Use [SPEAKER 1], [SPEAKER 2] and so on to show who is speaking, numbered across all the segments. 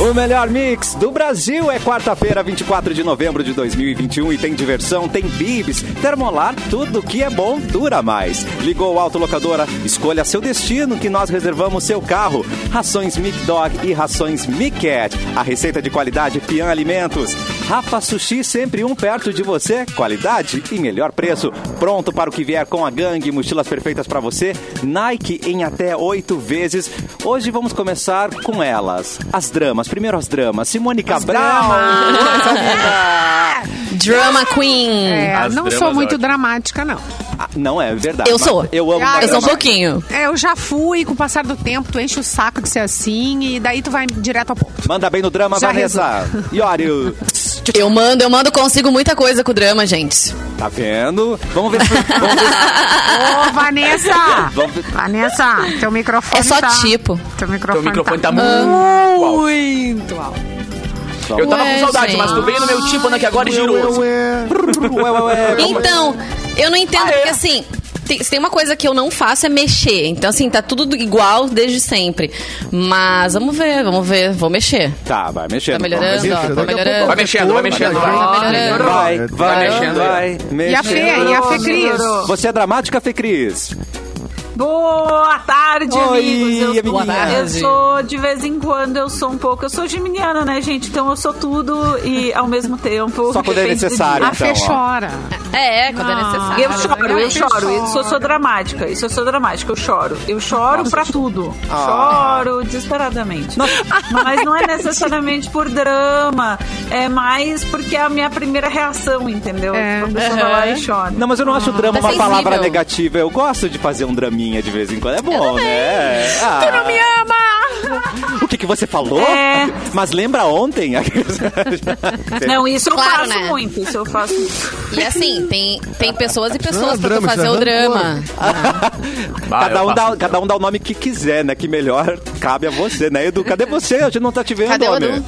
[SPEAKER 1] O melhor mix do Brasil é quarta-feira, 24 de novembro de 2021 e tem diversão, tem bibs, termolar, tudo que é bom dura mais. Ligou o autolocadora, escolha seu destino que nós reservamos seu carro. Rações Mic Dog e rações Mic Cat. A receita de qualidade Pian Alimentos. Rafa Sushi, sempre um perto de você, qualidade e melhor preço. Pronto para o que vier com a gangue, mochilas perfeitas para você. Nike em até oito vezes. Hoje vamos começar com elas. As dramas, primeiro as dramas. Simone Cabral. Coisa linda.
[SPEAKER 2] Drama Queen.
[SPEAKER 3] É,
[SPEAKER 1] As
[SPEAKER 3] não
[SPEAKER 1] dramas
[SPEAKER 3] sou muito
[SPEAKER 1] ótimas.
[SPEAKER 3] dramática, não.
[SPEAKER 1] Ah, Não é verdade.
[SPEAKER 2] Eu
[SPEAKER 1] mas
[SPEAKER 2] sou.
[SPEAKER 1] Eu amo.
[SPEAKER 3] Ah,
[SPEAKER 2] Eu sou um
[SPEAKER 1] drama.
[SPEAKER 2] pouquinho.
[SPEAKER 3] É, eu já fui, com o passar do tempo, tu enche o saco de ser assim e daí tu vai direto ao ponto.
[SPEAKER 1] Manda bem no drama,
[SPEAKER 3] Já
[SPEAKER 1] Vanessa. Iório.
[SPEAKER 2] Eu mando, eu mando, consigo muita coisa com o drama, gente.
[SPEAKER 1] Tá vendo? Vamos ver se. Vamos ver se
[SPEAKER 3] Ô, Vanessa!
[SPEAKER 1] Vamos ver-
[SPEAKER 3] Vanessa, teu microfone
[SPEAKER 2] É só
[SPEAKER 3] tá...
[SPEAKER 2] tipo.
[SPEAKER 3] Teu
[SPEAKER 4] Teu
[SPEAKER 3] microfone,
[SPEAKER 4] microfone tá
[SPEAKER 3] tá...
[SPEAKER 4] muito alto.
[SPEAKER 3] muito alto.
[SPEAKER 4] Eu tava
[SPEAKER 2] Ué,
[SPEAKER 4] com saudade,
[SPEAKER 2] gente.
[SPEAKER 4] mas tu veio no meu tipo, né, que agora e girou.
[SPEAKER 1] Ué, ué, ué.
[SPEAKER 2] Então, eu não entendo,
[SPEAKER 5] Ah,
[SPEAKER 2] porque
[SPEAKER 5] é?
[SPEAKER 2] assim. Tem, se tem uma coisa que eu não faço é mexer. Então, assim, tá tudo igual desde sempre. Mas vamos ver, vamos ver, vou mexer.
[SPEAKER 1] Tá, vai mexendo.
[SPEAKER 2] Tá melhorando,
[SPEAKER 1] Vamos
[SPEAKER 2] ó,
[SPEAKER 1] mexendo.
[SPEAKER 2] tá melhorando.
[SPEAKER 4] Vai mexendo, vai mexendo, vai.
[SPEAKER 2] melhorando.
[SPEAKER 1] Vai, vai,
[SPEAKER 5] Vai
[SPEAKER 1] vai,
[SPEAKER 4] mexendo
[SPEAKER 1] vai,
[SPEAKER 4] aí.
[SPEAKER 3] E a Fê, e a Fê Cris?
[SPEAKER 1] Você é dramática, Fê Cris?
[SPEAKER 6] Boa tarde,
[SPEAKER 1] Oi,
[SPEAKER 6] amigos. Eu,
[SPEAKER 1] amiguinha.
[SPEAKER 6] eu
[SPEAKER 2] Boa
[SPEAKER 6] sou, de vez em quando, eu sou um pouco. Eu sou geminiana, né, gente? Então eu sou tudo e ao mesmo tempo.
[SPEAKER 1] Só quando é
[SPEAKER 6] depende do
[SPEAKER 1] necessário.
[SPEAKER 3] A
[SPEAKER 6] dia.
[SPEAKER 3] Fê
[SPEAKER 1] Então, ó.
[SPEAKER 3] chora.
[SPEAKER 2] É, é, quando é
[SPEAKER 3] Ah,
[SPEAKER 6] Eu
[SPEAKER 2] necessário.
[SPEAKER 6] choro, eu choro. Isso eu sou dramática. Isso eu sou dramática. Eu choro. Eu choro pra tudo.
[SPEAKER 1] Ah.
[SPEAKER 6] Choro desesperadamente. Mas não é necessariamente por drama. É mais porque é a minha primeira reação, entendeu?
[SPEAKER 3] É.
[SPEAKER 6] Tipo, a pessoa vai lá e chora.
[SPEAKER 1] Não, mas eu não acho drama
[SPEAKER 2] Tá
[SPEAKER 1] uma
[SPEAKER 2] sensível.
[SPEAKER 1] palavra negativa. Eu gosto de fazer um draminha de vez em quando. É bom, né? tu não me ama! O que, que você falou?
[SPEAKER 6] É.
[SPEAKER 1] Mas lembra ontem?
[SPEAKER 4] Ah,
[SPEAKER 6] Não, isso eu
[SPEAKER 2] Claro,
[SPEAKER 6] faço
[SPEAKER 2] né?
[SPEAKER 6] muito. Isso eu faço muito.
[SPEAKER 2] E assim, tem, tem pessoas e pessoas pra tu
[SPEAKER 5] drama,
[SPEAKER 2] fazer
[SPEAKER 5] isso
[SPEAKER 2] o
[SPEAKER 5] é
[SPEAKER 2] drama.
[SPEAKER 4] Vai,
[SPEAKER 1] cada,
[SPEAKER 4] eu
[SPEAKER 1] um dá,
[SPEAKER 4] faço.
[SPEAKER 1] cada um dá o nome que quiser, né? Que melhor cabe a você, né, Edu? Cadê você? A gente não tá te vendo,
[SPEAKER 2] Cadê o
[SPEAKER 1] homem.
[SPEAKER 2] Edu?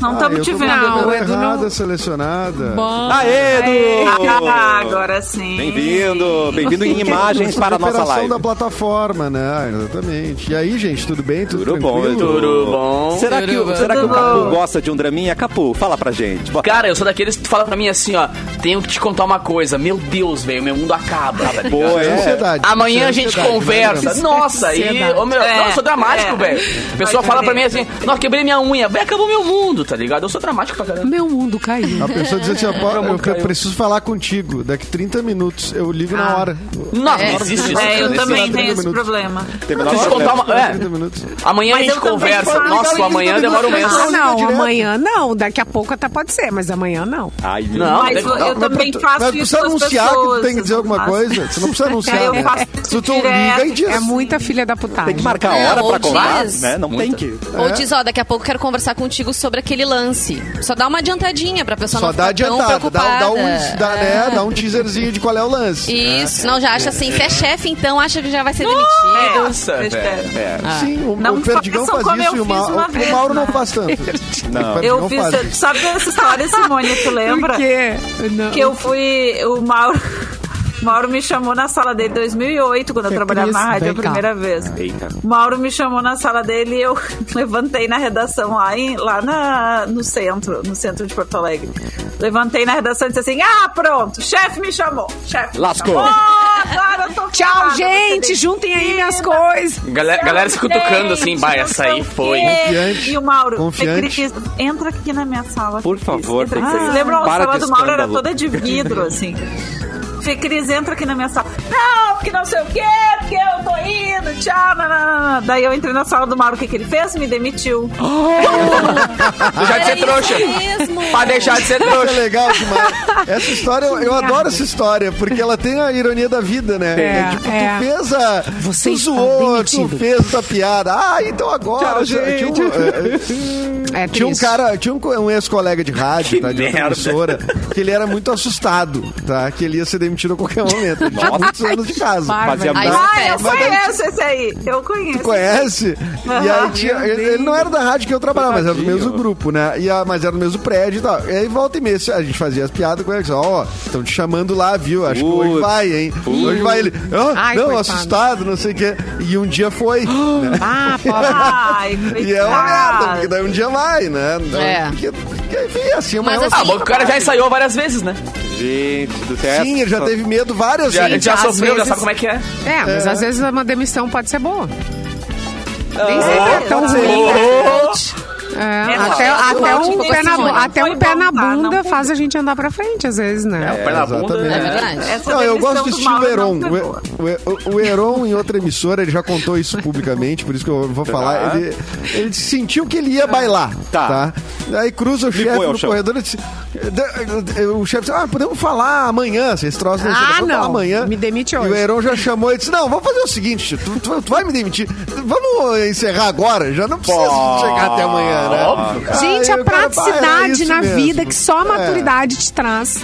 [SPEAKER 6] Não
[SPEAKER 5] Ah,
[SPEAKER 6] estamos
[SPEAKER 5] eu
[SPEAKER 6] te
[SPEAKER 5] tô
[SPEAKER 6] vendo.
[SPEAKER 5] com a
[SPEAKER 3] Não,
[SPEAKER 6] Edu.
[SPEAKER 3] o
[SPEAKER 5] mão
[SPEAKER 3] Edu
[SPEAKER 5] errada,
[SPEAKER 3] não-
[SPEAKER 5] selecionada.
[SPEAKER 1] Aê, Ah, Edu!
[SPEAKER 6] Ah, agora sim.
[SPEAKER 1] Bem-vindo, bem-vindo em
[SPEAKER 5] Questão
[SPEAKER 1] imagens
[SPEAKER 5] de
[SPEAKER 1] para a nossa
[SPEAKER 5] é operação
[SPEAKER 1] live.
[SPEAKER 5] da plataforma, né? Exatamente. E aí, gente, tudo bem? Tudo,
[SPEAKER 1] Tudo bom,
[SPEAKER 5] tranquilo?
[SPEAKER 1] Edu?
[SPEAKER 4] Tudo bom?
[SPEAKER 1] Será que, o-
[SPEAKER 2] Tudo
[SPEAKER 1] será que o
[SPEAKER 6] bom.
[SPEAKER 1] Capu gosta de um draminha? Capu, fala pra gente. Bota-
[SPEAKER 4] Cara, eu sou daqueles que tu fala pra mim assim, ó, tenho que te contar uma coisa. Meu Deus, velho, meu mundo acaba, tá ligado?
[SPEAKER 1] Boa,
[SPEAKER 5] É
[SPEAKER 1] é.
[SPEAKER 5] ansiedade.
[SPEAKER 4] Amanhã a
[SPEAKER 5] Isso é
[SPEAKER 4] gente
[SPEAKER 5] ansiedade,
[SPEAKER 4] conversa.
[SPEAKER 5] né?
[SPEAKER 4] Nossa, e.
[SPEAKER 3] Ansiedade.
[SPEAKER 4] ô, meu,
[SPEAKER 6] É,
[SPEAKER 4] não, eu sou dramático,
[SPEAKER 6] é.
[SPEAKER 4] velho. A pessoa
[SPEAKER 6] Vai
[SPEAKER 4] fala pra mim
[SPEAKER 6] entender.
[SPEAKER 4] assim: Nossa, quebrei minha unha. Véi, acabou meu mundo, tá ligado? Eu sou dramático pra caramba.
[SPEAKER 3] Meu mundo caiu.
[SPEAKER 5] A pessoa diz assim, ó, pô, eu
[SPEAKER 4] caiu.
[SPEAKER 5] preciso falar contigo. Daqui 30 minutos. Eu ligo na hora.
[SPEAKER 4] Nossa,
[SPEAKER 2] É.
[SPEAKER 4] não existe isso.
[SPEAKER 6] É, eu
[SPEAKER 4] Não
[SPEAKER 6] também
[SPEAKER 4] existe.
[SPEAKER 6] tenho esse
[SPEAKER 5] minutos.
[SPEAKER 6] problema.
[SPEAKER 1] Tem menor
[SPEAKER 4] Preciso te
[SPEAKER 1] problema.
[SPEAKER 4] contar uma. é,
[SPEAKER 5] 30 minutos.
[SPEAKER 4] amanhã a
[SPEAKER 6] Mas
[SPEAKER 4] gente
[SPEAKER 6] eu também
[SPEAKER 4] conversa.
[SPEAKER 6] falo,
[SPEAKER 4] Nossa,
[SPEAKER 5] eu
[SPEAKER 4] amanhã
[SPEAKER 5] também
[SPEAKER 4] demora um
[SPEAKER 5] falo.
[SPEAKER 4] mês.
[SPEAKER 3] Ah, não,
[SPEAKER 5] direto.
[SPEAKER 3] amanhã não. Daqui a pouco até pode ser, mas amanhã não.
[SPEAKER 1] Ai, meu
[SPEAKER 4] Não,
[SPEAKER 1] Deus.
[SPEAKER 6] Mas
[SPEAKER 4] Não,
[SPEAKER 6] eu, eu
[SPEAKER 5] Mas
[SPEAKER 6] também
[SPEAKER 5] tu-
[SPEAKER 6] faço
[SPEAKER 5] mas tu
[SPEAKER 6] isso
[SPEAKER 5] precisa
[SPEAKER 6] com as
[SPEAKER 5] anunciar que
[SPEAKER 6] pessoas.
[SPEAKER 5] tu tem que dizer alguma coisa? Você não precisa anunciar,
[SPEAKER 6] Eu
[SPEAKER 5] né?
[SPEAKER 6] faço
[SPEAKER 5] Se tu
[SPEAKER 6] direto,
[SPEAKER 5] liga e diz.
[SPEAKER 3] É muita filha da putagem.
[SPEAKER 1] Tem que marcar a
[SPEAKER 2] Não,
[SPEAKER 1] hora
[SPEAKER 2] ou
[SPEAKER 1] pra contar,
[SPEAKER 2] diz-
[SPEAKER 1] né? Não tem
[SPEAKER 4] Muita.
[SPEAKER 1] que.
[SPEAKER 5] É.
[SPEAKER 2] Ou diz, ó, daqui a pouco quero conversar contigo sobre aquele lance. Só dá uma adiantadinha pra pessoa
[SPEAKER 5] Só
[SPEAKER 2] não
[SPEAKER 5] dá
[SPEAKER 2] ficar tão
[SPEAKER 5] adiantado. Dá,
[SPEAKER 2] preocupada.
[SPEAKER 5] dá, um, dá, né, dá um teaserzinho de qual é o lance.
[SPEAKER 2] Isso, é. não, já acha assim, se é chefe, então acha que já vai ser demitido.
[SPEAKER 4] Nossa,
[SPEAKER 6] É, Eu
[SPEAKER 4] velho.
[SPEAKER 6] espero.
[SPEAKER 5] Sim, o,
[SPEAKER 6] Não
[SPEAKER 5] o Perdigão
[SPEAKER 6] façam
[SPEAKER 5] faz
[SPEAKER 6] como
[SPEAKER 5] isso
[SPEAKER 6] eu
[SPEAKER 5] e o, Ma
[SPEAKER 6] fiz uma
[SPEAKER 5] o
[SPEAKER 6] vez,
[SPEAKER 5] Mauro não
[SPEAKER 6] né?
[SPEAKER 5] faz tanto.
[SPEAKER 1] Não.
[SPEAKER 5] O Perdigão
[SPEAKER 6] Eu
[SPEAKER 5] faz
[SPEAKER 6] fiz.
[SPEAKER 5] isso.
[SPEAKER 6] Sabe dessa história, Simone? Tu lembra?
[SPEAKER 3] Por quê? Não.
[SPEAKER 6] que eu fui. O Mauro. o Mauro me chamou na sala dele em 2008, quando eu
[SPEAKER 3] Fê
[SPEAKER 6] trabalhava
[SPEAKER 3] Cris,
[SPEAKER 6] na rádio a
[SPEAKER 3] vem cá.
[SPEAKER 6] primeira vez.
[SPEAKER 1] Eita.
[SPEAKER 6] O Mauro me chamou na sala dele e eu levantei na redação lá, em, lá na, no centro, no centro de Porto Alegre. Levantei na redação e disse assim: Ah, pronto, chefe me chamou. Chefe. me
[SPEAKER 1] Lascou.
[SPEAKER 6] chamou, agora eu tô ferrada,
[SPEAKER 3] Tchau,
[SPEAKER 6] vou ser
[SPEAKER 3] gente. Juntem aí minhas coisas.
[SPEAKER 4] Galera, galera se cutucando assim, vai, essa aí foi.
[SPEAKER 5] Confiante,
[SPEAKER 6] E o Mauro,
[SPEAKER 5] confiante.
[SPEAKER 6] Cris, entra aqui na minha sala.
[SPEAKER 1] Por
[SPEAKER 6] Cris.
[SPEAKER 1] favor,
[SPEAKER 6] Entra-
[SPEAKER 1] Fê
[SPEAKER 6] Vocês
[SPEAKER 1] Cris.
[SPEAKER 6] lembram? A
[SPEAKER 1] Para
[SPEAKER 6] sala
[SPEAKER 1] de
[SPEAKER 6] do Mauro era
[SPEAKER 1] escândalo.
[SPEAKER 6] toda de vidro, assim. Fê Cris, entra aqui na minha sala. Não, porque não sei o quê, porque eu tô indo, tchau. nananana. Daí eu entrei na sala do Mauro, o que, que ele fez? Me demitiu.
[SPEAKER 4] Deixar de ser trouxa.
[SPEAKER 2] É mesmo.
[SPEAKER 4] Pra deixar de ser
[SPEAKER 5] Isso é
[SPEAKER 4] trouxa.
[SPEAKER 5] legal demais. Essa história, eu, eu adoro essa história, porque ela tem a ironia da vida, né?
[SPEAKER 3] É,
[SPEAKER 5] tipo,
[SPEAKER 3] é.
[SPEAKER 5] tu fez a.
[SPEAKER 3] Você
[SPEAKER 5] tu
[SPEAKER 3] está
[SPEAKER 5] zoou,
[SPEAKER 3] demitido.
[SPEAKER 5] tu fez a piada. Ah, então agora.
[SPEAKER 1] Tchau,
[SPEAKER 5] já- tinha um- é,
[SPEAKER 3] É
[SPEAKER 5] Tinha um
[SPEAKER 3] triste.
[SPEAKER 5] cara, tinha um, co- um ex-colega de rádio, tá, de outra
[SPEAKER 4] merda.
[SPEAKER 5] emissora, que ele era muito assustado, tá? Que ele ia ser demitido a qualquer momento. Ele tinha muitos anos de casa.
[SPEAKER 3] Bárbaro.
[SPEAKER 1] Fazia
[SPEAKER 2] Aí
[SPEAKER 1] muito-
[SPEAKER 2] você
[SPEAKER 6] Ah,
[SPEAKER 5] é,
[SPEAKER 6] Eu
[SPEAKER 2] conhece.
[SPEAKER 6] conheço esse aí. Eu conheço.
[SPEAKER 5] Conhece? E aí tinha-
[SPEAKER 6] Meu
[SPEAKER 5] ele, ele não era da rádio que eu trabalhava, mas era do
[SPEAKER 1] Coitadinho.
[SPEAKER 5] mesmo grupo, né? E a, mas era do mesmo prédio e tal. E aí volta e meia, a gente fazia as piadas com ele. Ó, estão te chamando lá, viu? Acho que hoje
[SPEAKER 1] Putz.
[SPEAKER 5] vai, hein? Hoje vai ele. "Ah,
[SPEAKER 3] Ai,
[SPEAKER 5] não,
[SPEAKER 3] coitado.
[SPEAKER 5] assustado, não sei o quê. E um dia foi. né?
[SPEAKER 3] Ah, pobre.
[SPEAKER 6] Ai,
[SPEAKER 5] E é uma merda, porque
[SPEAKER 6] coitado.
[SPEAKER 5] daí um dia vai, né? Não,
[SPEAKER 2] É.
[SPEAKER 5] Porque, porque, enfim, assim, uma
[SPEAKER 2] Mas
[SPEAKER 5] relação-
[SPEAKER 7] Ah, bom, o cara já ensaiou várias vezes, né?
[SPEAKER 1] Gente do céu.
[SPEAKER 5] Sim, ele já teve medo várias
[SPEAKER 7] Já,
[SPEAKER 5] vezes.
[SPEAKER 7] já
[SPEAKER 3] às
[SPEAKER 7] sofreu, já
[SPEAKER 3] vezes-
[SPEAKER 7] sabe como é que é.
[SPEAKER 3] É, mas às vezes uma demissão pode ser boa.
[SPEAKER 7] Ah,
[SPEAKER 3] Nem sempre é tão ruim. É,
[SPEAKER 6] não,
[SPEAKER 3] até
[SPEAKER 6] eu
[SPEAKER 3] até
[SPEAKER 6] acho
[SPEAKER 3] um
[SPEAKER 6] que
[SPEAKER 3] pé na,
[SPEAKER 6] esse
[SPEAKER 3] bu-
[SPEAKER 6] foi, não
[SPEAKER 3] até
[SPEAKER 6] tipo assim, foi
[SPEAKER 3] um pé na
[SPEAKER 6] bom, tá? Não
[SPEAKER 3] bunda
[SPEAKER 6] foi
[SPEAKER 3] faz a gente andar pra frente, às vezes, né?
[SPEAKER 7] o pé na bunda.
[SPEAKER 5] exatamente.
[SPEAKER 2] É
[SPEAKER 7] né?
[SPEAKER 2] verdade.
[SPEAKER 6] Essa
[SPEAKER 5] Não, eu
[SPEAKER 6] demissão
[SPEAKER 5] gosto do estilo
[SPEAKER 3] é
[SPEAKER 6] Mauro
[SPEAKER 5] Heron. né?
[SPEAKER 6] não foi boa.
[SPEAKER 5] O, o, o Heron, em outra emissora, ele já contou isso publicamente, por isso que eu vou falar.
[SPEAKER 1] Tá.
[SPEAKER 5] Ele, ele sentiu que ele ia bailar.
[SPEAKER 1] Tá.
[SPEAKER 5] Tá. Aí cruza o chefe
[SPEAKER 1] foi ao
[SPEAKER 5] no
[SPEAKER 1] chão.
[SPEAKER 5] corredor e disse. O chefe disse: Ah, podemos falar amanhã, se esse troço
[SPEAKER 3] Ah,
[SPEAKER 5] sei lá, vamos
[SPEAKER 3] não.
[SPEAKER 5] falar amanhã.
[SPEAKER 3] Me demite
[SPEAKER 5] E
[SPEAKER 3] hoje.
[SPEAKER 5] o Heron já chamou e disse: Não, vamos fazer o seguinte, tu, tu- tu vai me demitir. Vamos encerrar agora, já não precisa
[SPEAKER 1] Pô,
[SPEAKER 5] chegar até amanhã, né?
[SPEAKER 1] óbvio.
[SPEAKER 5] Aí
[SPEAKER 3] Gente, a
[SPEAKER 5] o cara, "Bah, era
[SPEAKER 3] praticidade
[SPEAKER 5] é isso
[SPEAKER 3] na
[SPEAKER 5] mesmo."
[SPEAKER 3] vida que só a
[SPEAKER 5] É.
[SPEAKER 3] maturidade te traz.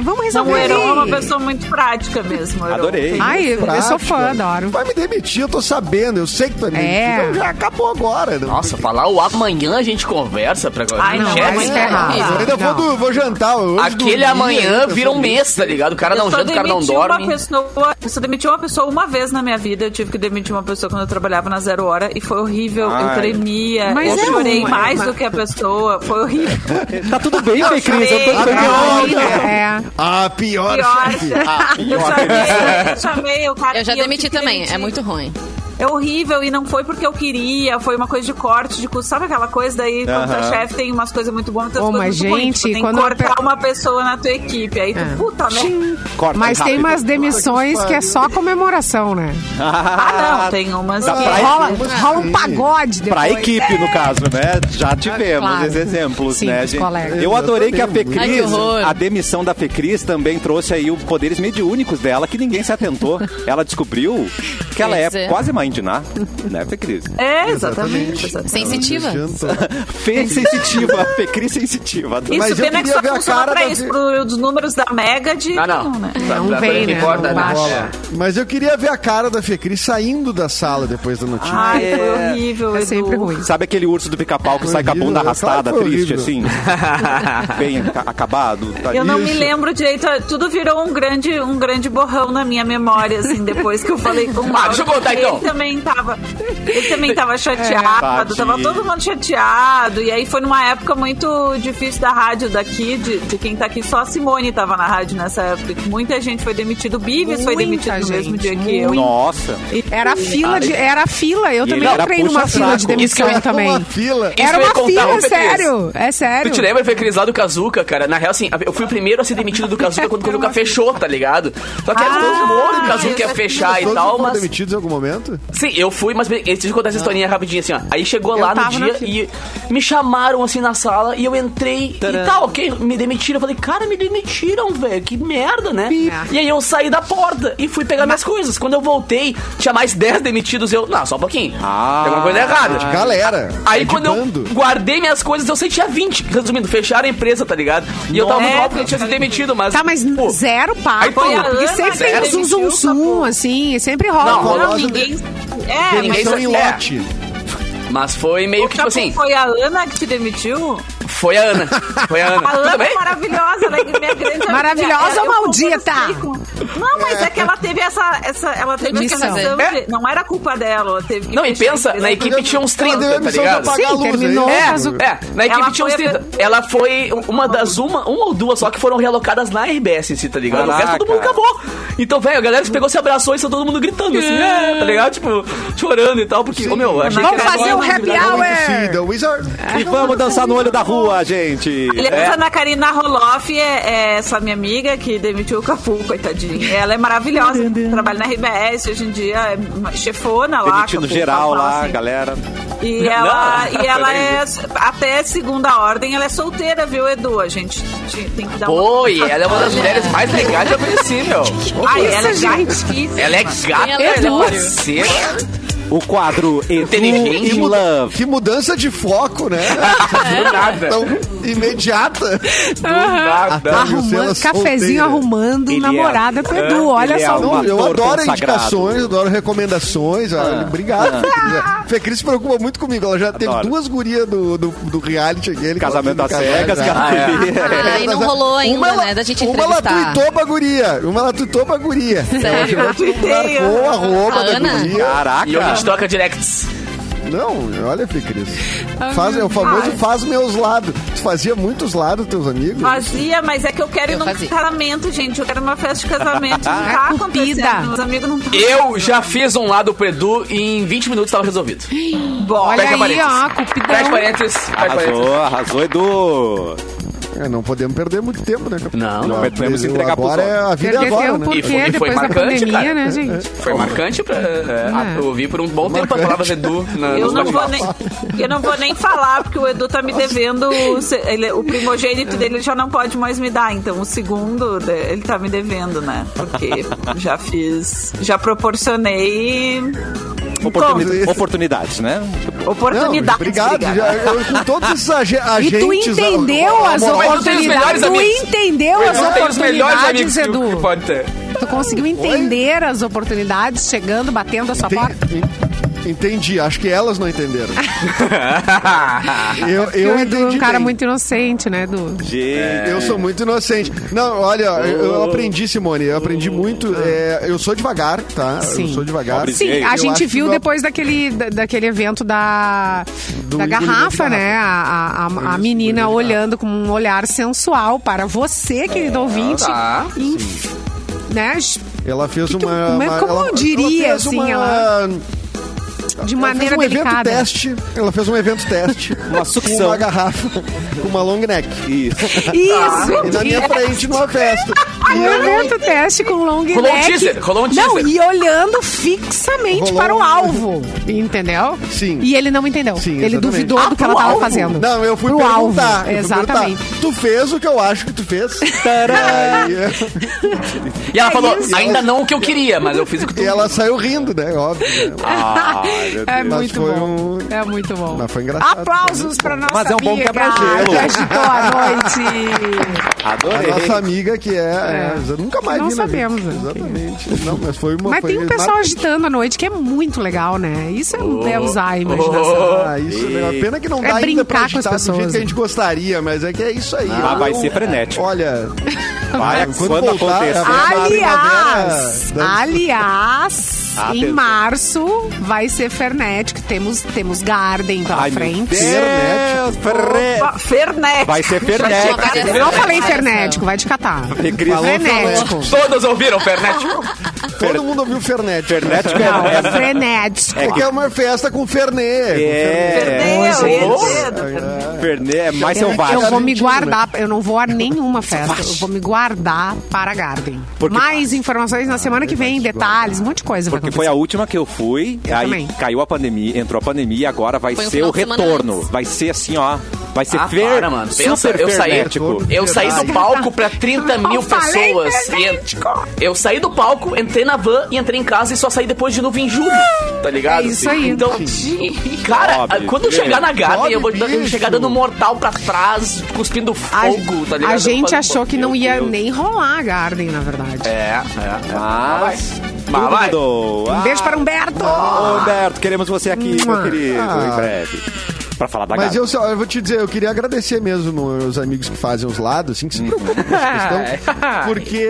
[SPEAKER 3] Vamos
[SPEAKER 6] Não,
[SPEAKER 3] resolver.
[SPEAKER 6] o Heron é uma
[SPEAKER 3] aí.
[SPEAKER 6] pessoa muito prática mesmo. Heron.
[SPEAKER 1] Adorei.
[SPEAKER 3] Ai, eu sou é fã,
[SPEAKER 5] Prática.
[SPEAKER 3] adoro.
[SPEAKER 5] Vai me demitir, eu tô sabendo, eu sei que tu vai me
[SPEAKER 3] É.
[SPEAKER 5] demitir. Então já acabou agora. né? Não.
[SPEAKER 7] Nossa, falar o amanhã a gente conversa pra
[SPEAKER 6] Ai, não,
[SPEAKER 7] Esquece.
[SPEAKER 6] mas
[SPEAKER 3] tá errado.
[SPEAKER 5] Eu É. ainda vou,
[SPEAKER 3] Não.
[SPEAKER 5] do- vou jantar. Hoje
[SPEAKER 7] é Aquele
[SPEAKER 5] dormi,
[SPEAKER 7] amanhã
[SPEAKER 5] ainda
[SPEAKER 7] vira um
[SPEAKER 5] sobre-
[SPEAKER 7] mês, tá ligado? O cara não
[SPEAKER 1] um
[SPEAKER 6] eu só
[SPEAKER 7] janta, o cara não
[SPEAKER 6] demiti
[SPEAKER 7] dorme.
[SPEAKER 6] Uma pessoa, eu só demiti uma pessoa uma vez na minha vida. Eu tive que demitir uma pessoa quando eu trabalhava na Zero Hora e foi horrível.
[SPEAKER 1] Ai.
[SPEAKER 6] Eu tremia,
[SPEAKER 3] Mas
[SPEAKER 6] eu
[SPEAKER 3] é
[SPEAKER 6] chorei
[SPEAKER 3] uma,
[SPEAKER 6] mais
[SPEAKER 3] mas-
[SPEAKER 6] do que a pessoa. Foi horrível.
[SPEAKER 8] Tá tudo bem, Fê Cris? Eu tô
[SPEAKER 6] chorei.
[SPEAKER 8] de bem.
[SPEAKER 3] É.
[SPEAKER 5] Ah, pior.
[SPEAKER 6] Pior.
[SPEAKER 5] chefe.
[SPEAKER 1] tá
[SPEAKER 6] Eu chamei, eu chamei o cara.
[SPEAKER 2] Eu já
[SPEAKER 6] e
[SPEAKER 2] demiti
[SPEAKER 6] tive que
[SPEAKER 2] também,
[SPEAKER 6] demitir.
[SPEAKER 2] é muito ruim.
[SPEAKER 6] É horrível e não foi porque eu queria, foi uma coisa de corte, de custo. Sabe aquela coisa daí, quando
[SPEAKER 1] Aham.
[SPEAKER 6] tu é chefe, tem umas coisas muito boas, tem
[SPEAKER 3] Ô,
[SPEAKER 6] umas coisas
[SPEAKER 3] mas,
[SPEAKER 6] muito ruins.
[SPEAKER 3] gente,
[SPEAKER 6] Tipo, tem
[SPEAKER 3] quando
[SPEAKER 6] que
[SPEAKER 3] eu
[SPEAKER 6] cortar
[SPEAKER 3] pe-
[SPEAKER 6] uma pessoa na tua equipe. Aí tu,
[SPEAKER 3] É.
[SPEAKER 6] puta merda.
[SPEAKER 1] Corta
[SPEAKER 3] Mas tem
[SPEAKER 1] rápido.
[SPEAKER 3] umas demissões que é só comemoração, né?
[SPEAKER 6] Ah, não, tem umas
[SPEAKER 1] Dá
[SPEAKER 6] que...
[SPEAKER 1] pra-
[SPEAKER 3] Rola,
[SPEAKER 5] mas
[SPEAKER 3] rola um
[SPEAKER 5] sim.
[SPEAKER 3] pagode depois.
[SPEAKER 1] Pra equipe, no caso, né? Já tivemos
[SPEAKER 3] Claro.
[SPEAKER 1] esses exemplos,
[SPEAKER 3] Sim,
[SPEAKER 1] né,
[SPEAKER 3] os
[SPEAKER 1] gente?
[SPEAKER 3] colegas.
[SPEAKER 1] Eu adorei que a Fecris,
[SPEAKER 2] Ai, que horror.
[SPEAKER 1] a demissão da Fecris também trouxe aí os poderes mediúnicos dela, que ninguém se atentou. Ela descobriu que ela é
[SPEAKER 2] Pois é.
[SPEAKER 1] quase mãe de Ná, né, Fecris?
[SPEAKER 6] É, exatamente. exatamente.
[SPEAKER 2] Sensitiva.
[SPEAKER 5] Jantou.
[SPEAKER 1] Fê sensitiva, Fecris sensitiva. adorei.
[SPEAKER 6] Isso,
[SPEAKER 5] Mas eu
[SPEAKER 6] pena que
[SPEAKER 5] queria
[SPEAKER 6] só
[SPEAKER 5] ver a
[SPEAKER 6] funciona
[SPEAKER 5] cara
[SPEAKER 6] pra
[SPEAKER 5] da
[SPEAKER 6] isso,
[SPEAKER 5] Vi-
[SPEAKER 6] pro, dos números da Mega de...
[SPEAKER 7] Ah, não.
[SPEAKER 6] né?
[SPEAKER 3] Não
[SPEAKER 7] Pra- pra-
[SPEAKER 3] vem,
[SPEAKER 7] pra-
[SPEAKER 3] né?
[SPEAKER 7] importa,
[SPEAKER 3] Não
[SPEAKER 7] né?
[SPEAKER 3] baixa.
[SPEAKER 5] Mas eu queria ver a cara da Fecris saindo da sala depois da notícia.
[SPEAKER 7] Ah,
[SPEAKER 6] Ai, foi horrível,
[SPEAKER 3] É
[SPEAKER 6] Edu.
[SPEAKER 3] sempre ruim.
[SPEAKER 1] Sabe aquele urso do pica-pau que sai com a bunda
[SPEAKER 5] Horrível,
[SPEAKER 1] arrastada,
[SPEAKER 5] claro que foi
[SPEAKER 1] triste, assim? Bem aca- acabado. tá-
[SPEAKER 6] Eu não me
[SPEAKER 5] Isso.
[SPEAKER 6] lembro direito, tudo virou um grande, um grande borrão na minha memória, assim, depois que eu falei com o Mauro.
[SPEAKER 7] deixa eu contar,
[SPEAKER 6] porque
[SPEAKER 7] então.
[SPEAKER 6] Ele também tava, ele também tava
[SPEAKER 1] tadinho.
[SPEAKER 6] chateado, tava todo mundo chateado, e aí foi numa época muito difícil da rádio daqui, de, de quem tá aqui, só a Simone tava na rádio nessa época, que muita gente foi demitido, o Bives foi
[SPEAKER 3] Muita
[SPEAKER 6] demitido no mesmo
[SPEAKER 3] gente,
[SPEAKER 6] dia que eu.
[SPEAKER 1] Nossa.
[SPEAKER 6] E-
[SPEAKER 3] Era a fila de. Era a fila. Eu
[SPEAKER 1] E
[SPEAKER 3] também
[SPEAKER 1] ele era
[SPEAKER 3] entrei numa
[SPEAKER 1] puxa-saco.
[SPEAKER 3] fila de demissão
[SPEAKER 7] Isso que eu-
[SPEAKER 5] Uma
[SPEAKER 3] também.
[SPEAKER 5] fila.
[SPEAKER 7] Isso
[SPEAKER 3] Era
[SPEAKER 7] eu ia
[SPEAKER 3] uma
[SPEAKER 7] contar,
[SPEAKER 3] fila,
[SPEAKER 7] ô, Fê Cris.
[SPEAKER 3] sério. É sério.
[SPEAKER 7] Tu te lembra, foi aquele lá do Kazuca, cara? Na real, assim, eu fui o primeiro a ser demitido do Kazuca quando o Kazuca fechou, tá ligado? Só que era todo mundo, o Kazuca ia fechar e
[SPEAKER 5] Todos
[SPEAKER 7] tal,
[SPEAKER 5] foram
[SPEAKER 7] mas...
[SPEAKER 5] demitidos em algum momento?
[SPEAKER 7] Sim, eu fui, mas bem, deixa eu contar essa historinha rapidinho, assim, ó. Aí chegou lá no
[SPEAKER 3] tava na
[SPEAKER 7] dia e me chamaram, assim, na sala, e eu entrei e tal, ok? Me demitiram. Eu falei, cara, me demitiram, velho, que merda, né? E aí eu saí da porta e fui pegar minhas coisas. Quando eu voltei, tinha mais 10 demitidos, eu... Não, só um pouquinho.
[SPEAKER 1] Ah.
[SPEAKER 7] Tem alguma coisa errada.
[SPEAKER 5] Galera.
[SPEAKER 7] Aí
[SPEAKER 5] é de
[SPEAKER 7] quando
[SPEAKER 5] bando.
[SPEAKER 7] eu guardei minhas coisas, eu sei que tinha 20. Resumindo, fecharam a empresa, tá ligado? E eu tava no
[SPEAKER 6] Nossa.
[SPEAKER 7] óbvio que eu tinha sido demitido, mas.
[SPEAKER 3] Tá, mas
[SPEAKER 7] pô,
[SPEAKER 3] zero
[SPEAKER 7] Aí
[SPEAKER 3] papo.
[SPEAKER 7] foi a
[SPEAKER 3] Porque
[SPEAKER 6] Ana
[SPEAKER 3] sempre
[SPEAKER 6] que
[SPEAKER 3] tem um zum, zum,
[SPEAKER 6] demitiu,
[SPEAKER 3] zum,
[SPEAKER 6] tá bom.
[SPEAKER 3] assim. e Sempre rola.
[SPEAKER 7] Não,
[SPEAKER 6] Não,
[SPEAKER 5] Rosa-
[SPEAKER 6] ninguém... É,
[SPEAKER 7] Ninguém
[SPEAKER 6] mas
[SPEAKER 5] Demissão em
[SPEAKER 7] é.
[SPEAKER 5] lote.
[SPEAKER 7] Mas foi meio que tipo
[SPEAKER 6] Chapo,
[SPEAKER 7] assim.
[SPEAKER 6] foi a Ana que te demitiu?
[SPEAKER 7] Foi a Ana. Foi a Ana.
[SPEAKER 6] A Ana
[SPEAKER 7] Tudo
[SPEAKER 6] é
[SPEAKER 7] bem?
[SPEAKER 6] maravilhosa, ela é minha grande amiga.
[SPEAKER 3] Maravilhosa
[SPEAKER 6] Ela- eu
[SPEAKER 3] maldita.
[SPEAKER 6] conversei com- Não, mas é que ela teve essa. essa ela teve essa
[SPEAKER 2] Demissão.
[SPEAKER 6] missão
[SPEAKER 7] É.
[SPEAKER 6] de. Não era culpa dela, ela teve que. né?
[SPEAKER 7] Não, e
[SPEAKER 6] fechar a
[SPEAKER 7] pensa,
[SPEAKER 6] empresa.
[SPEAKER 7] na equipe tinha uns 30, tá ligado?
[SPEAKER 3] Sim, terminou.
[SPEAKER 5] É.
[SPEAKER 3] Mas o-
[SPEAKER 7] É, na equipe
[SPEAKER 6] Ela
[SPEAKER 7] tinha uns
[SPEAKER 6] foi a
[SPEAKER 7] 30. Ela foi uma das uma, uma ou duas só que foram realocadas na RBS, em si, tá ligado? O resto todo mundo
[SPEAKER 1] Caraca.
[SPEAKER 7] acabou. Então, velho, a galera se pegou, se abraçou e saiu todo mundo gritando, assim, é, tá ligado? Tipo, chorando e tal, porque, ô meu, eu achei
[SPEAKER 3] Vamos
[SPEAKER 7] que era
[SPEAKER 3] fazer
[SPEAKER 7] só-
[SPEAKER 3] um happy hour.
[SPEAKER 5] See the wizard.
[SPEAKER 1] E vamos dançar no olho da rua, gente.
[SPEAKER 7] É.
[SPEAKER 6] Aliás, a Ana Karina Roloff é, é essa minha amiga que demitiu o Capu, coitadinha. Ela é maravilhosa. Trabalha na RBS hoje em dia, é uma chefona lá.
[SPEAKER 1] Demitindo
[SPEAKER 6] Capu,
[SPEAKER 1] geral
[SPEAKER 6] fala
[SPEAKER 1] lá,
[SPEAKER 6] assim.
[SPEAKER 1] galera.
[SPEAKER 6] E ela,
[SPEAKER 7] Não.
[SPEAKER 6] e ela é. Até segunda ordem, ela é solteira, viu, Edu? A gente te- tem que dar uma.
[SPEAKER 7] Pô, e ela é uma das mulheres mais legais que eu conheci, meu.
[SPEAKER 6] Ai, ela é
[SPEAKER 3] Isso, gente.
[SPEAKER 6] gatíssima.
[SPEAKER 7] Ela é
[SPEAKER 2] Quem
[SPEAKER 7] gata,
[SPEAKER 2] é
[SPEAKER 7] ela é
[SPEAKER 2] Leonor?
[SPEAKER 7] parceira.
[SPEAKER 1] o quadro Edu
[SPEAKER 5] Que
[SPEAKER 1] in
[SPEAKER 5] muda-
[SPEAKER 1] Love.
[SPEAKER 5] Que mudança de foco, né?
[SPEAKER 7] Do nada.
[SPEAKER 5] Tão imediata.
[SPEAKER 7] Do nada.
[SPEAKER 5] Tá Arrumando-
[SPEAKER 3] Arrumando, cafezinho arrumando
[SPEAKER 1] Ele é-
[SPEAKER 3] namorada pro Edu.
[SPEAKER 1] é,
[SPEAKER 3] olha
[SPEAKER 1] ele é
[SPEAKER 3] só.
[SPEAKER 1] um
[SPEAKER 5] Não, eu
[SPEAKER 1] ator
[SPEAKER 5] adoro
[SPEAKER 1] consagrado. Ah,
[SPEAKER 5] indicações, adoro recomendações. olha, Obrigado. Fê Cris. Fê Cris se preocupa muito comigo. Ela já teve
[SPEAKER 1] Adoro.
[SPEAKER 5] duas gurias do, do, do reality aquele.
[SPEAKER 1] Casamento às
[SPEAKER 5] das
[SPEAKER 1] cegas, cara.
[SPEAKER 2] Ah, e não rolou ainda, né? Da gente
[SPEAKER 5] Uma ela
[SPEAKER 2] entrevistar.
[SPEAKER 5] tuitou pra guria. Uma ela tuitou pra guria.
[SPEAKER 2] Sério?
[SPEAKER 5] Ela tuitou pra guria.
[SPEAKER 6] Tuitei,
[SPEAKER 5] Marcou a roupa
[SPEAKER 2] A
[SPEAKER 5] da
[SPEAKER 2] Ana?
[SPEAKER 5] guria.
[SPEAKER 1] Caraca.
[SPEAKER 7] E hoje a gente tá toca directs.
[SPEAKER 5] Não, olha, Fê Cris. Faz, é o famoso faz meus lados. Tu fazia muitos lados, teus amigos?
[SPEAKER 6] Fazia, mas é que eu quero ir
[SPEAKER 2] Eu
[SPEAKER 6] num
[SPEAKER 2] fazia.
[SPEAKER 6] casamento, gente. Eu quero uma festa de casamento. Não
[SPEAKER 3] Ah,
[SPEAKER 6] tá
[SPEAKER 3] cupida.
[SPEAKER 6] acontecendo. Meus amigos não tá. tão-
[SPEAKER 7] Eu já fiz um lado pro Edu e em 20 minutos tava resolvido.
[SPEAKER 3] Olha
[SPEAKER 7] Fecha
[SPEAKER 3] aí,
[SPEAKER 7] parênteses.
[SPEAKER 3] ó,
[SPEAKER 7] Fecha
[SPEAKER 3] cupidão.
[SPEAKER 7] parênteses. Fecha parênteses.
[SPEAKER 1] Arrasou, arrasou, Edu.
[SPEAKER 5] É, não podemos perder muito tempo, né? capitão?
[SPEAKER 7] Não, não
[SPEAKER 1] podemos entregar pros
[SPEAKER 5] agora é,
[SPEAKER 1] outros.
[SPEAKER 5] A vida é
[SPEAKER 3] Perder
[SPEAKER 5] agora,
[SPEAKER 3] tempo
[SPEAKER 5] né?
[SPEAKER 3] por
[SPEAKER 7] E foi-
[SPEAKER 3] quê?
[SPEAKER 7] e foi
[SPEAKER 3] Depois da
[SPEAKER 7] marcante,
[SPEAKER 3] pandemia,
[SPEAKER 7] cara.
[SPEAKER 3] né, gente?
[SPEAKER 7] Foi marcante pra é,
[SPEAKER 3] É.
[SPEAKER 7] eu ouvi por um bom tempo as palavras do Edu na,
[SPEAKER 6] Eu
[SPEAKER 7] nos
[SPEAKER 6] não,
[SPEAKER 7] bate-papos.
[SPEAKER 6] vou nem, eu não vou nem falar, porque o Edu tá me devendo. O, se- ele- o primogênito dele ele já não pode mais me dar. Então, o segundo, de- ele tá me devendo, né? Porque já fiz. Já proporcionei
[SPEAKER 1] Oportuni-
[SPEAKER 5] Então,
[SPEAKER 1] Oportunidades, né?
[SPEAKER 6] oportunidades.
[SPEAKER 5] Não, obrigado.
[SPEAKER 6] obrigada.
[SPEAKER 5] Já, eu- com todos esses age-
[SPEAKER 3] E
[SPEAKER 5] agentes...
[SPEAKER 3] tu entendeu as
[SPEAKER 5] amorosos,
[SPEAKER 7] Mas tu tem os melhores
[SPEAKER 3] oportunidades. Tu
[SPEAKER 7] amigos.
[SPEAKER 3] entendeu as
[SPEAKER 7] Eu tenho os melhores amigos
[SPEAKER 3] oportunidades,
[SPEAKER 7] que, que
[SPEAKER 3] Edu.
[SPEAKER 7] pode ter.
[SPEAKER 3] Tu conseguiu entender as oportunidades chegando, batendo a sua porta?
[SPEAKER 5] Enten- Entendi, acho que elas não entenderam. eu
[SPEAKER 3] Eu
[SPEAKER 5] eu
[SPEAKER 3] o Edu é
[SPEAKER 5] entendi.
[SPEAKER 3] um cara
[SPEAKER 5] bem.
[SPEAKER 3] muito inocente, né, Edu?
[SPEAKER 1] Gente.
[SPEAKER 5] É, Eu sou muito inocente. Não, olha, eu, eu aprendi, Simone, eu aprendi muito. é, eu sou devagar, tá? Eu
[SPEAKER 3] Sim.
[SPEAKER 5] sou devagar.
[SPEAKER 1] Obrigado.
[SPEAKER 3] Sim, a
[SPEAKER 5] Eu
[SPEAKER 3] gente
[SPEAKER 5] acho
[SPEAKER 3] viu
[SPEAKER 5] que não-
[SPEAKER 3] depois daquele, da- daquele evento da,
[SPEAKER 5] Do
[SPEAKER 3] da
[SPEAKER 5] ídolo
[SPEAKER 3] garrafa,
[SPEAKER 5] da garrafa.
[SPEAKER 3] né? A, a, a, a
[SPEAKER 5] Isso,
[SPEAKER 3] menina
[SPEAKER 5] ídolo da
[SPEAKER 3] olhando com um olhar sensual para você, querido
[SPEAKER 5] Ah,
[SPEAKER 3] ouvinte.
[SPEAKER 7] tá,
[SPEAKER 3] E, né?
[SPEAKER 5] Ela fez
[SPEAKER 3] que que eu-
[SPEAKER 5] uma,
[SPEAKER 3] como é-
[SPEAKER 5] uma-
[SPEAKER 3] como eu
[SPEAKER 5] ela-
[SPEAKER 3] diria,
[SPEAKER 5] ela fez
[SPEAKER 3] assim,
[SPEAKER 5] uma-
[SPEAKER 3] ela- De
[SPEAKER 5] ela
[SPEAKER 3] maneira
[SPEAKER 5] fez um evento
[SPEAKER 3] delicada.
[SPEAKER 5] teste. Ela fez um evento teste.
[SPEAKER 1] Uma
[SPEAKER 5] com
[SPEAKER 1] sucção.
[SPEAKER 5] uma garrafa, com uma long neck.
[SPEAKER 1] Isso.
[SPEAKER 3] Isso!
[SPEAKER 5] E na minha frente numa festa. E
[SPEAKER 3] Um
[SPEAKER 5] eu-
[SPEAKER 3] evento teste com long neck.
[SPEAKER 7] Rolou um teaser, rolou um
[SPEAKER 3] Não,
[SPEAKER 7] teaser.
[SPEAKER 3] e olhando fixamente
[SPEAKER 5] Rolou
[SPEAKER 3] para o
[SPEAKER 5] um-
[SPEAKER 3] alvo. Entendeu?
[SPEAKER 5] Sim.
[SPEAKER 3] E ele não entendeu.
[SPEAKER 5] Sim,
[SPEAKER 3] ele
[SPEAKER 5] exatamente.
[SPEAKER 3] duvidou
[SPEAKER 5] Ah,
[SPEAKER 3] do que ela
[SPEAKER 5] pro
[SPEAKER 3] estava
[SPEAKER 5] alvo?
[SPEAKER 3] fazendo.
[SPEAKER 5] Não, eu fui
[SPEAKER 3] pro alvo.
[SPEAKER 5] perguntar. eu fui
[SPEAKER 3] Exatamente.
[SPEAKER 5] perguntar, tu fez o que eu acho que tu fez. Aí,
[SPEAKER 7] E ela falou,
[SPEAKER 3] isso.
[SPEAKER 7] ainda não o que eu queria, mas eu fiz o que tu
[SPEAKER 5] e ela saiu rindo, né? Óbvio. né?
[SPEAKER 3] É
[SPEAKER 5] Mas
[SPEAKER 3] Ah, muito
[SPEAKER 5] foi
[SPEAKER 3] bom.
[SPEAKER 5] um-
[SPEAKER 3] É muito bom.
[SPEAKER 5] Mas foi engraçado.
[SPEAKER 3] Aplausos para nossa
[SPEAKER 1] Mas é um bom
[SPEAKER 3] amiga
[SPEAKER 1] quebra-gelo.
[SPEAKER 3] que agitou a noite.
[SPEAKER 5] A
[SPEAKER 1] Adorei.
[SPEAKER 5] nossa amiga que é. é, eu nunca mais
[SPEAKER 3] Não
[SPEAKER 5] vi na vida.
[SPEAKER 3] sabemos, né?
[SPEAKER 5] Exatamente. Não, mas foi uma.
[SPEAKER 3] Mas
[SPEAKER 5] foi
[SPEAKER 3] tem um pessoal
[SPEAKER 5] mar-
[SPEAKER 3] agitando a noite que é muito legal, né? Isso é, é usar a imaginação.
[SPEAKER 7] Oh.
[SPEAKER 5] Ah, isso, né? A pena que não
[SPEAKER 3] É
[SPEAKER 5] dá ainda pra
[SPEAKER 3] brincar com as
[SPEAKER 5] agitar do jeito
[SPEAKER 3] pessoas,
[SPEAKER 5] que a
[SPEAKER 3] né?
[SPEAKER 5] gente gostaria, mas é que é isso aí.
[SPEAKER 1] Ah,
[SPEAKER 5] Eu
[SPEAKER 1] vai
[SPEAKER 5] não-
[SPEAKER 1] ser frenético.
[SPEAKER 5] Olha,
[SPEAKER 1] Vai,
[SPEAKER 5] enquanto
[SPEAKER 1] quando
[SPEAKER 5] voltar,
[SPEAKER 1] acontecer.
[SPEAKER 3] Aliás,
[SPEAKER 5] a- Primavera, né?
[SPEAKER 3] aliás, em
[SPEAKER 1] Atenção.
[SPEAKER 3] março vai ser Fernético. Temos, temos Garden pela
[SPEAKER 1] Ai, meu
[SPEAKER 3] frente.
[SPEAKER 1] Deus, Fernet.
[SPEAKER 6] Opa, Fernete.
[SPEAKER 1] é. Vai ser
[SPEAKER 2] Tinha
[SPEAKER 1] Fernet.
[SPEAKER 2] várias-
[SPEAKER 3] Não falei
[SPEAKER 2] várias-
[SPEAKER 3] Fernético, vai te catar.
[SPEAKER 1] E Cris-
[SPEAKER 3] Frenético.
[SPEAKER 7] Todos ouviram, Fernético?
[SPEAKER 5] todo mundo ouviu Fernet.
[SPEAKER 1] Fernet
[SPEAKER 3] Não, é
[SPEAKER 1] é-
[SPEAKER 3] frenético.
[SPEAKER 5] É que é uma festa com Fernet.
[SPEAKER 1] é.
[SPEAKER 6] Ferneu,
[SPEAKER 7] Nossa,
[SPEAKER 6] Edu,
[SPEAKER 7] nossa.
[SPEAKER 6] Edu,
[SPEAKER 1] Fernet é mais
[SPEAKER 3] Eu
[SPEAKER 1] selvagem.
[SPEAKER 3] vou me
[SPEAKER 5] Argentino,
[SPEAKER 3] guardar, eu não vou a nenhuma festa, eu vou me guardar para a Garden.
[SPEAKER 1] Porque-
[SPEAKER 3] Mais informações na semana que vem, detalhes, um monte de coisa. vai
[SPEAKER 1] Porque foi a última que eu fui, aí
[SPEAKER 3] também.
[SPEAKER 1] caiu a pandemia, entrou a pandemia e agora vai
[SPEAKER 2] Foi um
[SPEAKER 1] ser
[SPEAKER 2] final
[SPEAKER 1] o
[SPEAKER 2] de semana
[SPEAKER 1] retorno.
[SPEAKER 2] antes.
[SPEAKER 1] Vai ser assim, ó. Vai ser
[SPEAKER 7] Ah,
[SPEAKER 1] fer,
[SPEAKER 7] para, mano.
[SPEAKER 1] super
[SPEAKER 7] Pensa, eu saí, tipo,
[SPEAKER 1] fernético.
[SPEAKER 7] eu saí do palco pra 30 mil
[SPEAKER 3] Eu falei,
[SPEAKER 7] pessoas. E en- eu saí do palco, entrei na van e entrei em casa e só saí depois de novo em julho. Tá ligado?
[SPEAKER 3] É isso aí.
[SPEAKER 7] Então, cara,
[SPEAKER 1] Sobe,
[SPEAKER 7] quando eu
[SPEAKER 1] beleza.
[SPEAKER 7] chegar na Garden,
[SPEAKER 5] Sobe,
[SPEAKER 7] eu vou dar-
[SPEAKER 5] bicho.
[SPEAKER 7] chegar dando mortal pra trás, cuspindo
[SPEAKER 3] A,
[SPEAKER 7] fogo, tá ligado?
[SPEAKER 3] a gente achou que não
[SPEAKER 7] Meu
[SPEAKER 3] ia
[SPEAKER 7] Deus.
[SPEAKER 3] nem rolar a Garden, na verdade.
[SPEAKER 7] É, é. é.
[SPEAKER 1] Mas,
[SPEAKER 7] Mas Ah, vai.
[SPEAKER 1] Ah, tudo.
[SPEAKER 3] Um beijo para Humberto!
[SPEAKER 1] Ah, ô, Humberto, queremos você aqui, meu
[SPEAKER 3] Ah.
[SPEAKER 1] querido, em breve. Pra falar da
[SPEAKER 5] Mas
[SPEAKER 1] Gabi.
[SPEAKER 5] eu, só- eu vou te dizer, eu queria agradecer mesmo os amigos que fazem os lados, assim, que
[SPEAKER 1] Uhum.
[SPEAKER 5] se preocupam com essa questão.
[SPEAKER 1] É.
[SPEAKER 5] Porque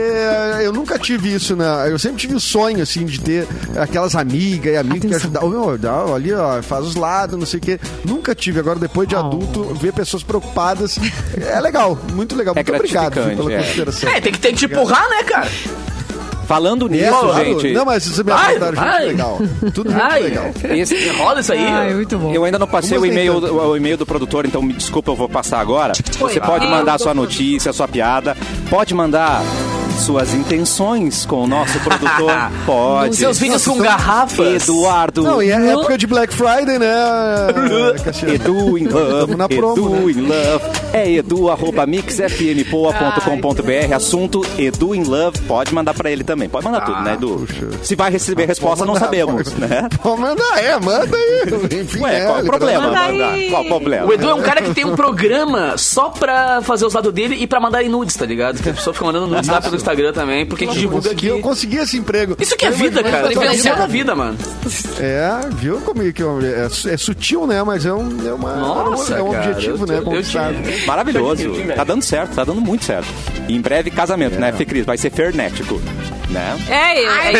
[SPEAKER 5] eu nunca tive isso, né? Eu sempre tive o sonho, assim, de ter aquelas amigas e amigos que
[SPEAKER 3] Atenção.
[SPEAKER 5] ajudavam. Ô, meu, dá- ali, ó, faz os lados, não sei o quê. Nunca tive. Agora, depois de adulto, ver pessoas preocupadas é legal, muito legal.
[SPEAKER 1] É
[SPEAKER 5] muito obrigado viu, pela
[SPEAKER 1] gratificante, é.
[SPEAKER 5] consideração.
[SPEAKER 7] É, tem que, tem que te empurrar, né, cara?
[SPEAKER 1] Falando
[SPEAKER 5] É,
[SPEAKER 1] nisso,
[SPEAKER 5] claro.
[SPEAKER 1] gente,
[SPEAKER 5] Não, mas isso me
[SPEAKER 7] Vai,
[SPEAKER 5] ajudaram, foi
[SPEAKER 7] vai.
[SPEAKER 5] muito legal. Tudo muito
[SPEAKER 7] Ai,
[SPEAKER 5] legal.
[SPEAKER 7] esse, rola isso aí.
[SPEAKER 3] Ai, muito bom.
[SPEAKER 1] eu ainda não passei o
[SPEAKER 5] Umas nem
[SPEAKER 1] e-mail,
[SPEAKER 5] tanto.
[SPEAKER 1] o e-mail do produtor, então me desculpa, eu vou passar agora. Você
[SPEAKER 6] Tá.
[SPEAKER 1] pode
[SPEAKER 7] Ah,
[SPEAKER 6] Eu
[SPEAKER 1] mandar
[SPEAKER 6] tô-
[SPEAKER 1] sua notícia, sua piada, pode mandar suas intenções com o nosso produtor, pode.
[SPEAKER 7] Os seus vídeos com garrafas.
[SPEAKER 1] Eduardo.
[SPEAKER 5] Não, e é época de Black Friday, né, Cassiano?
[SPEAKER 1] Edu in Love,
[SPEAKER 5] Tamo na
[SPEAKER 1] Edu
[SPEAKER 5] promo, né?
[SPEAKER 1] in Love, é edu.mixfmpoa.com.br. Assunto Edu in Love. Pode mandar pra ele também. Pode mandar tudo, né, Edu?
[SPEAKER 5] Ah, puxa. Ah,
[SPEAKER 1] Se vai receber resposta, não
[SPEAKER 5] mandar,
[SPEAKER 1] sabemos, né?
[SPEAKER 5] Pô, manda, é, manda aí. Enfim,
[SPEAKER 1] Ué,
[SPEAKER 5] é,
[SPEAKER 1] qual o
[SPEAKER 5] ele
[SPEAKER 1] problema?
[SPEAKER 6] Manda aí.
[SPEAKER 1] Qual o problema?
[SPEAKER 7] O Edu é um cara que tem um programa só pra fazer os lados dele e pra mandar em nudes, tá ligado? Que a pessoa fica mandando nudes lá pelo Instagram também, porque a gente
[SPEAKER 5] Eu
[SPEAKER 7] divulga
[SPEAKER 5] consegui,
[SPEAKER 7] aqui.
[SPEAKER 5] eu consegui esse emprego.
[SPEAKER 7] Isso que é vida, cara. Tu venceu na vida, mano.
[SPEAKER 5] É, viu como é que eu- é, su- é sutil, né? Mas é um, é uma,
[SPEAKER 7] Nossa,
[SPEAKER 5] é um
[SPEAKER 7] cara,
[SPEAKER 5] objetivo,
[SPEAKER 7] eu te-
[SPEAKER 5] né?
[SPEAKER 7] eu
[SPEAKER 5] Conquistado.
[SPEAKER 7] te-
[SPEAKER 1] Maravilhoso.
[SPEAKER 7] Eu te- eu te-
[SPEAKER 1] Tá dando certo, tá dando muito certo. E em breve, casamento,
[SPEAKER 5] É.
[SPEAKER 1] né, Fê Cris? Vai ser fernético, né?
[SPEAKER 6] É, eu, é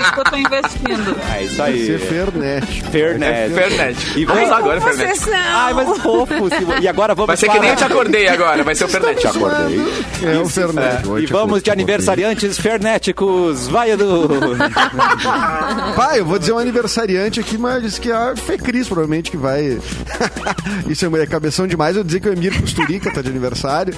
[SPEAKER 6] isso que eu tô investindo. É isso que eu tô investindo.
[SPEAKER 1] É isso aí.
[SPEAKER 5] Ser É fernético.
[SPEAKER 1] Fernet.
[SPEAKER 9] Fernet.
[SPEAKER 1] E
[SPEAKER 9] Vamos
[SPEAKER 1] vamos
[SPEAKER 9] agora,
[SPEAKER 3] Como
[SPEAKER 9] Fernet.
[SPEAKER 3] vocês não.
[SPEAKER 1] Ai, mas fofo. se- E agora vamos
[SPEAKER 9] Vai ser que nem eu te
[SPEAKER 1] para-
[SPEAKER 9] acordei agora, vai ser o Fernet.
[SPEAKER 1] acordei.
[SPEAKER 5] É o Fernet.
[SPEAKER 1] E vamos de aniversariantes fernéticos. Vai, Edu.
[SPEAKER 5] Pai, eu vou dizer um aniversariante aqui, mas disse que é a Fê Cris, provavelmente, que vai. Isso é cabeção demais. Eu dizer que o Emir Costurica tá de aniversário.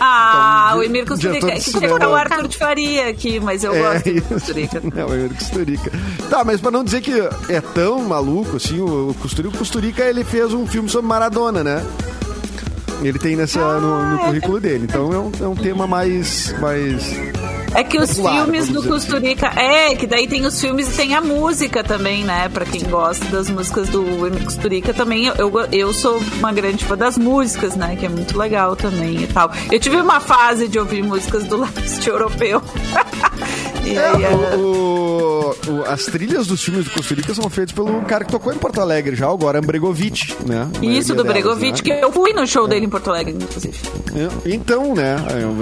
[SPEAKER 6] Ah,
[SPEAKER 5] Então,
[SPEAKER 6] o Emir Costurica.
[SPEAKER 5] diretor de
[SPEAKER 6] Que tinha que
[SPEAKER 5] cinema.
[SPEAKER 6] estar o Arthur de Faria aqui, mas eu gosto do Costurica.
[SPEAKER 5] É Não, é o Emir Costurica. Tá, mas pra não dizer que é tão maluco assim, o Costurica, o Costurica ele fez um filme sobre Maradona, né? Ele tem nessa
[SPEAKER 6] Ah,
[SPEAKER 5] no, no currículo dele. Então é um, é um tema mais. mais...
[SPEAKER 6] É que os
[SPEAKER 5] Popular,
[SPEAKER 6] filmes do
[SPEAKER 5] vamos dizer assim.
[SPEAKER 6] Costurica. É, que daí tem os filmes e tem a música também, né? Pra quem gosta das músicas do Emir Costurica também. Eu, eu, go- eu sou uma grande fã das músicas, né? Que é muito legal também e tal. Eu tive uma fase de ouvir músicas do leste europeu. e
[SPEAKER 5] É,
[SPEAKER 6] aí, é-
[SPEAKER 5] o- o- o- as trilhas dos filmes do Costurica são feitas pelo cara que tocou em Porto Alegre já, o Goran Bregovic, né? A
[SPEAKER 6] Isso
[SPEAKER 5] maioria
[SPEAKER 6] do
[SPEAKER 5] delas,
[SPEAKER 6] Bregovic,
[SPEAKER 5] né?
[SPEAKER 6] que eu fui no show dele em Porto Alegre, inclusive.
[SPEAKER 5] É, Então, né?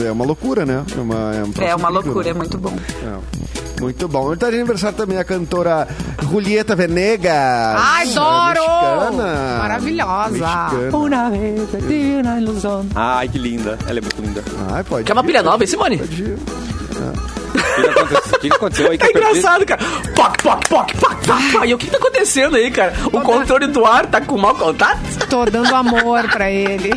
[SPEAKER 5] É uma loucura, né? É uma, um troço
[SPEAKER 6] É uma
[SPEAKER 5] incrível,
[SPEAKER 6] loucura,
[SPEAKER 5] né?
[SPEAKER 6] é muito bom.
[SPEAKER 5] É. Muito bom. Hoje tá de aniversário também a cantora Julieta Venegas. é
[SPEAKER 3] Ai, adoro!
[SPEAKER 5] Mexicana.
[SPEAKER 3] Maravilhosa.
[SPEAKER 5] Mexicana.
[SPEAKER 1] Ai, que linda. Ela é muito linda.
[SPEAKER 5] Ai, pode
[SPEAKER 1] é
[SPEAKER 7] Quer uma
[SPEAKER 5] ir,
[SPEAKER 7] pilha
[SPEAKER 5] pode
[SPEAKER 7] nova, hein, Simone?
[SPEAKER 5] ir.
[SPEAKER 1] O que aconteceu- o que aconteceu aí que
[SPEAKER 7] É
[SPEAKER 1] eu perdi?
[SPEAKER 7] engraçado, cara. Poc, poc, poc, poc, poc, poc. E o que tá acontecendo aí, cara? O controle do ar tá com mau contato?
[SPEAKER 3] Tô dando amor pra ele.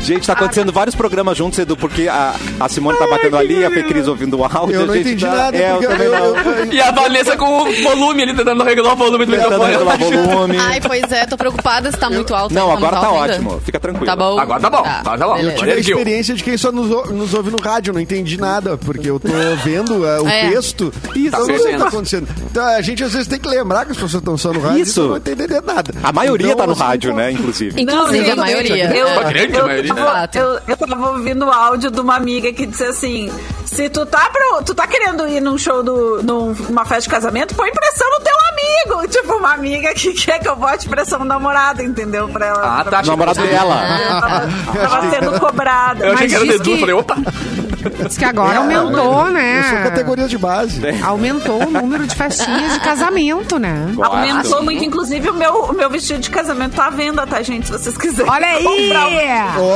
[SPEAKER 1] Gente, tá acontecendo vários programas juntos, Edu, porque a, a Simone tá batendo ali, a Fê Cris ouvindo o áudio.
[SPEAKER 5] Eu não
[SPEAKER 1] a gente
[SPEAKER 5] entendi
[SPEAKER 1] tá-
[SPEAKER 5] nada,
[SPEAKER 1] É, eu
[SPEAKER 5] porque
[SPEAKER 1] também
[SPEAKER 5] eu-
[SPEAKER 1] não.
[SPEAKER 5] eu- eu-
[SPEAKER 7] E a Vanessa com o volume ali, tentando regular o volume do
[SPEAKER 1] Tentando
[SPEAKER 7] microfone.
[SPEAKER 1] regular o volume.
[SPEAKER 2] Ai, pois é, tô preocupada se tá muito alto.
[SPEAKER 1] Não, agora
[SPEAKER 2] muito
[SPEAKER 1] tá
[SPEAKER 2] alto ainda.
[SPEAKER 1] ótimo. Fica tranquilo.
[SPEAKER 2] Tá bom?
[SPEAKER 9] Agora tá bom, agora tá bom.
[SPEAKER 7] é
[SPEAKER 2] beleza.
[SPEAKER 5] Tive a
[SPEAKER 7] um.
[SPEAKER 9] Ergueu.
[SPEAKER 5] experiência de quem só nos, ou- nos ouve no rádio, não entendi nada, porque eu tô vendo é, o
[SPEAKER 2] É.
[SPEAKER 5] texto e então não sei o que tá acontecendo. Então a gente às vezes tem que lembrar que as pessoas estão só no rádio
[SPEAKER 1] Isso.
[SPEAKER 5] e não entender nada.
[SPEAKER 1] A maioria
[SPEAKER 5] Então,
[SPEAKER 1] tá no
[SPEAKER 5] assim,
[SPEAKER 1] rádio,
[SPEAKER 5] pô,
[SPEAKER 1] né, inclusive.
[SPEAKER 2] Inclusive, a maioria. É.
[SPEAKER 6] Eu,
[SPEAKER 9] A grande
[SPEAKER 6] eu,
[SPEAKER 9] maioria, né?
[SPEAKER 6] tava, eu, eu tava ouvindo o áudio de uma amiga que disse assim: se tu tá, pro, tu tá querendo ir num show, do, num- numa festa de casamento, põe pressão no teu amigo. Tipo, uma amiga que quer que eu bote pressão no namorado, entendeu? Pra ela.
[SPEAKER 9] Ah, tá. achei-
[SPEAKER 1] Namorado dela.
[SPEAKER 6] Ela tava, tava sendo cobrada.
[SPEAKER 9] Eu achei
[SPEAKER 3] Mas
[SPEAKER 9] que era o
[SPEAKER 3] diz
[SPEAKER 9] Edu,
[SPEAKER 3] que-
[SPEAKER 9] falei, opa.
[SPEAKER 3] Diz que agora aumentou, né?
[SPEAKER 5] Eu sou categoria de base.
[SPEAKER 3] Aumentou o número de festinhas de casamento, né?
[SPEAKER 1] um
[SPEAKER 6] Aumentou muito, inclusive o meu, o meu vestido de casamento tá à venda, tá, gente? Se vocês quiserem.
[SPEAKER 3] Olha aí!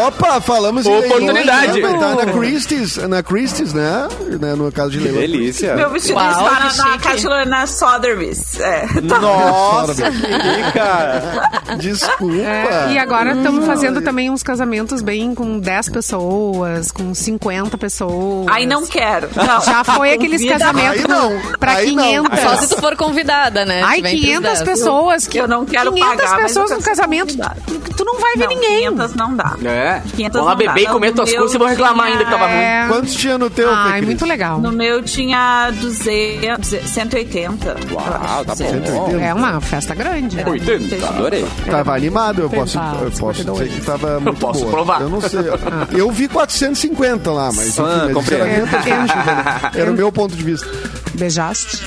[SPEAKER 5] Opa, falamos em leilão,
[SPEAKER 9] Oportunidade.
[SPEAKER 5] né? Vai estar na Christie's, na Christie's, né? Né, No caso de
[SPEAKER 1] Que
[SPEAKER 5] leilão.
[SPEAKER 1] delícia.
[SPEAKER 6] Meu vestido
[SPEAKER 2] Uau,
[SPEAKER 6] está
[SPEAKER 2] que
[SPEAKER 6] na, na
[SPEAKER 2] chique.
[SPEAKER 6] caixa na Sotheby's.
[SPEAKER 9] Hum.
[SPEAKER 6] É, tá.
[SPEAKER 1] Nossa, que rica.
[SPEAKER 5] Desculpa.
[SPEAKER 3] É, e agora
[SPEAKER 5] Hum.
[SPEAKER 3] estamos fazendo também uns casamentos bem com 10 pessoas, com 50 pessoas.
[SPEAKER 6] Aí não quero. Não.
[SPEAKER 3] Já foi aqueles
[SPEAKER 6] Convida-
[SPEAKER 3] casamentos
[SPEAKER 5] Aí não,
[SPEAKER 3] pra
[SPEAKER 5] aí não.
[SPEAKER 3] 500.
[SPEAKER 2] Só se tu for convidada, né?
[SPEAKER 3] Ai,
[SPEAKER 2] Se tiver entre os
[SPEAKER 3] 500
[SPEAKER 2] dez.
[SPEAKER 3] pessoas. que
[SPEAKER 6] Eu não quero
[SPEAKER 3] 500
[SPEAKER 6] pagar, mas eu
[SPEAKER 3] pessoas
[SPEAKER 6] quero
[SPEAKER 3] no
[SPEAKER 6] ser
[SPEAKER 3] casamento.
[SPEAKER 6] convidada.
[SPEAKER 3] Tu, tu não vai ver
[SPEAKER 6] Não,
[SPEAKER 3] ninguém.
[SPEAKER 6] 500 não dá.
[SPEAKER 1] Né?
[SPEAKER 9] É.
[SPEAKER 6] 500
[SPEAKER 7] Vão lá
[SPEAKER 6] não dá.
[SPEAKER 7] beber e
[SPEAKER 6] Não,
[SPEAKER 7] comer
[SPEAKER 6] no
[SPEAKER 7] tuas
[SPEAKER 6] meu
[SPEAKER 7] coisas e vão reclamar
[SPEAKER 6] tinha-
[SPEAKER 7] ainda que tava ruim.
[SPEAKER 2] Ah.
[SPEAKER 3] É.
[SPEAKER 5] Quantos tinha no teu, Fê
[SPEAKER 3] Ai,
[SPEAKER 5] Cris?
[SPEAKER 3] muito legal.
[SPEAKER 6] No meu tinha 200, 180. eu
[SPEAKER 1] Uau,
[SPEAKER 6] acho,
[SPEAKER 1] tá
[SPEAKER 6] sei lá.
[SPEAKER 1] bom.
[SPEAKER 3] É uma festa grande. né?
[SPEAKER 1] Adorei.
[SPEAKER 5] um. Tava animado, eu posso,
[SPEAKER 3] Tentar,
[SPEAKER 5] eu posso dizer que tava muito
[SPEAKER 7] posso
[SPEAKER 5] boa.
[SPEAKER 7] provar.
[SPEAKER 5] Eu não sei.
[SPEAKER 3] Ah.
[SPEAKER 5] Eu vi 450 lá, mas...
[SPEAKER 1] Ah,
[SPEAKER 5] enfim, mas isso
[SPEAKER 1] compreendo.
[SPEAKER 5] era, minha perspectiva. Era o meu ponto de vista.
[SPEAKER 3] Beijaste?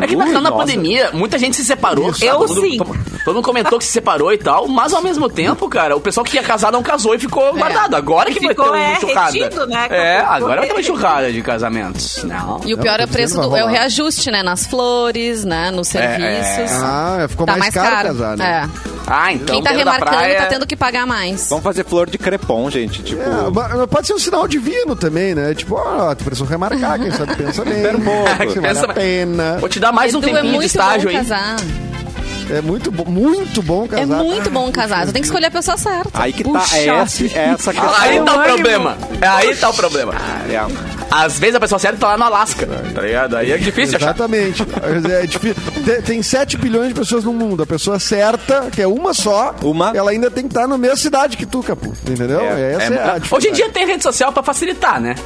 [SPEAKER 7] É que na, na pandemia, muita gente se separou. sabe?
[SPEAKER 6] Eu
[SPEAKER 7] Todo mundo-
[SPEAKER 6] sim.
[SPEAKER 7] to- Todo mundo comentou que se separou e tal, mas ao mesmo tempo, cara, o pessoal que ia casar não casou e
[SPEAKER 2] É.
[SPEAKER 7] ficou guardado. Agora que
[SPEAKER 6] Ficou,
[SPEAKER 7] vai ter
[SPEAKER 6] é,
[SPEAKER 7] uma enxurrada.
[SPEAKER 6] retido, né?
[SPEAKER 7] É, agora vai ter uma
[SPEAKER 6] Porque-
[SPEAKER 7] enxurrada de casamentos. Não.
[SPEAKER 2] E o pior é o preço do. É o reajuste, né? Nas flores, né? Nos serviços.
[SPEAKER 5] Ah, ficou
[SPEAKER 2] Tá mais
[SPEAKER 5] mais, caro,
[SPEAKER 2] caro.
[SPEAKER 5] casar, né?
[SPEAKER 2] É.
[SPEAKER 7] Ah, então.
[SPEAKER 2] Quem tá
[SPEAKER 7] dentro da
[SPEAKER 2] remarcando
[SPEAKER 7] praia-
[SPEAKER 2] tá tendo que pagar mais.
[SPEAKER 1] Vamos fazer flor de crepom, gente. Tipo,
[SPEAKER 5] É, mas- mas pode ser um sinal divino também, né? Tipo, ó, tu precisou remarcar, quem sabe pensa bem.
[SPEAKER 1] Espera um pouco.
[SPEAKER 5] se vale
[SPEAKER 7] Pensa-
[SPEAKER 5] a pena.
[SPEAKER 7] Vou te dar mais um
[SPEAKER 2] Edu, é
[SPEAKER 7] tempinho
[SPEAKER 2] muito
[SPEAKER 7] de estágio
[SPEAKER 2] bom
[SPEAKER 7] aí.
[SPEAKER 2] casar.
[SPEAKER 5] É muito bom, muito bom
[SPEAKER 2] É
[SPEAKER 5] casar.
[SPEAKER 2] muito bom casar. Tu tem que escolher a pessoa certa.
[SPEAKER 1] aí que tá. É essa, é essa questão.
[SPEAKER 7] Aí tá o problema. É aí tá o problema.
[SPEAKER 1] É.
[SPEAKER 7] Às vezes a pessoa certa tá lá no Alasca, tá ligado? Tá Aí é difícil achar.
[SPEAKER 5] Exatamente. É difícil. Tem, tem 7 bilhões de pessoas no mundo. A pessoa certa, que é uma só,
[SPEAKER 1] Uma.
[SPEAKER 5] ela ainda tem que estar na mesma cidade que tu, Capu. Entendeu?
[SPEAKER 1] É,
[SPEAKER 5] Essa é, a
[SPEAKER 7] Hoje em
[SPEAKER 5] dificuldade.
[SPEAKER 7] dia tem rede social pra facilitar, né?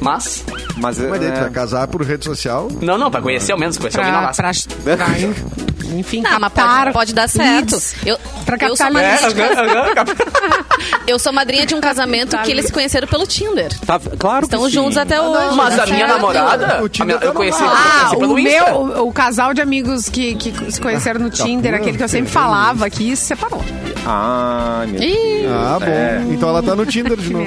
[SPEAKER 7] Mas.
[SPEAKER 1] Mas,
[SPEAKER 5] Mas daí tu vai
[SPEAKER 1] é,
[SPEAKER 5] casar por rede social.
[SPEAKER 7] Não, não, pra conhecer ao menos, conhecer alguém na
[SPEAKER 3] Pra,
[SPEAKER 7] raça.
[SPEAKER 3] pra, pra, enfim,
[SPEAKER 2] Não, mas
[SPEAKER 3] captar
[SPEAKER 2] pode, pode dar certo.
[SPEAKER 3] leads.
[SPEAKER 2] Eu,
[SPEAKER 3] Pra
[SPEAKER 2] eu,
[SPEAKER 3] captar
[SPEAKER 2] sou
[SPEAKER 7] É,
[SPEAKER 2] madrinha,
[SPEAKER 3] leads.
[SPEAKER 2] eu sou madrinha de um casamento que eles se conheceram pelo Tinder.
[SPEAKER 1] tá, claro que
[SPEAKER 2] Estão
[SPEAKER 1] sim.
[SPEAKER 2] juntos até hoje.
[SPEAKER 7] Mas
[SPEAKER 2] tá
[SPEAKER 7] a minha
[SPEAKER 2] certo.
[SPEAKER 7] namorada.
[SPEAKER 5] O
[SPEAKER 7] a minha-
[SPEAKER 5] Tinder
[SPEAKER 7] eu
[SPEAKER 5] tá
[SPEAKER 7] conheci, eu
[SPEAKER 3] Ah,
[SPEAKER 7] conheci pelo
[SPEAKER 3] o
[SPEAKER 7] Insta.
[SPEAKER 3] meu, o- o casal de amigos que, que se conheceram no Tinder, aquele Tá que eu sempre falava aqui, se separou.
[SPEAKER 1] Ai, meu Deus.
[SPEAKER 2] Ih,
[SPEAKER 5] Ah, bom.
[SPEAKER 7] É.
[SPEAKER 5] Então ela tá no Tinder de novo.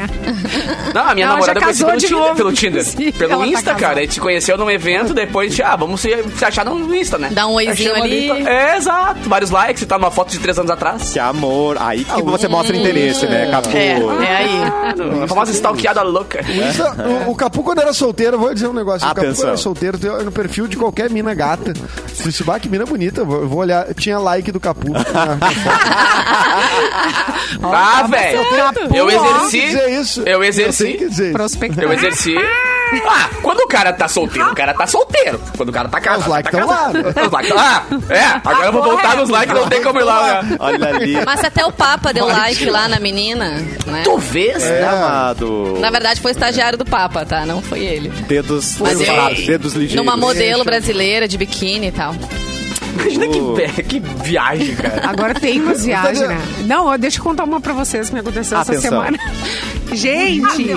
[SPEAKER 7] Não, a minha
[SPEAKER 3] Ela
[SPEAKER 7] namorada
[SPEAKER 3] já
[SPEAKER 7] conheci
[SPEAKER 3] casou
[SPEAKER 7] pelo
[SPEAKER 3] de
[SPEAKER 7] Tinder.
[SPEAKER 3] novo.
[SPEAKER 7] Pelo, Tinder.
[SPEAKER 3] Sim,
[SPEAKER 7] pelo
[SPEAKER 3] ela tá
[SPEAKER 7] Insta,
[SPEAKER 3] casada.
[SPEAKER 7] cara. A gente se conheceu num evento, depois, de, ah, vamos se, se achar no Insta, né?
[SPEAKER 2] Dá um oizinho
[SPEAKER 7] Achamos
[SPEAKER 2] ali.
[SPEAKER 7] tá- É, exato. Vários likes, tá numa foto de três anos atrás.
[SPEAKER 1] Que amor. Aí que você mostra interesse, né, Capu?
[SPEAKER 2] Hum. é, é aí.
[SPEAKER 7] A famosa stalkeada louca.
[SPEAKER 5] Isso, o, o Capu, quando era solteiro, eu vou dizer um negócio. O Capu,
[SPEAKER 1] Atenção.
[SPEAKER 5] quando era solteiro, tem no perfil de qualquer mina gata. Disse, bah, que mina bonita. Eu vou eu vou olhar. Tinha like do Capu.
[SPEAKER 7] Ah, velho. Eu
[SPEAKER 5] Tem que
[SPEAKER 7] exerci.
[SPEAKER 5] dizer isso.
[SPEAKER 7] Eu exerci.
[SPEAKER 5] tenho que dizer isso.
[SPEAKER 3] Prospectar.
[SPEAKER 7] Eu exerci. Ah, quando o cara tá solteiro, o cara tá solteiro. Quando o cara tá casado.
[SPEAKER 5] Os likes
[SPEAKER 7] tá
[SPEAKER 5] tão lá,
[SPEAKER 7] casado. Os likes tão lá. É, agora eu vou voltar nos likes, não tem como ir lá. né?
[SPEAKER 1] Olha ali.
[SPEAKER 2] Mas até o Papa deu like lá na menina, né?
[SPEAKER 7] Talvez,
[SPEAKER 5] É,
[SPEAKER 7] né?
[SPEAKER 1] Amado.
[SPEAKER 2] Na verdade, foi o estagiário do Papa, tá? Não foi ele.
[SPEAKER 1] Dedos,
[SPEAKER 2] Mas
[SPEAKER 1] dedos,
[SPEAKER 2] eu-
[SPEAKER 1] rápidos, dedos ligeiros.
[SPEAKER 2] Numa modelo brasileira de biquíni e tal.
[SPEAKER 7] Imagina que, ve- que viagem, cara.
[SPEAKER 3] Agora tem umas viagens, né? Não, ó, deixa eu contar uma pra vocês que me aconteceu essa
[SPEAKER 1] Tá Atenção. Ah,
[SPEAKER 3] semana. Gente!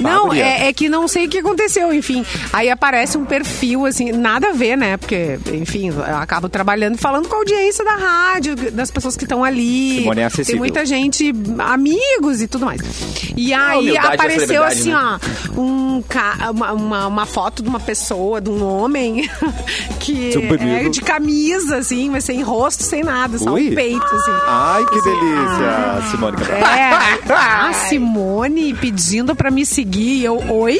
[SPEAKER 3] Não,
[SPEAKER 1] guria.
[SPEAKER 3] é, é que não sei o que aconteceu, enfim. Aí aparece um perfil, assim, nada a ver, né? Porque, enfim, eu acabo trabalhando e falando com a audiência da rádio, das pessoas que estão ali.
[SPEAKER 1] Simone é
[SPEAKER 3] Tem
[SPEAKER 1] acessível.
[SPEAKER 3] muita gente, amigos e tudo mais. E
[SPEAKER 1] É
[SPEAKER 3] aí
[SPEAKER 7] humildade da
[SPEAKER 3] apareceu
[SPEAKER 7] celebridade,
[SPEAKER 3] assim,
[SPEAKER 7] né?
[SPEAKER 3] ó, um ca- uma, uma, uma foto de uma pessoa, de um homem, que
[SPEAKER 1] Seu
[SPEAKER 3] é
[SPEAKER 1] período.
[SPEAKER 3] de camisa, assim, mas sem rosto, sem nada, só
[SPEAKER 1] Ui.
[SPEAKER 3] um peito, assim.
[SPEAKER 1] Ai, que delícia, Simone Cabral.
[SPEAKER 3] Ah. É, a Simone pedindo pra me seguir. Eu, oi?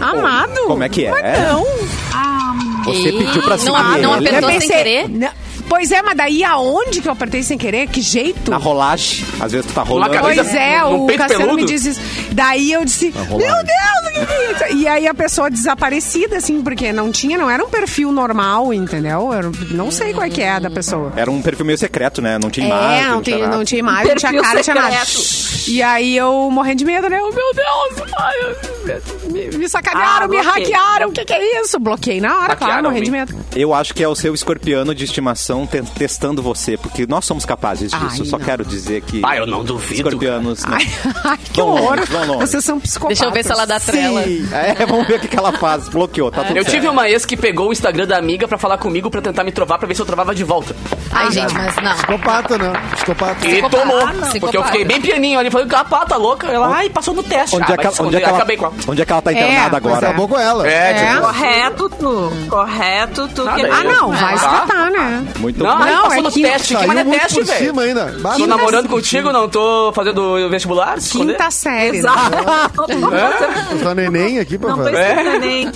[SPEAKER 3] Amado?
[SPEAKER 1] como é que é?
[SPEAKER 3] Mas não.
[SPEAKER 1] Você
[SPEAKER 2] Ih,
[SPEAKER 1] pediu pra
[SPEAKER 2] não-
[SPEAKER 1] seguir
[SPEAKER 2] Ah, não
[SPEAKER 1] ele?
[SPEAKER 2] apertou. sem
[SPEAKER 3] Pensei,
[SPEAKER 2] querer?
[SPEAKER 3] "Não." Pois é, mas daí aonde que eu apertei sem querer? Que jeito?
[SPEAKER 1] Na rolagem. Tá Às vezes tu tá rolando.
[SPEAKER 7] camisa.
[SPEAKER 3] Pois é,
[SPEAKER 7] num
[SPEAKER 3] o
[SPEAKER 7] peito
[SPEAKER 3] Cassiano
[SPEAKER 7] peludo?
[SPEAKER 3] me disse isso. Daí eu disse, meu
[SPEAKER 1] rolagem.
[SPEAKER 3] Deus, o que que é isso? E aí a pessoa desaparecida, assim, porque não tinha, não era um perfil normal, entendeu? Era- não sei qual é que é da pessoa.
[SPEAKER 1] Era um perfil meio secreto, né? Não tinha imagem.
[SPEAKER 3] É, não, tem,
[SPEAKER 1] tinha nada.
[SPEAKER 3] não tinha imagem, não tinha
[SPEAKER 6] Perfil
[SPEAKER 3] cara, não tinha nada.
[SPEAKER 6] secreto.
[SPEAKER 3] E aí eu morrendo de medo, né? Eu, meu Deus, ai, eu- me, me sacanearam,
[SPEAKER 6] Ah,
[SPEAKER 3] me
[SPEAKER 6] bloqueei.
[SPEAKER 3] hackearam, o que, que é isso? Bloqueei na hora, claro,
[SPEAKER 7] Hackearam
[SPEAKER 3] morrendo de
[SPEAKER 7] me.
[SPEAKER 3] medo.
[SPEAKER 1] Eu acho que é o seu escorpiano de estimação te- testando você, porque nós somos capazes disso.
[SPEAKER 3] Ai,
[SPEAKER 1] eu só
[SPEAKER 3] não.
[SPEAKER 1] quero dizer que.
[SPEAKER 7] Ah, eu não duvido,
[SPEAKER 1] Escorpianos. não.
[SPEAKER 3] Ai, que
[SPEAKER 1] Vão longe,
[SPEAKER 3] horror.
[SPEAKER 1] vão longe.
[SPEAKER 3] Vocês são psicopatas.
[SPEAKER 2] Deixa eu ver se ela dá trela.
[SPEAKER 1] Sim. É, vamos ver o que, que ela faz. Bloqueou,
[SPEAKER 3] Ah.
[SPEAKER 1] tá tudo
[SPEAKER 7] Eu
[SPEAKER 1] certo.
[SPEAKER 7] tive uma ex que pegou o Instagram da amiga pra falar comigo pra tentar me trovar pra ver se eu trovava de volta.
[SPEAKER 2] Ai, gente, mas não.
[SPEAKER 5] Psicopata, né? Psicopata.
[SPEAKER 7] E
[SPEAKER 2] Psicopata.
[SPEAKER 7] tomou. Porque eu
[SPEAKER 2] Psicopata.
[SPEAKER 7] fiquei bem pianinho ali. Falei, ah, pá, tá louca. Ela, ai, passou no teste.
[SPEAKER 1] Onde,
[SPEAKER 7] Ah,
[SPEAKER 1] é que
[SPEAKER 7] vai se
[SPEAKER 1] ela, onde,
[SPEAKER 7] esconder.
[SPEAKER 1] é que
[SPEAKER 7] Acabei com
[SPEAKER 1] ela,
[SPEAKER 7] ela.
[SPEAKER 1] onde é que ela tá internada
[SPEAKER 3] pois
[SPEAKER 1] agora?
[SPEAKER 5] Acabou com ela.
[SPEAKER 7] É, tipo,
[SPEAKER 6] Correto tu. Correto tu.
[SPEAKER 7] Nada,
[SPEAKER 6] que
[SPEAKER 7] eu-
[SPEAKER 3] Ah, não,
[SPEAKER 7] É.
[SPEAKER 3] vai se
[SPEAKER 7] Tá?
[SPEAKER 3] tratar, né?
[SPEAKER 1] Muito
[SPEAKER 7] Não,
[SPEAKER 1] bom.
[SPEAKER 7] aí
[SPEAKER 3] Não,
[SPEAKER 7] passou
[SPEAKER 3] é
[SPEAKER 7] no
[SPEAKER 3] quinta.
[SPEAKER 7] teste. Que
[SPEAKER 5] Saiu
[SPEAKER 7] mais é
[SPEAKER 5] muito
[SPEAKER 7] teste,
[SPEAKER 5] por
[SPEAKER 7] velho?
[SPEAKER 5] cima tá ainda. Bah,
[SPEAKER 7] Tô
[SPEAKER 5] não-
[SPEAKER 7] namorando contigo, não tô fazendo vestibular? se esconder?
[SPEAKER 3] Quinta série. né?
[SPEAKER 6] Exato. Não tô fazendo-
[SPEAKER 5] Tá neném aqui,
[SPEAKER 6] Não tô
[SPEAKER 5] papai.
[SPEAKER 1] É.
[SPEAKER 6] escutando nem.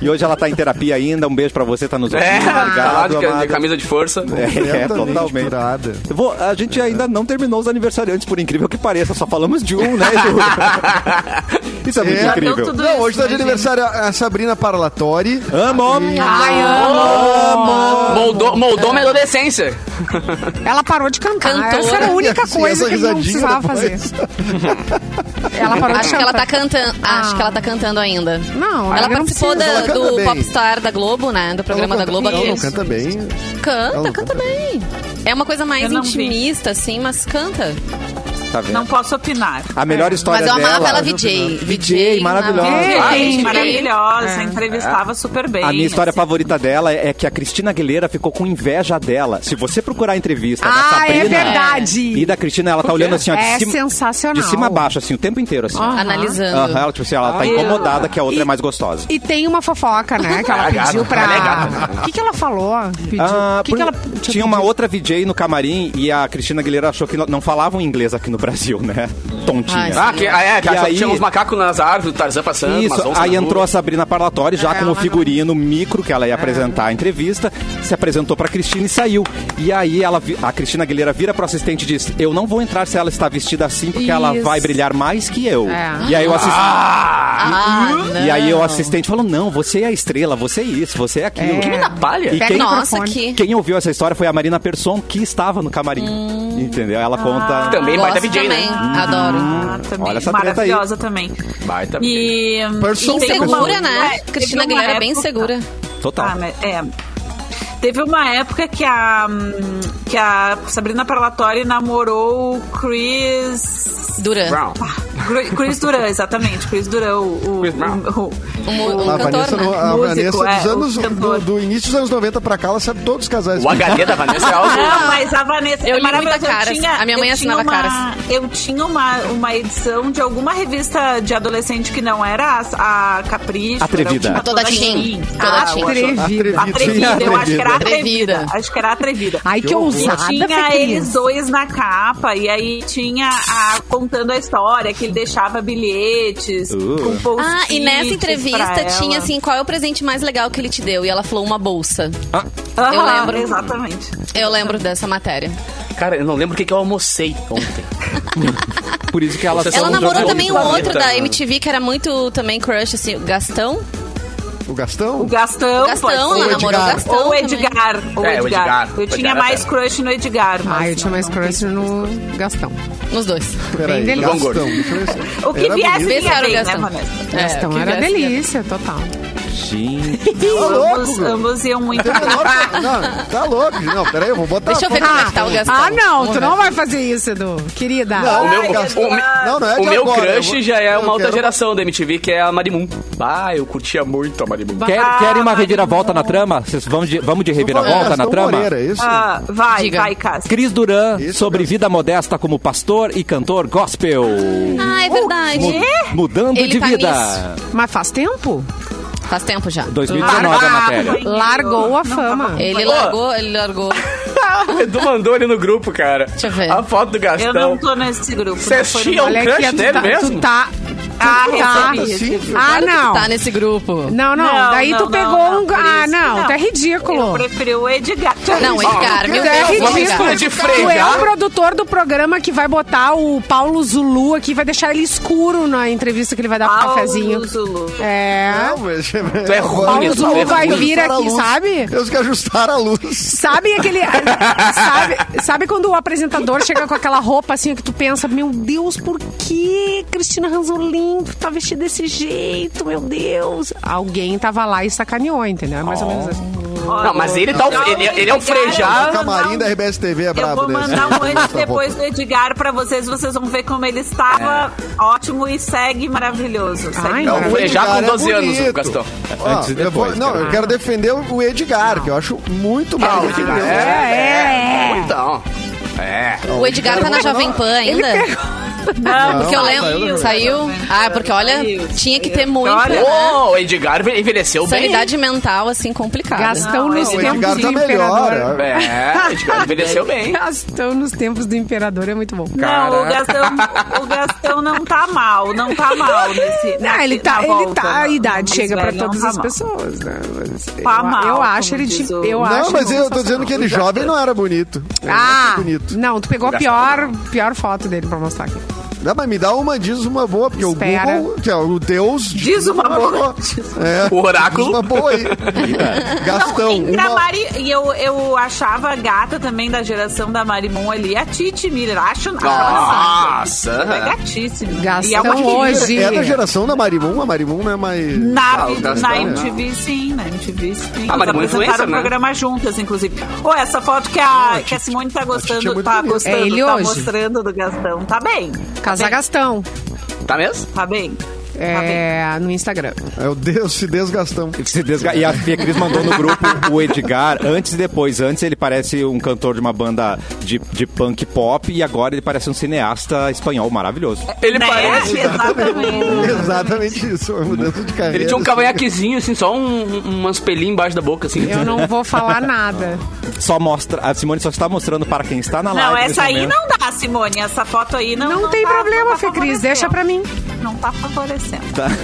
[SPEAKER 1] E hoje ela tá em terapia ainda. Um beijo pra você, tá nos
[SPEAKER 7] É,
[SPEAKER 1] ouvindo.
[SPEAKER 7] tá lá de,
[SPEAKER 1] Obrigado,
[SPEAKER 7] de
[SPEAKER 1] amada.
[SPEAKER 7] camisa de força.
[SPEAKER 1] É, é,
[SPEAKER 5] Completamente
[SPEAKER 1] totalmente.
[SPEAKER 5] furada.
[SPEAKER 1] Eu vou- a gente ainda não terminou os aniversariantes, por incrível que pareça. Só falamos de um, né, Edu? Isso é muito
[SPEAKER 5] É.
[SPEAKER 1] incrível.
[SPEAKER 3] Então,
[SPEAKER 6] Tudo
[SPEAKER 5] Não,
[SPEAKER 6] isso,
[SPEAKER 5] hoje tá de
[SPEAKER 6] né,
[SPEAKER 5] aniversário a a Sabrina Parlatori.
[SPEAKER 9] Ah,
[SPEAKER 1] Amo!
[SPEAKER 3] Ai, amo.
[SPEAKER 7] Moldou, moldou minha adolescência.
[SPEAKER 3] Ela parou de cantar.
[SPEAKER 2] Cantora.
[SPEAKER 3] Essa era a única
[SPEAKER 5] Assim,
[SPEAKER 3] coisa
[SPEAKER 5] essa
[SPEAKER 3] que não
[SPEAKER 5] risadinha
[SPEAKER 3] precisava fazer.
[SPEAKER 5] depois.
[SPEAKER 3] Ela parou de
[SPEAKER 2] Acho que
[SPEAKER 3] cantar.
[SPEAKER 2] ela tá cantando. Acho que ela tá cantando ainda.
[SPEAKER 3] Não,
[SPEAKER 2] Ela tá
[SPEAKER 3] ela não
[SPEAKER 2] participou
[SPEAKER 3] precisa,
[SPEAKER 2] da-
[SPEAKER 5] ela canta
[SPEAKER 2] do
[SPEAKER 5] bem.
[SPEAKER 2] Popstar da Globo, né? Do programa da
[SPEAKER 5] Ela
[SPEAKER 2] Globo
[SPEAKER 5] não,
[SPEAKER 2] aqui.
[SPEAKER 5] não canta bem.
[SPEAKER 2] Canta,
[SPEAKER 5] Ela
[SPEAKER 2] canta bem. É uma coisa mais
[SPEAKER 6] Eu não vi.
[SPEAKER 2] intimista, assim, mas canta.
[SPEAKER 1] Tá vendo?
[SPEAKER 6] Não posso opinar.
[SPEAKER 1] A
[SPEAKER 3] É.
[SPEAKER 1] melhor história
[SPEAKER 2] Mas eu
[SPEAKER 1] dela.
[SPEAKER 2] amava ela VJ.
[SPEAKER 1] VJ, maravilhosa.
[SPEAKER 6] Ah,
[SPEAKER 2] Ai,
[SPEAKER 6] gente,
[SPEAKER 2] gente,
[SPEAKER 6] maravilhosa. Entrevistava super bem.
[SPEAKER 1] É. A minha história
[SPEAKER 6] assim.
[SPEAKER 1] favorita dela é que a Cristina Aguilera ficou com inveja dela. Se você procurar a entrevista da
[SPEAKER 3] Ah,
[SPEAKER 1] Sabrina
[SPEAKER 3] é verdade.
[SPEAKER 1] e da Cristina, ela tá olhando assim, ó, de
[SPEAKER 3] É
[SPEAKER 1] cima,
[SPEAKER 3] sensacional. Ah,
[SPEAKER 1] de cima a baixo, assim, o tempo inteiro, assim.
[SPEAKER 3] Aham.
[SPEAKER 2] Analisando.
[SPEAKER 1] Aham, ela, tipo assim, ela tá incomodada que a outra é mais gostosa.
[SPEAKER 3] E tem uma fofoca, né? Que ela pediu
[SPEAKER 7] Ela é
[SPEAKER 3] pra.
[SPEAKER 7] gata.
[SPEAKER 3] O que, que ela falou? Pediu.
[SPEAKER 1] Ah,
[SPEAKER 3] o que,
[SPEAKER 1] por-
[SPEAKER 3] que ela
[SPEAKER 1] tinha uma outra VJ no camarim e a Cristina Aguilera achou que no- não falavam inglês aqui no Brasil, né? Tontinha.
[SPEAKER 2] Ai,
[SPEAKER 9] Ah, que, ah, é, que
[SPEAKER 1] E
[SPEAKER 9] só
[SPEAKER 1] aí-
[SPEAKER 9] tinha uns macacos nas árvores, o Tarzan passando, umas
[SPEAKER 1] Isso,
[SPEAKER 9] onças
[SPEAKER 1] aí
[SPEAKER 9] na
[SPEAKER 1] entrou
[SPEAKER 9] rua.
[SPEAKER 1] a Sabrina Parlatori, já
[SPEAKER 3] É,
[SPEAKER 1] como
[SPEAKER 3] ela não-
[SPEAKER 1] figurino micro que ela ia apresentar a entrevista, se apresentou pra Cristina e saiu. E aí ela, vi- a Cristina Aguilera vira pro assistente e diz: Eu não vou entrar se ela está vestida assim, porque ela
[SPEAKER 3] Isso.
[SPEAKER 1] vai brilhar mais que eu.
[SPEAKER 3] É.
[SPEAKER 1] E aí o assistente.
[SPEAKER 2] Ah,
[SPEAKER 1] E aí o
[SPEAKER 2] não.
[SPEAKER 1] assistente falou: não, você é a estrela, você é isso, você é aquilo.
[SPEAKER 3] Que mina
[SPEAKER 1] palha. E
[SPEAKER 2] Pega
[SPEAKER 1] quem,
[SPEAKER 2] o Nossa, microfone. que-
[SPEAKER 1] quem ouviu essa história foi a Marina Persson, que estava no camarim. Entendeu? Ela conta.
[SPEAKER 9] Também
[SPEAKER 2] Gosto
[SPEAKER 9] baita VJ,
[SPEAKER 2] também.
[SPEAKER 9] né?
[SPEAKER 2] Adoro.
[SPEAKER 6] Ah, também.
[SPEAKER 1] Olha essa treta aí.
[SPEAKER 6] Maravilhosa também.
[SPEAKER 9] Baita VJ.
[SPEAKER 6] E.
[SPEAKER 5] Person-
[SPEAKER 6] e tem uma-
[SPEAKER 2] Insegura, né?
[SPEAKER 6] é, teve
[SPEAKER 2] Cristina
[SPEAKER 6] uma
[SPEAKER 2] Aguilera é bem
[SPEAKER 6] época-
[SPEAKER 2] segura.
[SPEAKER 1] Total.
[SPEAKER 5] Tá.
[SPEAKER 6] Ah, mas- é. Teve uma época que a, hum, que a Sabrina Parlatori namorou o Chris.
[SPEAKER 2] Duran.
[SPEAKER 9] Brown.
[SPEAKER 6] Gru- Chris Duran, exatamente. Chris Duran, o, o,
[SPEAKER 9] Chris Brown.
[SPEAKER 6] o- o-
[SPEAKER 2] Um, um
[SPEAKER 5] A
[SPEAKER 2] cantor,
[SPEAKER 5] Vanessa,
[SPEAKER 2] né?
[SPEAKER 5] não- a Vanessa
[SPEAKER 6] Músico, é,
[SPEAKER 5] dos
[SPEAKER 6] o
[SPEAKER 5] anos, do,
[SPEAKER 6] cantor.
[SPEAKER 5] do início dos anos 90 pra cá, ela sabe todos os casais.
[SPEAKER 9] O HD da Vanessa é algo...
[SPEAKER 6] Não, mas a Vanessa
[SPEAKER 2] Eu
[SPEAKER 6] é
[SPEAKER 2] li muita
[SPEAKER 6] maravilhosa.
[SPEAKER 2] Caras.
[SPEAKER 6] Eu tinha,
[SPEAKER 2] A minha mãe
[SPEAKER 6] eu tinha
[SPEAKER 2] assinava
[SPEAKER 6] uma,
[SPEAKER 2] Caras.
[SPEAKER 6] Eu tinha uma, uma edição de alguma revista de adolescente que não era a, a Capricho.
[SPEAKER 1] Atrevida.
[SPEAKER 6] Era,
[SPEAKER 2] Toda Teen. Toda
[SPEAKER 6] Ah, Toda
[SPEAKER 2] Teen.
[SPEAKER 3] Atrevida.
[SPEAKER 6] Atrevida, eu acho que era
[SPEAKER 2] Atrevida.
[SPEAKER 6] atrevida. Acho que era atrevida.
[SPEAKER 3] Ai, que,
[SPEAKER 5] Que horror.
[SPEAKER 6] E
[SPEAKER 3] ousada,
[SPEAKER 6] tinha
[SPEAKER 3] Fecris.
[SPEAKER 6] eles dois na capa, e aí tinha a, contando a história que ele deixava bilhetes com post
[SPEAKER 2] Ah, e nessa entrevista tinha assim, qual é o presente mais legal que ele te deu? E ela falou uma bolsa. eu lembro.
[SPEAKER 6] Exatamente.
[SPEAKER 2] Eu lembro dessa matéria.
[SPEAKER 7] Cara, eu não lembro o que, que eu almocei ontem.
[SPEAKER 1] Por isso que ela.
[SPEAKER 7] Vocês
[SPEAKER 2] Ela
[SPEAKER 7] São
[SPEAKER 2] namorou
[SPEAKER 7] João
[SPEAKER 2] também
[SPEAKER 7] de
[SPEAKER 2] um
[SPEAKER 7] Planeta.
[SPEAKER 2] outro da MTV que era muito também crush, assim, o Gastão.
[SPEAKER 5] O Gastão?
[SPEAKER 6] O Gastão,
[SPEAKER 2] O Gastão,
[SPEAKER 6] pode
[SPEAKER 2] ela
[SPEAKER 6] ser.
[SPEAKER 2] namorou o
[SPEAKER 5] Edgar.
[SPEAKER 2] Gastão.
[SPEAKER 6] Ou o
[SPEAKER 2] também.
[SPEAKER 6] Edgar, ou
[SPEAKER 7] É, o
[SPEAKER 6] Edgar.
[SPEAKER 7] Edgar.
[SPEAKER 6] Eu
[SPEAKER 7] O
[SPEAKER 6] tinha
[SPEAKER 7] Edgar
[SPEAKER 6] mais
[SPEAKER 7] era-
[SPEAKER 6] crush no Edgar. mas
[SPEAKER 3] Ah, eu tinha
[SPEAKER 6] não-
[SPEAKER 3] mais
[SPEAKER 6] não
[SPEAKER 3] crush
[SPEAKER 6] tem-
[SPEAKER 3] no Gastão.
[SPEAKER 2] Nos dois.
[SPEAKER 5] Peraí,
[SPEAKER 3] Bem
[SPEAKER 5] Gastão.
[SPEAKER 9] gordo.
[SPEAKER 5] deixa eu ver.
[SPEAKER 6] O que
[SPEAKER 5] Era
[SPEAKER 6] viesse
[SPEAKER 5] bonito.
[SPEAKER 6] vinha
[SPEAKER 2] Pensaram,
[SPEAKER 6] bem, né,
[SPEAKER 2] É, Gastão.
[SPEAKER 6] Vanessa?
[SPEAKER 3] Gastão
[SPEAKER 2] que
[SPEAKER 3] era
[SPEAKER 2] viesse-
[SPEAKER 3] delícia, total.
[SPEAKER 1] Gente.
[SPEAKER 5] Tá louco,
[SPEAKER 6] Ambos,
[SPEAKER 5] meu.
[SPEAKER 6] ambos iam muito
[SPEAKER 5] Tem
[SPEAKER 6] bem.
[SPEAKER 5] menor pra- Não, tá louco. Não, peraí, eu vou botar.
[SPEAKER 2] Deixa eu
[SPEAKER 5] a
[SPEAKER 2] ver
[SPEAKER 5] foto.
[SPEAKER 2] como é que tá o Gastão.
[SPEAKER 3] Ah, não,
[SPEAKER 2] Vamos
[SPEAKER 3] tu
[SPEAKER 2] ver.
[SPEAKER 3] não vai fazer isso, Edu. Querida.
[SPEAKER 5] Não,
[SPEAKER 9] O meu, o, me-
[SPEAKER 5] Não, não é
[SPEAKER 9] o
[SPEAKER 5] de
[SPEAKER 9] meu
[SPEAKER 5] agora, eu
[SPEAKER 9] crush
[SPEAKER 5] vou-
[SPEAKER 9] já é
[SPEAKER 5] eu
[SPEAKER 9] uma outra
[SPEAKER 5] quero-
[SPEAKER 9] geração da MTV, que é a Marimun. Ah, eu curtia muito a Marimun.
[SPEAKER 7] um
[SPEAKER 1] Quer, querem uma reviravolta na trama? Vocês vamos de, vamos de reviravolta na
[SPEAKER 5] Gastão
[SPEAKER 1] trama?
[SPEAKER 5] Moreira, é isso?
[SPEAKER 6] Ah, vai,
[SPEAKER 2] Diga.
[SPEAKER 6] vai, Cássio.
[SPEAKER 1] Cris Duran
[SPEAKER 5] Isso
[SPEAKER 1] sobre vida modesta como pastor e cantor gospel.
[SPEAKER 2] Ah, é verdade.
[SPEAKER 1] Mudando
[SPEAKER 2] Ele
[SPEAKER 1] de
[SPEAKER 2] tá
[SPEAKER 1] vida.
[SPEAKER 3] Mas faz tempo.
[SPEAKER 2] Faz tempo já.
[SPEAKER 1] 2019 a matéria.
[SPEAKER 3] Largou a fama.
[SPEAKER 2] Ele largou, ele largou.
[SPEAKER 9] O Edu mandou ele no grupo, cara.
[SPEAKER 2] Deixa eu ver.
[SPEAKER 9] A foto do
[SPEAKER 6] Eu não
[SPEAKER 3] Então,
[SPEAKER 9] Gastão.
[SPEAKER 6] tô nesse grupo.
[SPEAKER 3] é
[SPEAKER 9] Vocês
[SPEAKER 6] não foi
[SPEAKER 9] tinham
[SPEAKER 6] no-
[SPEAKER 9] um
[SPEAKER 3] Olha
[SPEAKER 9] crush
[SPEAKER 3] aqui, tu
[SPEAKER 9] dele
[SPEAKER 3] tá,
[SPEAKER 9] mesmo?
[SPEAKER 3] tu tá...
[SPEAKER 6] Ah,
[SPEAKER 3] tu tá-
[SPEAKER 6] recebi,
[SPEAKER 5] Sim,
[SPEAKER 6] recebi.
[SPEAKER 3] Ah,
[SPEAKER 2] Claro que
[SPEAKER 3] não.
[SPEAKER 2] tá nesse grupo.
[SPEAKER 3] Não, não.
[SPEAKER 6] Não,
[SPEAKER 3] Daí tu
[SPEAKER 6] não,
[SPEAKER 3] pegou
[SPEAKER 6] não,
[SPEAKER 3] um...
[SPEAKER 6] não, por
[SPEAKER 3] ah,
[SPEAKER 6] isso
[SPEAKER 3] não.
[SPEAKER 6] não.
[SPEAKER 3] Tu é
[SPEAKER 6] Eu
[SPEAKER 3] ridículo.
[SPEAKER 6] preferi o Edgar.
[SPEAKER 2] Não, Edgar, meu
[SPEAKER 3] Tu é
[SPEAKER 2] Deus, vamos
[SPEAKER 3] ridículo.
[SPEAKER 9] de
[SPEAKER 2] Edgar.
[SPEAKER 3] Tu é o
[SPEAKER 9] fregar.
[SPEAKER 3] produtor do programa que vai botar o Paulo Zulu aqui, vai deixar ele escuro na entrevista que ele vai dar pro
[SPEAKER 6] Paulo
[SPEAKER 3] cafezinho.
[SPEAKER 6] Zulu.
[SPEAKER 3] É.
[SPEAKER 5] Não, mas... Tu
[SPEAKER 9] é ruim,
[SPEAKER 5] Paulo
[SPEAKER 9] tu é
[SPEAKER 5] Zulu
[SPEAKER 9] ruim.
[SPEAKER 5] vai vir aqui,
[SPEAKER 3] sabe?
[SPEAKER 5] Eles que ajustaram a luz.
[SPEAKER 3] Sabe aquele. sabe, sabe quando o apresentador chega com aquela roupa assim que tu pensa, meu Deus, por que Cristina Ranzolin tá vestida desse jeito, meu Deus? Alguém tava lá e sacaneou, entendeu? É mais ou
[SPEAKER 5] Oh.
[SPEAKER 3] menos assim.
[SPEAKER 7] Não, mas ele tá.
[SPEAKER 6] Não,
[SPEAKER 7] Ele, ele é um
[SPEAKER 6] Edgar, eu
[SPEAKER 7] frejar.
[SPEAKER 5] O
[SPEAKER 6] vou mandar
[SPEAKER 5] camarim
[SPEAKER 6] um-
[SPEAKER 5] da RBS TV é
[SPEAKER 6] Eu
[SPEAKER 5] brabo
[SPEAKER 6] vou
[SPEAKER 5] desse.
[SPEAKER 6] mandar um antes
[SPEAKER 5] Essa
[SPEAKER 6] depois
[SPEAKER 5] roupa.
[SPEAKER 6] do Edgar pra vocês. Vocês vão ver como ele estava ótimo e segue maravilhoso. Segue
[SPEAKER 3] Ai,
[SPEAKER 6] maravilhoso.
[SPEAKER 9] Não, foi já
[SPEAKER 5] Edgar
[SPEAKER 9] com
[SPEAKER 5] é
[SPEAKER 9] 12 anos,
[SPEAKER 5] bonito.
[SPEAKER 9] o Gastão.
[SPEAKER 5] Ó,
[SPEAKER 1] Antes e
[SPEAKER 5] eu vou-
[SPEAKER 1] depois,
[SPEAKER 5] Não, eu quero defender o Edgar, que eu acho muito mal.
[SPEAKER 9] Edgar.
[SPEAKER 5] defender o
[SPEAKER 9] É,
[SPEAKER 5] Edgar.
[SPEAKER 9] é. Então. É.
[SPEAKER 2] O Edgar tá na Jovem Pan ainda.
[SPEAKER 6] Não,
[SPEAKER 2] Porque eu
[SPEAKER 5] saiu,
[SPEAKER 2] lembro.
[SPEAKER 5] né?
[SPEAKER 2] Saiu. Ah, porque olha,
[SPEAKER 6] Saiu,
[SPEAKER 2] tinha que
[SPEAKER 6] saiu.
[SPEAKER 2] ter muito.
[SPEAKER 6] Olha,
[SPEAKER 2] né?
[SPEAKER 9] Ô, o Edgar envelheceu bem.
[SPEAKER 2] Sanidade mental, assim, complicada.
[SPEAKER 3] Gastão
[SPEAKER 6] Não,
[SPEAKER 3] nos
[SPEAKER 6] o
[SPEAKER 3] tempos
[SPEAKER 5] Edgar
[SPEAKER 3] do
[SPEAKER 5] tá
[SPEAKER 3] imperador.
[SPEAKER 5] melhor.
[SPEAKER 9] É, o Edgar envelheceu bem.
[SPEAKER 3] Gastão nos tempos do imperador é muito bom.
[SPEAKER 6] Não, o Gastão, o Gastão não tá mal, não tá mal nesse.
[SPEAKER 3] Não, ele
[SPEAKER 6] nesse-
[SPEAKER 3] tá,
[SPEAKER 6] na
[SPEAKER 3] ele
[SPEAKER 6] volta,
[SPEAKER 3] tá, a
[SPEAKER 6] não.
[SPEAKER 3] idade
[SPEAKER 6] Esse
[SPEAKER 3] chega pra
[SPEAKER 6] velho não
[SPEAKER 3] todas
[SPEAKER 6] tá
[SPEAKER 3] as
[SPEAKER 6] mal.
[SPEAKER 3] pessoas, né? Mas eu-
[SPEAKER 6] Tá mal,
[SPEAKER 3] eu acho
[SPEAKER 6] como
[SPEAKER 3] ele
[SPEAKER 6] diz
[SPEAKER 3] de,
[SPEAKER 6] o-
[SPEAKER 3] eu
[SPEAKER 5] Não,
[SPEAKER 3] acho
[SPEAKER 5] mas eu tô
[SPEAKER 3] sensacional.
[SPEAKER 5] dizendo que ele jovem não era bonito. Eu
[SPEAKER 3] Ah,
[SPEAKER 5] acho bonito.
[SPEAKER 3] não, tu pegou a pior, pior foto dele pra mostrar aqui.
[SPEAKER 5] Não, mas me dá uma, diz uma boa, porque
[SPEAKER 3] Espera.
[SPEAKER 5] o Google, que é o Deus... de
[SPEAKER 6] Diz uma
[SPEAKER 5] tudo,
[SPEAKER 6] boa.
[SPEAKER 5] É,
[SPEAKER 9] O
[SPEAKER 5] diz
[SPEAKER 9] oráculo.
[SPEAKER 5] uma boa aí. Gastão,
[SPEAKER 6] Entre a
[SPEAKER 5] uma...
[SPEAKER 6] Mari, e eu, eu achava a gata também da geração da Marimon ali, a Titi Miller. Acho
[SPEAKER 9] Nossa.
[SPEAKER 6] Ela é gatíssima.
[SPEAKER 3] Gastão
[SPEAKER 6] e é uma querida.
[SPEAKER 3] hoje.
[SPEAKER 5] É da geração da Marimum, a Marimum não é mais...
[SPEAKER 6] Na,
[SPEAKER 9] Ah, o Gastão,
[SPEAKER 6] na
[SPEAKER 9] né?
[SPEAKER 6] MTV, sim, na MTV, sim.
[SPEAKER 9] Ah, mas
[SPEAKER 6] Elas
[SPEAKER 9] é uma influencer,
[SPEAKER 6] apresentaram o
[SPEAKER 9] né?
[SPEAKER 6] programa juntas, inclusive. Ô, essa foto que a, que a Simone tá
[SPEAKER 5] Titi é
[SPEAKER 6] gostando,
[SPEAKER 5] muito
[SPEAKER 6] tá
[SPEAKER 5] bonita.
[SPEAKER 6] gostando,
[SPEAKER 3] É ele
[SPEAKER 6] tá
[SPEAKER 3] hoje.
[SPEAKER 6] mostrando do Gastão. Tá bem,
[SPEAKER 3] Casar Gastão.
[SPEAKER 9] Tá mesmo?
[SPEAKER 6] tá bem.
[SPEAKER 3] é, no Instagram.
[SPEAKER 5] É o Deus se desgastão.
[SPEAKER 1] Se desga- E a Fia Cris mandou no grupo o Edgar, antes e depois. Antes ele parece um cantor de uma banda de, de punk pop e agora ele parece um cineasta espanhol maravilhoso.
[SPEAKER 7] Ele
[SPEAKER 6] Né?
[SPEAKER 7] parece.
[SPEAKER 6] Exatamente.
[SPEAKER 5] Exatamente isso, uma mudança de carreira.
[SPEAKER 7] Ele tinha um
[SPEAKER 5] assim.
[SPEAKER 7] cavanhaquezinho, assim, só um, um, umas pelinhas embaixo da boca, assim.
[SPEAKER 3] Eu não vou falar nada.
[SPEAKER 1] Só mostra, a Simone só está mostrando para quem está na
[SPEAKER 6] Não,
[SPEAKER 1] live.
[SPEAKER 6] essa
[SPEAKER 1] nesse
[SPEAKER 6] aí
[SPEAKER 1] momento.
[SPEAKER 6] não dá, Simone. Essa foto aí não
[SPEAKER 3] Não,
[SPEAKER 6] não
[SPEAKER 3] tem
[SPEAKER 6] tá-
[SPEAKER 3] problema,
[SPEAKER 6] não tá
[SPEAKER 3] Fê Cris,
[SPEAKER 6] favorecendo.
[SPEAKER 3] deixa pra mim.
[SPEAKER 6] Não tá favorecendo.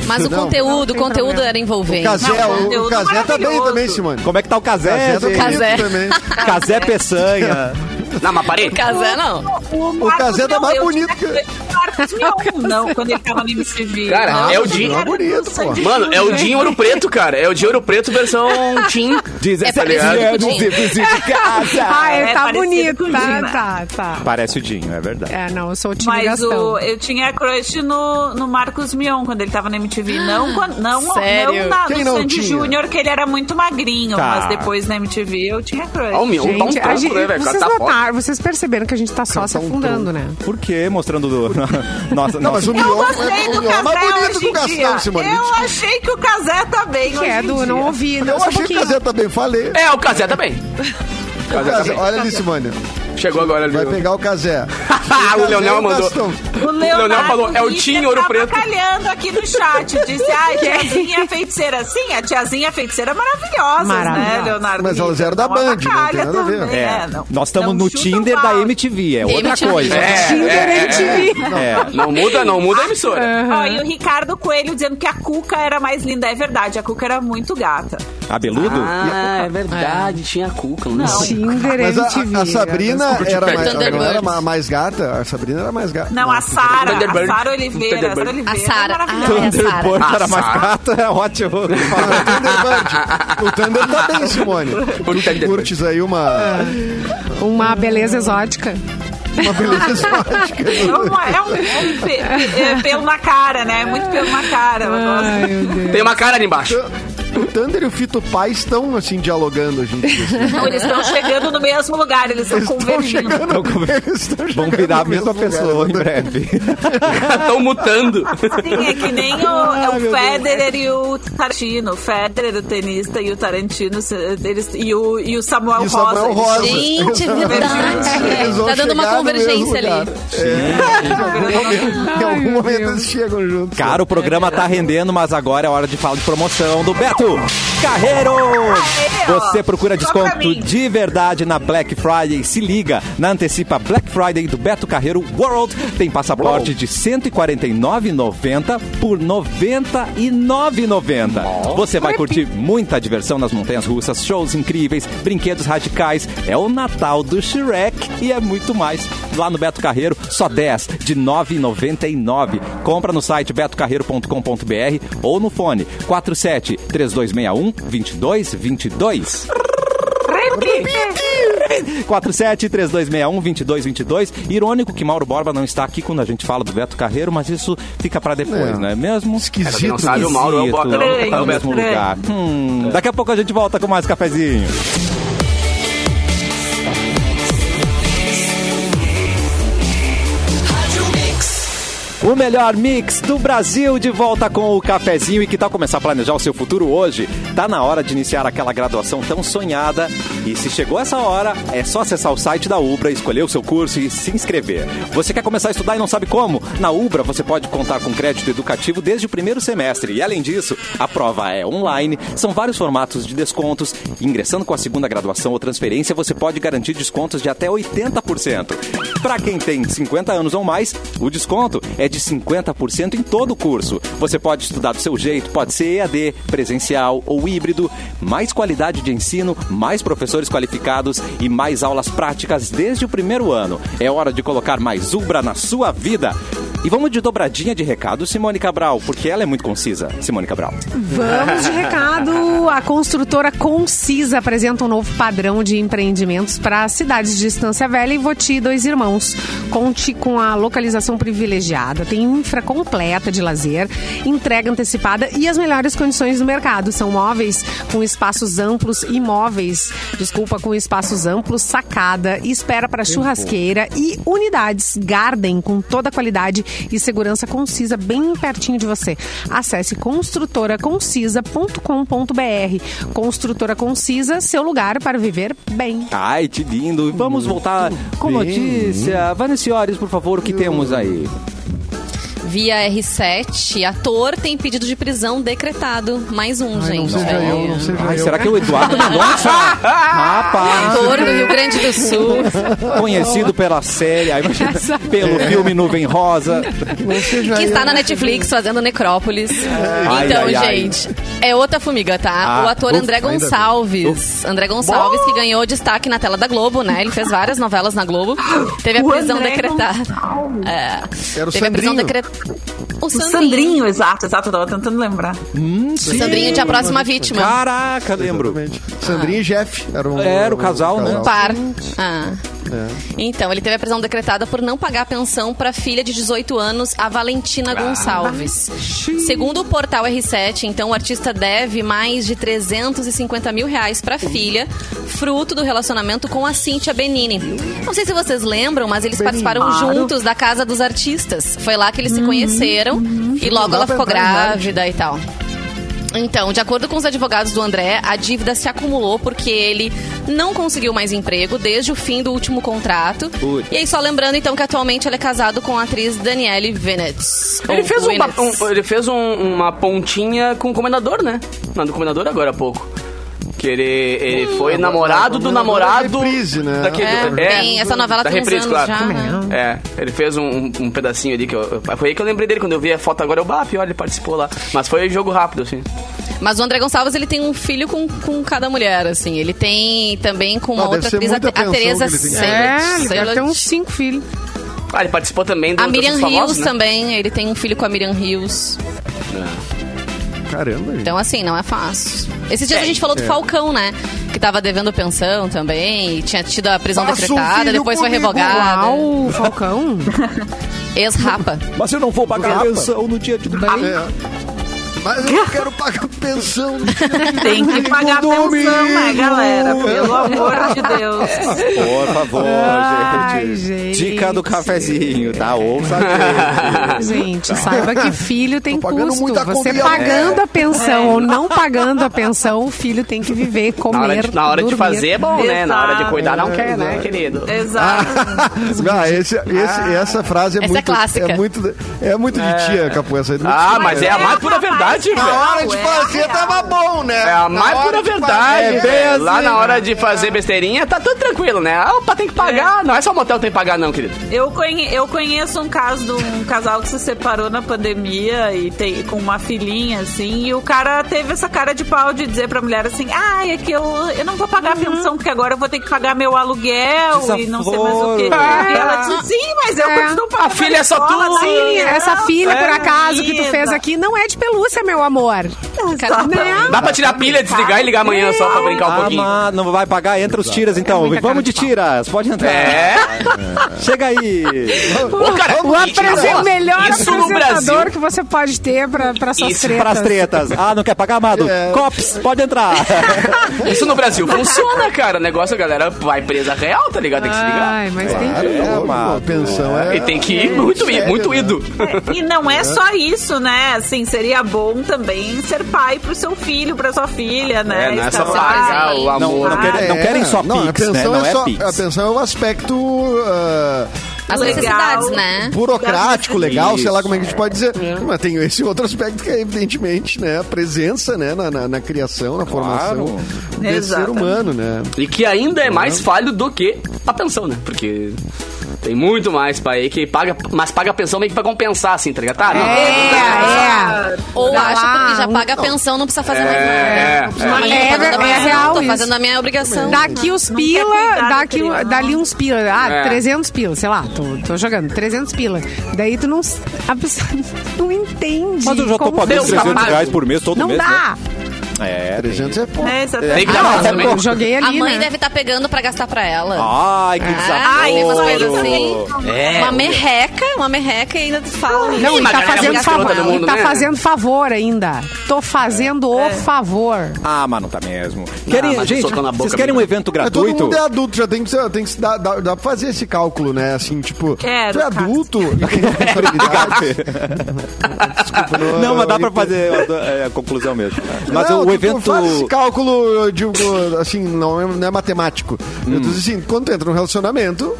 [SPEAKER 2] Mas o
[SPEAKER 5] Não,
[SPEAKER 2] conteúdo,
[SPEAKER 3] não
[SPEAKER 2] o
[SPEAKER 3] tem
[SPEAKER 2] conteúdo
[SPEAKER 3] problema.
[SPEAKER 2] era
[SPEAKER 5] O
[SPEAKER 2] envolvente.
[SPEAKER 5] Cazé,
[SPEAKER 6] Não,
[SPEAKER 5] o,
[SPEAKER 6] conteúdo
[SPEAKER 5] Cazé tá bem
[SPEAKER 6] maravilhoso.
[SPEAKER 5] também, Simone.
[SPEAKER 1] Como é que tá o Casé?
[SPEAKER 5] Cazé tá
[SPEAKER 1] gente?
[SPEAKER 5] bonito
[SPEAKER 2] Cazé.
[SPEAKER 5] também.
[SPEAKER 1] Casé Peçanha.
[SPEAKER 7] Não, mas parei.
[SPEAKER 2] O Casé não.
[SPEAKER 6] O,
[SPEAKER 5] Casé tá
[SPEAKER 6] Mion,
[SPEAKER 5] mais
[SPEAKER 6] eu
[SPEAKER 5] bonito
[SPEAKER 6] tinha
[SPEAKER 5] que-
[SPEAKER 6] que- O Marcos Mion, não, quando ele tava na MTV.
[SPEAKER 7] Cara,
[SPEAKER 6] Nossa,
[SPEAKER 7] é o
[SPEAKER 6] ele
[SPEAKER 7] Dinho.
[SPEAKER 6] era
[SPEAKER 5] Bonito,
[SPEAKER 6] do Sandy
[SPEAKER 7] Mano, é o
[SPEAKER 6] Júnior.
[SPEAKER 7] Dinho Ouro Preto, cara. É o Dinho Ouro Preto versão Tim.
[SPEAKER 1] Diz
[SPEAKER 2] É parecido com o Dinho.
[SPEAKER 1] de casa.
[SPEAKER 3] Ah, ele
[SPEAKER 6] é
[SPEAKER 3] tá
[SPEAKER 6] parecido
[SPEAKER 3] bonito.
[SPEAKER 6] com
[SPEAKER 3] Tá,
[SPEAKER 6] Dina.
[SPEAKER 3] tá, tá.
[SPEAKER 1] Parece o Dinho, é verdade.
[SPEAKER 3] É, não, eu sou o time
[SPEAKER 6] Mas
[SPEAKER 3] Gastão.
[SPEAKER 6] o, eu tinha crush no, no Marcos Mion quando ele tava na MTV. Não, quando- não,
[SPEAKER 2] Sério?
[SPEAKER 6] não na,
[SPEAKER 5] Quem
[SPEAKER 6] no
[SPEAKER 5] não
[SPEAKER 6] Sandy
[SPEAKER 5] tinha?
[SPEAKER 6] Júnior, que ele era muito magrinho.
[SPEAKER 1] Tá.
[SPEAKER 6] Mas depois na MTV eu tinha crush.
[SPEAKER 7] Ó, o meu, tá um
[SPEAKER 3] Gente, a
[SPEAKER 7] tronco,
[SPEAKER 3] gente-
[SPEAKER 7] né, velho? O cara
[SPEAKER 3] vocês
[SPEAKER 7] tá foda. um
[SPEAKER 3] notaram, vocês perceberam que a gente tá só se afundando, né?
[SPEAKER 1] Por quê? Mostrando do. Nossa,
[SPEAKER 5] Não,
[SPEAKER 1] nossa.
[SPEAKER 5] mas o
[SPEAKER 6] Eu
[SPEAKER 5] Mion
[SPEAKER 6] gostei
[SPEAKER 5] é, o
[SPEAKER 6] do
[SPEAKER 5] Mion é mais
[SPEAKER 6] Casé
[SPEAKER 5] bonito
[SPEAKER 6] hoje
[SPEAKER 5] que o
[SPEAKER 6] em
[SPEAKER 5] Gastão,
[SPEAKER 6] dia.
[SPEAKER 5] Simone.
[SPEAKER 6] eu achei que o Casé tá bem
[SPEAKER 3] Que
[SPEAKER 6] hoje
[SPEAKER 3] é
[SPEAKER 6] em
[SPEAKER 3] do,
[SPEAKER 6] dia.
[SPEAKER 3] não ouvi, não,
[SPEAKER 5] Eu
[SPEAKER 3] só um
[SPEAKER 5] achei que o
[SPEAKER 3] pouquinho.
[SPEAKER 5] Cazé tá bem, falei.
[SPEAKER 7] É, o Casé também.
[SPEAKER 5] O Cazé- olha ali, Simone.
[SPEAKER 7] Chegou agora ali. Ah,
[SPEAKER 5] Vai pegar o Cazé.
[SPEAKER 7] o Leonel mandou.
[SPEAKER 5] Gastão.
[SPEAKER 6] O Leonardo,
[SPEAKER 7] Leonel falou, é o
[SPEAKER 6] Ritter
[SPEAKER 7] Tim Ouro
[SPEAKER 6] tá
[SPEAKER 7] Preto.
[SPEAKER 6] avacalhando aqui no chat. Disse, ah, a tiazinha é feiticeira. Sim, a tiazinha é feiticeira maravilhosa, né,
[SPEAKER 3] Maravilhosa.
[SPEAKER 6] Leonardo? Então,
[SPEAKER 5] Mas elas
[SPEAKER 6] Ritter?
[SPEAKER 5] eram da
[SPEAKER 6] Não
[SPEAKER 5] Band, não tem
[SPEAKER 6] avacalha
[SPEAKER 5] nada a ver.
[SPEAKER 6] também,
[SPEAKER 1] É,
[SPEAKER 6] né? Não-
[SPEAKER 1] nós estamos
[SPEAKER 6] não
[SPEAKER 1] no
[SPEAKER 6] chuta
[SPEAKER 1] Tinder
[SPEAKER 6] o
[SPEAKER 1] da
[SPEAKER 6] balde.
[SPEAKER 1] MTV, é outra
[SPEAKER 2] MTV.
[SPEAKER 1] coisa.
[SPEAKER 7] É,
[SPEAKER 3] Tinder
[SPEAKER 7] é,
[SPEAKER 3] MTV.
[SPEAKER 1] É.
[SPEAKER 7] Não muda, não muda a emissora.
[SPEAKER 6] Ó, e o Ricardo Coelho dizendo que a Cuca era mais linda. É verdade, a Cuca era muito gata.
[SPEAKER 1] Abeludo?
[SPEAKER 7] Ah, é verdade, tinha a cuca. um Não.
[SPEAKER 6] Não.
[SPEAKER 3] Tinder
[SPEAKER 5] Mas a,
[SPEAKER 3] MTV,
[SPEAKER 5] a Sabrina
[SPEAKER 3] Gastão.
[SPEAKER 5] era mais, ela não era
[SPEAKER 2] Thunderbirds.
[SPEAKER 5] ma- mais gata? A Sabrina era mais gata.
[SPEAKER 6] Não, a Sara, a
[SPEAKER 7] Thunderbird.
[SPEAKER 6] Sara Oliveira. A Sara Oliveira
[SPEAKER 2] A
[SPEAKER 6] é
[SPEAKER 2] Sara.
[SPEAKER 6] maravilhosa.
[SPEAKER 2] Ah, é a Sara.
[SPEAKER 1] Thunderbird era mais
[SPEAKER 7] Sara.
[SPEAKER 1] gata, é ótimo.
[SPEAKER 5] Fala, Thunderbird. O Thunder tá bem, Simone. Tu curtes aí uma,
[SPEAKER 6] Ah,
[SPEAKER 3] Uma beleza exótica.
[SPEAKER 5] uma beleza exótica.
[SPEAKER 6] É, uma- é um, é um pe- é pelo na cara, né? É muito pelo na cara. Eu gosto.
[SPEAKER 7] Tem uma cara ali embaixo.
[SPEAKER 5] O Thunder e o Fito Pai estão, assim, dialogando hoje em dia. assim.
[SPEAKER 6] Não, eles estão chegando no mesmo lugar, eles estão
[SPEAKER 5] Eles estão
[SPEAKER 6] convergindo.
[SPEAKER 5] chegando.
[SPEAKER 1] Então, como-
[SPEAKER 5] Eles estão
[SPEAKER 1] Vão
[SPEAKER 5] chegando
[SPEAKER 1] virar a
[SPEAKER 5] no
[SPEAKER 1] mesma
[SPEAKER 5] mesmo lugar,
[SPEAKER 1] pessoa em
[SPEAKER 5] né?
[SPEAKER 1] breve.
[SPEAKER 7] Estão mutando.
[SPEAKER 6] Sim, é que nem o, é o Federer e o Tarantino. O Federer, o tenista, e o Tarantino, se- eles, e, o, e o Samuel
[SPEAKER 5] E o
[SPEAKER 6] Rosa.
[SPEAKER 5] Samuel Rosa.
[SPEAKER 2] Gente, é
[SPEAKER 5] Eles
[SPEAKER 2] verdade.
[SPEAKER 5] vão
[SPEAKER 2] Tá dando uma
[SPEAKER 5] chegar no mesmo
[SPEAKER 2] convergência
[SPEAKER 5] lugar. É.
[SPEAKER 2] ali.
[SPEAKER 5] Em algum momento eles chegam juntos.
[SPEAKER 1] Cara, o programa tá rendendo, mas agora é hora de falar de promoção do Beto Carreiro.
[SPEAKER 6] ó.
[SPEAKER 1] Você procura
[SPEAKER 6] Só pra
[SPEAKER 1] desconto
[SPEAKER 6] mim.
[SPEAKER 1] de verdade na Black Friday. Se liga na Antecipa Black Friday do Beto Carreiro World. Tem passaporte de R$ 149,90 por R$ 99,90. Você vai curtir muita diversão nas montanhas russas, shows incríveis, brinquedos radicais. É o Natal do Shrek e é muito mais. Lá no Beto Carreiro, só 10 de 9,99. Compra no site betocarreiro.com.br ou no fone 47 3261 2222. 47-3261-2222. Irônico que Mauro Borba não está aqui quando a gente fala do Beto Carreiro, mas isso fica pra depois,
[SPEAKER 5] É.
[SPEAKER 1] não é mesmo?
[SPEAKER 5] Esquisito.
[SPEAKER 7] Quem não sabe, o Mauro é o
[SPEAKER 1] Esquisito, tá
[SPEAKER 7] Borba.
[SPEAKER 1] no
[SPEAKER 7] Estranho,
[SPEAKER 1] mesmo
[SPEAKER 6] estranho.
[SPEAKER 1] lugar. Hum, daqui a pouco a gente volta com mais cafezinho. O melhor mix do Brasil de volta com o cafezinho e que tal começar a planejar o seu futuro hoje? Tá na hora de iniciar aquela graduação tão sonhada e se chegou essa hora, é só acessar o site da Ubra, escolher o seu curso e se inscrever. Você quer começar a estudar e não sabe como? Na Ubra você pode contar com crédito educativo desde o primeiro semestre e além disso, a prova é online, são vários formatos de descontos. Ingressando com a segunda graduação ou transferência, você pode garantir descontos de até 80%. Para quem tem 50 anos ou mais, o desconto é de 50% em todo o curso. Você pode estudar do seu jeito, pode ser EAD, presencial ou híbrido. Mais qualidade de ensino, mais professores qualificados e mais aulas práticas desde o primeiro ano. É hora de colocar mais Ubra na sua vida. E vamos de dobradinha de recado, Simone Cabral, porque ela é muito concisa. Simone Cabral.
[SPEAKER 3] Vamos de recado. A construtora Concisa apresenta um novo padrão de empreendimentos para as cidades de Estância Velha e Voti e Dois Irmãos. Conte com a localização privilegiada, tem infra completa de lazer, entrega antecipada e as melhores condições do mercado. São móveis com espaços amplos e móveis, desculpa, com espaços amplos, sacada, espera para churrasqueira e unidades Garden com toda a qualidade e segurança concisa bem pertinho de você. Acesse construtoraconcisa.com.br. Construtora Concisa, seu lugar para viver bem.
[SPEAKER 1] Ai, que lindo. Vamos voltar com notícia. Vanessiores, por favor, o que temos aí?
[SPEAKER 2] Via R7, ator tem pedido de prisão decretado. Mais um,
[SPEAKER 5] Ai, não
[SPEAKER 2] gente.
[SPEAKER 5] seja
[SPEAKER 2] Aí.
[SPEAKER 5] eu, não seja
[SPEAKER 1] Ai,
[SPEAKER 5] eu.
[SPEAKER 1] será que é o Eduardo Mendonça? Rapaz,
[SPEAKER 2] Ator do Rio Grande do Sul.
[SPEAKER 1] conhecido pela série, aí, pelo filme Nuvem Rosa.
[SPEAKER 5] Não seja
[SPEAKER 2] que está
[SPEAKER 5] eu.
[SPEAKER 2] na Netflix fazendo Necrópolis.
[SPEAKER 1] Ai,
[SPEAKER 2] então,
[SPEAKER 1] ai, ai.
[SPEAKER 2] gente, é outra formiga, tá?
[SPEAKER 1] Ah,
[SPEAKER 2] o ator
[SPEAKER 1] ufa,
[SPEAKER 2] André
[SPEAKER 5] ainda bem.
[SPEAKER 2] Gonçalves. André Gonçalves, que ganhou destaque na tela da Globo, né? Ele fez várias novelas na Globo. Teve a
[SPEAKER 6] O
[SPEAKER 2] prisão
[SPEAKER 6] André
[SPEAKER 2] decretada. É.
[SPEAKER 5] Era o
[SPEAKER 2] Teve a prisão
[SPEAKER 5] Sandrinho.
[SPEAKER 2] decretada. O
[SPEAKER 6] O
[SPEAKER 2] Sandrinho.
[SPEAKER 6] Sandrinho, é exato, exato, eu tava tentando lembrar.
[SPEAKER 2] O Sandrinho de A Próxima Vítima.
[SPEAKER 1] Caraca, lembro.
[SPEAKER 5] Exatamente. Sandrinha e Jeff eram
[SPEAKER 1] Era o casal, né?
[SPEAKER 2] Um par. Ah. Então, ele teve a prisão decretada por não pagar a pensão para filha de 18 anos, a Valentina Gonçalves. Segundo o portal R7, então, o artista deve mais de 350 mil reais para filha, fruto do relacionamento com a Cíntia Benini. Não sei se vocês lembram, mas eles participaram juntos da Casa dos Artistas. Foi lá que eles se conheceram e logo
[SPEAKER 5] Uhum. dá
[SPEAKER 2] ela
[SPEAKER 5] pra
[SPEAKER 2] ficou
[SPEAKER 5] entrar em arte.
[SPEAKER 2] grávida e tal. Então, de acordo com os advogados do André, a dívida se acumulou porque ele não conseguiu mais emprego desde o fim do último contrato.
[SPEAKER 1] Putz.
[SPEAKER 2] E aí, só lembrando, então, que atualmente ele é casado com a atriz Daniele Vinitz.
[SPEAKER 7] Ele
[SPEAKER 2] Ou
[SPEAKER 7] fez, um,
[SPEAKER 2] Vinitz.
[SPEAKER 7] pa- um- ele fez um- uma pontinha com o comendador, né? Não, do comendador agora há pouco. Que ele, ele
[SPEAKER 5] Hum.
[SPEAKER 7] foi namorado do
[SPEAKER 5] Comendador é
[SPEAKER 7] namorado.
[SPEAKER 5] reprise, né?
[SPEAKER 7] Daquele,
[SPEAKER 2] É, tem essa novela
[SPEAKER 7] da
[SPEAKER 2] tem uns
[SPEAKER 7] reprise,
[SPEAKER 2] anos
[SPEAKER 7] claro.
[SPEAKER 2] já, né?
[SPEAKER 7] É, ele fez um, um- um pedacinho ali que eu, eu- Foi aí que eu lembrei dele quando eu vi a foto agora. Eu, bah, pior, ele participou lá. Mas foi jogo rápido, assim.
[SPEAKER 2] Mas o André Gonçalves, ele tem um filho com, com cada mulher, assim. Ele tem também com uma
[SPEAKER 5] Ah, deve
[SPEAKER 2] outra
[SPEAKER 5] ser
[SPEAKER 2] atriz, a,
[SPEAKER 5] muita
[SPEAKER 2] a
[SPEAKER 5] pensão
[SPEAKER 2] Teresa
[SPEAKER 5] que ele tem que
[SPEAKER 3] É, ele deve ter
[SPEAKER 2] Sellot.
[SPEAKER 3] uns cinco filhos.
[SPEAKER 7] Ah, ele participou também do
[SPEAKER 2] A
[SPEAKER 7] do
[SPEAKER 2] Miriam
[SPEAKER 7] Outros
[SPEAKER 2] Rios
[SPEAKER 7] Famosos, né?
[SPEAKER 2] também, ele tem um filho com a Miriam Rios.
[SPEAKER 5] Caramba, gente.
[SPEAKER 2] Então, assim, não é fácil. Esses
[SPEAKER 7] É,
[SPEAKER 2] dias a gente falou do Falcão, né? Que tava devendo pensão também, e tinha tido a prisão
[SPEAKER 5] Faça um
[SPEAKER 2] decretada,
[SPEAKER 5] filho
[SPEAKER 2] depois foi
[SPEAKER 5] comigo.
[SPEAKER 2] revogada.
[SPEAKER 3] Uau, Falcão.
[SPEAKER 2] Ex-rapa.
[SPEAKER 1] Mas eu não vou pagar a pensão no dia de...
[SPEAKER 5] É. Mas eu não quero pagar pensão.
[SPEAKER 6] Tem que pagar a pensão, né, galera? Pelo amor de Deus.
[SPEAKER 1] Por favor,
[SPEAKER 3] Ai, gente.
[SPEAKER 1] Dica do cafezinho, tá? Ouça gente.
[SPEAKER 3] Gente, saiba que filho tem
[SPEAKER 5] Tô pagando
[SPEAKER 3] custo.
[SPEAKER 5] muita né?
[SPEAKER 3] Você
[SPEAKER 5] conta.
[SPEAKER 3] pagando a pensão ou não pagando a pensão, o filho tem que viver, comer,
[SPEAKER 7] É. Na hora, de, na hora de
[SPEAKER 3] dormir.
[SPEAKER 7] fazer é bom, né? Na hora de cuidar não
[SPEAKER 5] Exato.
[SPEAKER 7] quer, né, querido?
[SPEAKER 2] É,
[SPEAKER 6] Exato.
[SPEAKER 5] Ah, esse, esse- essa frase é
[SPEAKER 2] Essa é
[SPEAKER 5] muito.
[SPEAKER 2] clássica.
[SPEAKER 5] É muito, é muito de tia, Capu, essa aí.
[SPEAKER 7] Ah, mas é a
[SPEAKER 6] É,
[SPEAKER 7] mais pura
[SPEAKER 6] rapaz, é
[SPEAKER 7] verdade,
[SPEAKER 6] na
[SPEAKER 7] velho.
[SPEAKER 5] hora de fazer tava bom, né?
[SPEAKER 7] É a mais pura
[SPEAKER 5] É
[SPEAKER 7] verdade, velho. Lá na
[SPEAKER 5] assim.
[SPEAKER 7] hora de fazer besteirinha, tá tudo tranquilo, né? Ah, Opa, tem que pagar. Não é só o motel que tem que pagar, não, querido.
[SPEAKER 6] Eu, conhe- eu conheço um caso de um casal que se separou na pandemia e tem com uma filhinha, assim, e o cara teve essa cara de pau de dizer pra mulher assim, ah, é que eu, eu não vou pagar a
[SPEAKER 3] Uhum.
[SPEAKER 6] pensão, porque agora eu vou ter que pagar meu aluguel e não sei mais o quê.
[SPEAKER 1] Desaforo.
[SPEAKER 6] E ela disse, sim, mas eu
[SPEAKER 3] Ah. É.
[SPEAKER 6] continuo pagando.
[SPEAKER 7] A filha é só
[SPEAKER 6] escola,
[SPEAKER 7] tua.
[SPEAKER 6] sim,
[SPEAKER 3] Essa
[SPEAKER 6] não,
[SPEAKER 3] filha, por
[SPEAKER 6] é,
[SPEAKER 3] acaso, que tu fez
[SPEAKER 6] menina.
[SPEAKER 3] aqui, não é de pelúcia, meu amor. é
[SPEAKER 6] Exatamente.
[SPEAKER 7] Dá pra tirar a pilha, desligar e ligar amanhã só pra brincar um
[SPEAKER 1] Ah,
[SPEAKER 7] pouquinho.
[SPEAKER 1] mas não vai pagar? Entra os tiras então.
[SPEAKER 3] muita cara
[SPEAKER 1] Vamos de
[SPEAKER 3] de pau.
[SPEAKER 1] tiras, pode entrar.
[SPEAKER 7] É.
[SPEAKER 1] Chega aí.
[SPEAKER 7] Ô, cara,
[SPEAKER 3] O apresen-
[SPEAKER 7] nossa,
[SPEAKER 3] melhor
[SPEAKER 7] isso no
[SPEAKER 3] apresentador
[SPEAKER 7] Brasil.
[SPEAKER 3] que você pode ter pra, pra suas
[SPEAKER 7] Isso,
[SPEAKER 3] tretas.
[SPEAKER 1] Pras tretas. Ah, não quer pagar, amado?
[SPEAKER 5] É.
[SPEAKER 1] Cops, pode entrar.
[SPEAKER 7] Isso no Brasil funciona, cara. O negócio, a galera vai presa real, tá ligado? Tem que se ligar.
[SPEAKER 3] Ai, mas tem
[SPEAKER 5] Claro, é, uma pensão é.
[SPEAKER 7] E tem que ir muito, ir- muito ido.
[SPEAKER 6] É, E não é só isso, né? Assim, seria bom também ser pai pro seu filho, pra sua filha, né?
[SPEAKER 7] É, não é
[SPEAKER 6] Estar Ah,
[SPEAKER 7] só
[SPEAKER 6] lá.
[SPEAKER 7] pagar o
[SPEAKER 1] Não,
[SPEAKER 7] amor.
[SPEAKER 1] não é. querem, não querem só
[SPEAKER 5] é. não, a
[SPEAKER 1] Pix, né?
[SPEAKER 5] pensão
[SPEAKER 1] Não é,
[SPEAKER 5] é só,
[SPEAKER 1] Pix.
[SPEAKER 5] A pensão é o aspecto ah,
[SPEAKER 2] As
[SPEAKER 6] Legal.
[SPEAKER 2] necessidades, né?
[SPEAKER 5] burocrático, legal,
[SPEAKER 1] Isso.
[SPEAKER 5] sei lá como é que a gente pode dizer. Mas tem esse outro aspecto que é, evidentemente, né? A presença, né? Na, na- na criação, na formação desse ser
[SPEAKER 6] Exatamente.
[SPEAKER 5] humano, né?
[SPEAKER 7] E que ainda é mais falho do que a pensão, né? Porque tem muito mais pra aí que paga, mas paga a pensão meio que pra compensar, assim, tá ligado? Tá, não,
[SPEAKER 3] É, é.
[SPEAKER 2] Ou
[SPEAKER 3] Tá
[SPEAKER 2] acha
[SPEAKER 3] lá,
[SPEAKER 2] porque já
[SPEAKER 3] um-
[SPEAKER 2] paga a pensão, não precisa fazer mais nada.
[SPEAKER 7] É, é.
[SPEAKER 2] Mas eu
[SPEAKER 3] É,
[SPEAKER 2] tô fazendo a minha-
[SPEAKER 3] é real
[SPEAKER 2] Tô
[SPEAKER 3] isso.
[SPEAKER 2] fazendo a minha obrigação.
[SPEAKER 3] Daqui os
[SPEAKER 6] Então, Não quer
[SPEAKER 3] pila,
[SPEAKER 6] cuidar da
[SPEAKER 3] daqui,
[SPEAKER 6] criança.
[SPEAKER 3] dali uns pila. Ah,
[SPEAKER 7] É.
[SPEAKER 3] 300 pila, sei lá, tô, tô jogando, 300 pila. Daí tu não, a pessoa não entende.
[SPEAKER 1] Mas eu já tô
[SPEAKER 3] como
[SPEAKER 1] pagando
[SPEAKER 3] funciona.
[SPEAKER 1] 300 reais por mês, todo
[SPEAKER 3] Não
[SPEAKER 1] mês.
[SPEAKER 3] dá.
[SPEAKER 1] Né? Tá É, tem-
[SPEAKER 5] 300 é pouco.
[SPEAKER 6] É,
[SPEAKER 7] Tem
[SPEAKER 6] exatamente.
[SPEAKER 3] Ah,
[SPEAKER 7] que dar mais também.
[SPEAKER 3] Eu joguei
[SPEAKER 2] A
[SPEAKER 3] ali,
[SPEAKER 2] mãe
[SPEAKER 3] né?
[SPEAKER 2] deve estar pegando pra gastar pra ela.
[SPEAKER 1] Ai, que
[SPEAKER 2] Ah, tem umas coisas
[SPEAKER 1] desaforo.
[SPEAKER 2] assim.
[SPEAKER 7] É.
[SPEAKER 2] Uma merreca, uma merreca e ainda falam isso.
[SPEAKER 3] Não, e
[SPEAKER 7] Uma
[SPEAKER 3] tá
[SPEAKER 7] galera
[SPEAKER 3] fazendo
[SPEAKER 7] muito escrota
[SPEAKER 3] favor.
[SPEAKER 7] do mundo,
[SPEAKER 3] e tá
[SPEAKER 7] né?
[SPEAKER 3] fazendo favor ainda. Tô fazendo
[SPEAKER 6] É.
[SPEAKER 3] o favor.
[SPEAKER 1] Ah, mas não tá mesmo. Querem,
[SPEAKER 7] mas
[SPEAKER 1] gente,
[SPEAKER 7] soltou na boca
[SPEAKER 1] vocês querem um
[SPEAKER 7] mesmo.
[SPEAKER 1] evento
[SPEAKER 5] Mas todo
[SPEAKER 1] gratuito?
[SPEAKER 5] mundo é adulto, já tem que, ser- tem que se dar, dá, dá pra fazer esse cálculo, né? Assim, tipo,
[SPEAKER 6] Quero,
[SPEAKER 5] tu é
[SPEAKER 6] cara.
[SPEAKER 5] adulto e tem responsabilidade. Desculpa,
[SPEAKER 1] Não, mas dá pra
[SPEAKER 5] eu-
[SPEAKER 1] fazer eu adoro- é, a conclusão mesmo. Mas
[SPEAKER 5] Não,
[SPEAKER 1] o,
[SPEAKER 5] tipo,
[SPEAKER 1] evento.
[SPEAKER 5] Faz esse cálculo, eu digo, assim, não é, não é matemático. Eu tô dizendo assim, quando tu entra num relacionamento,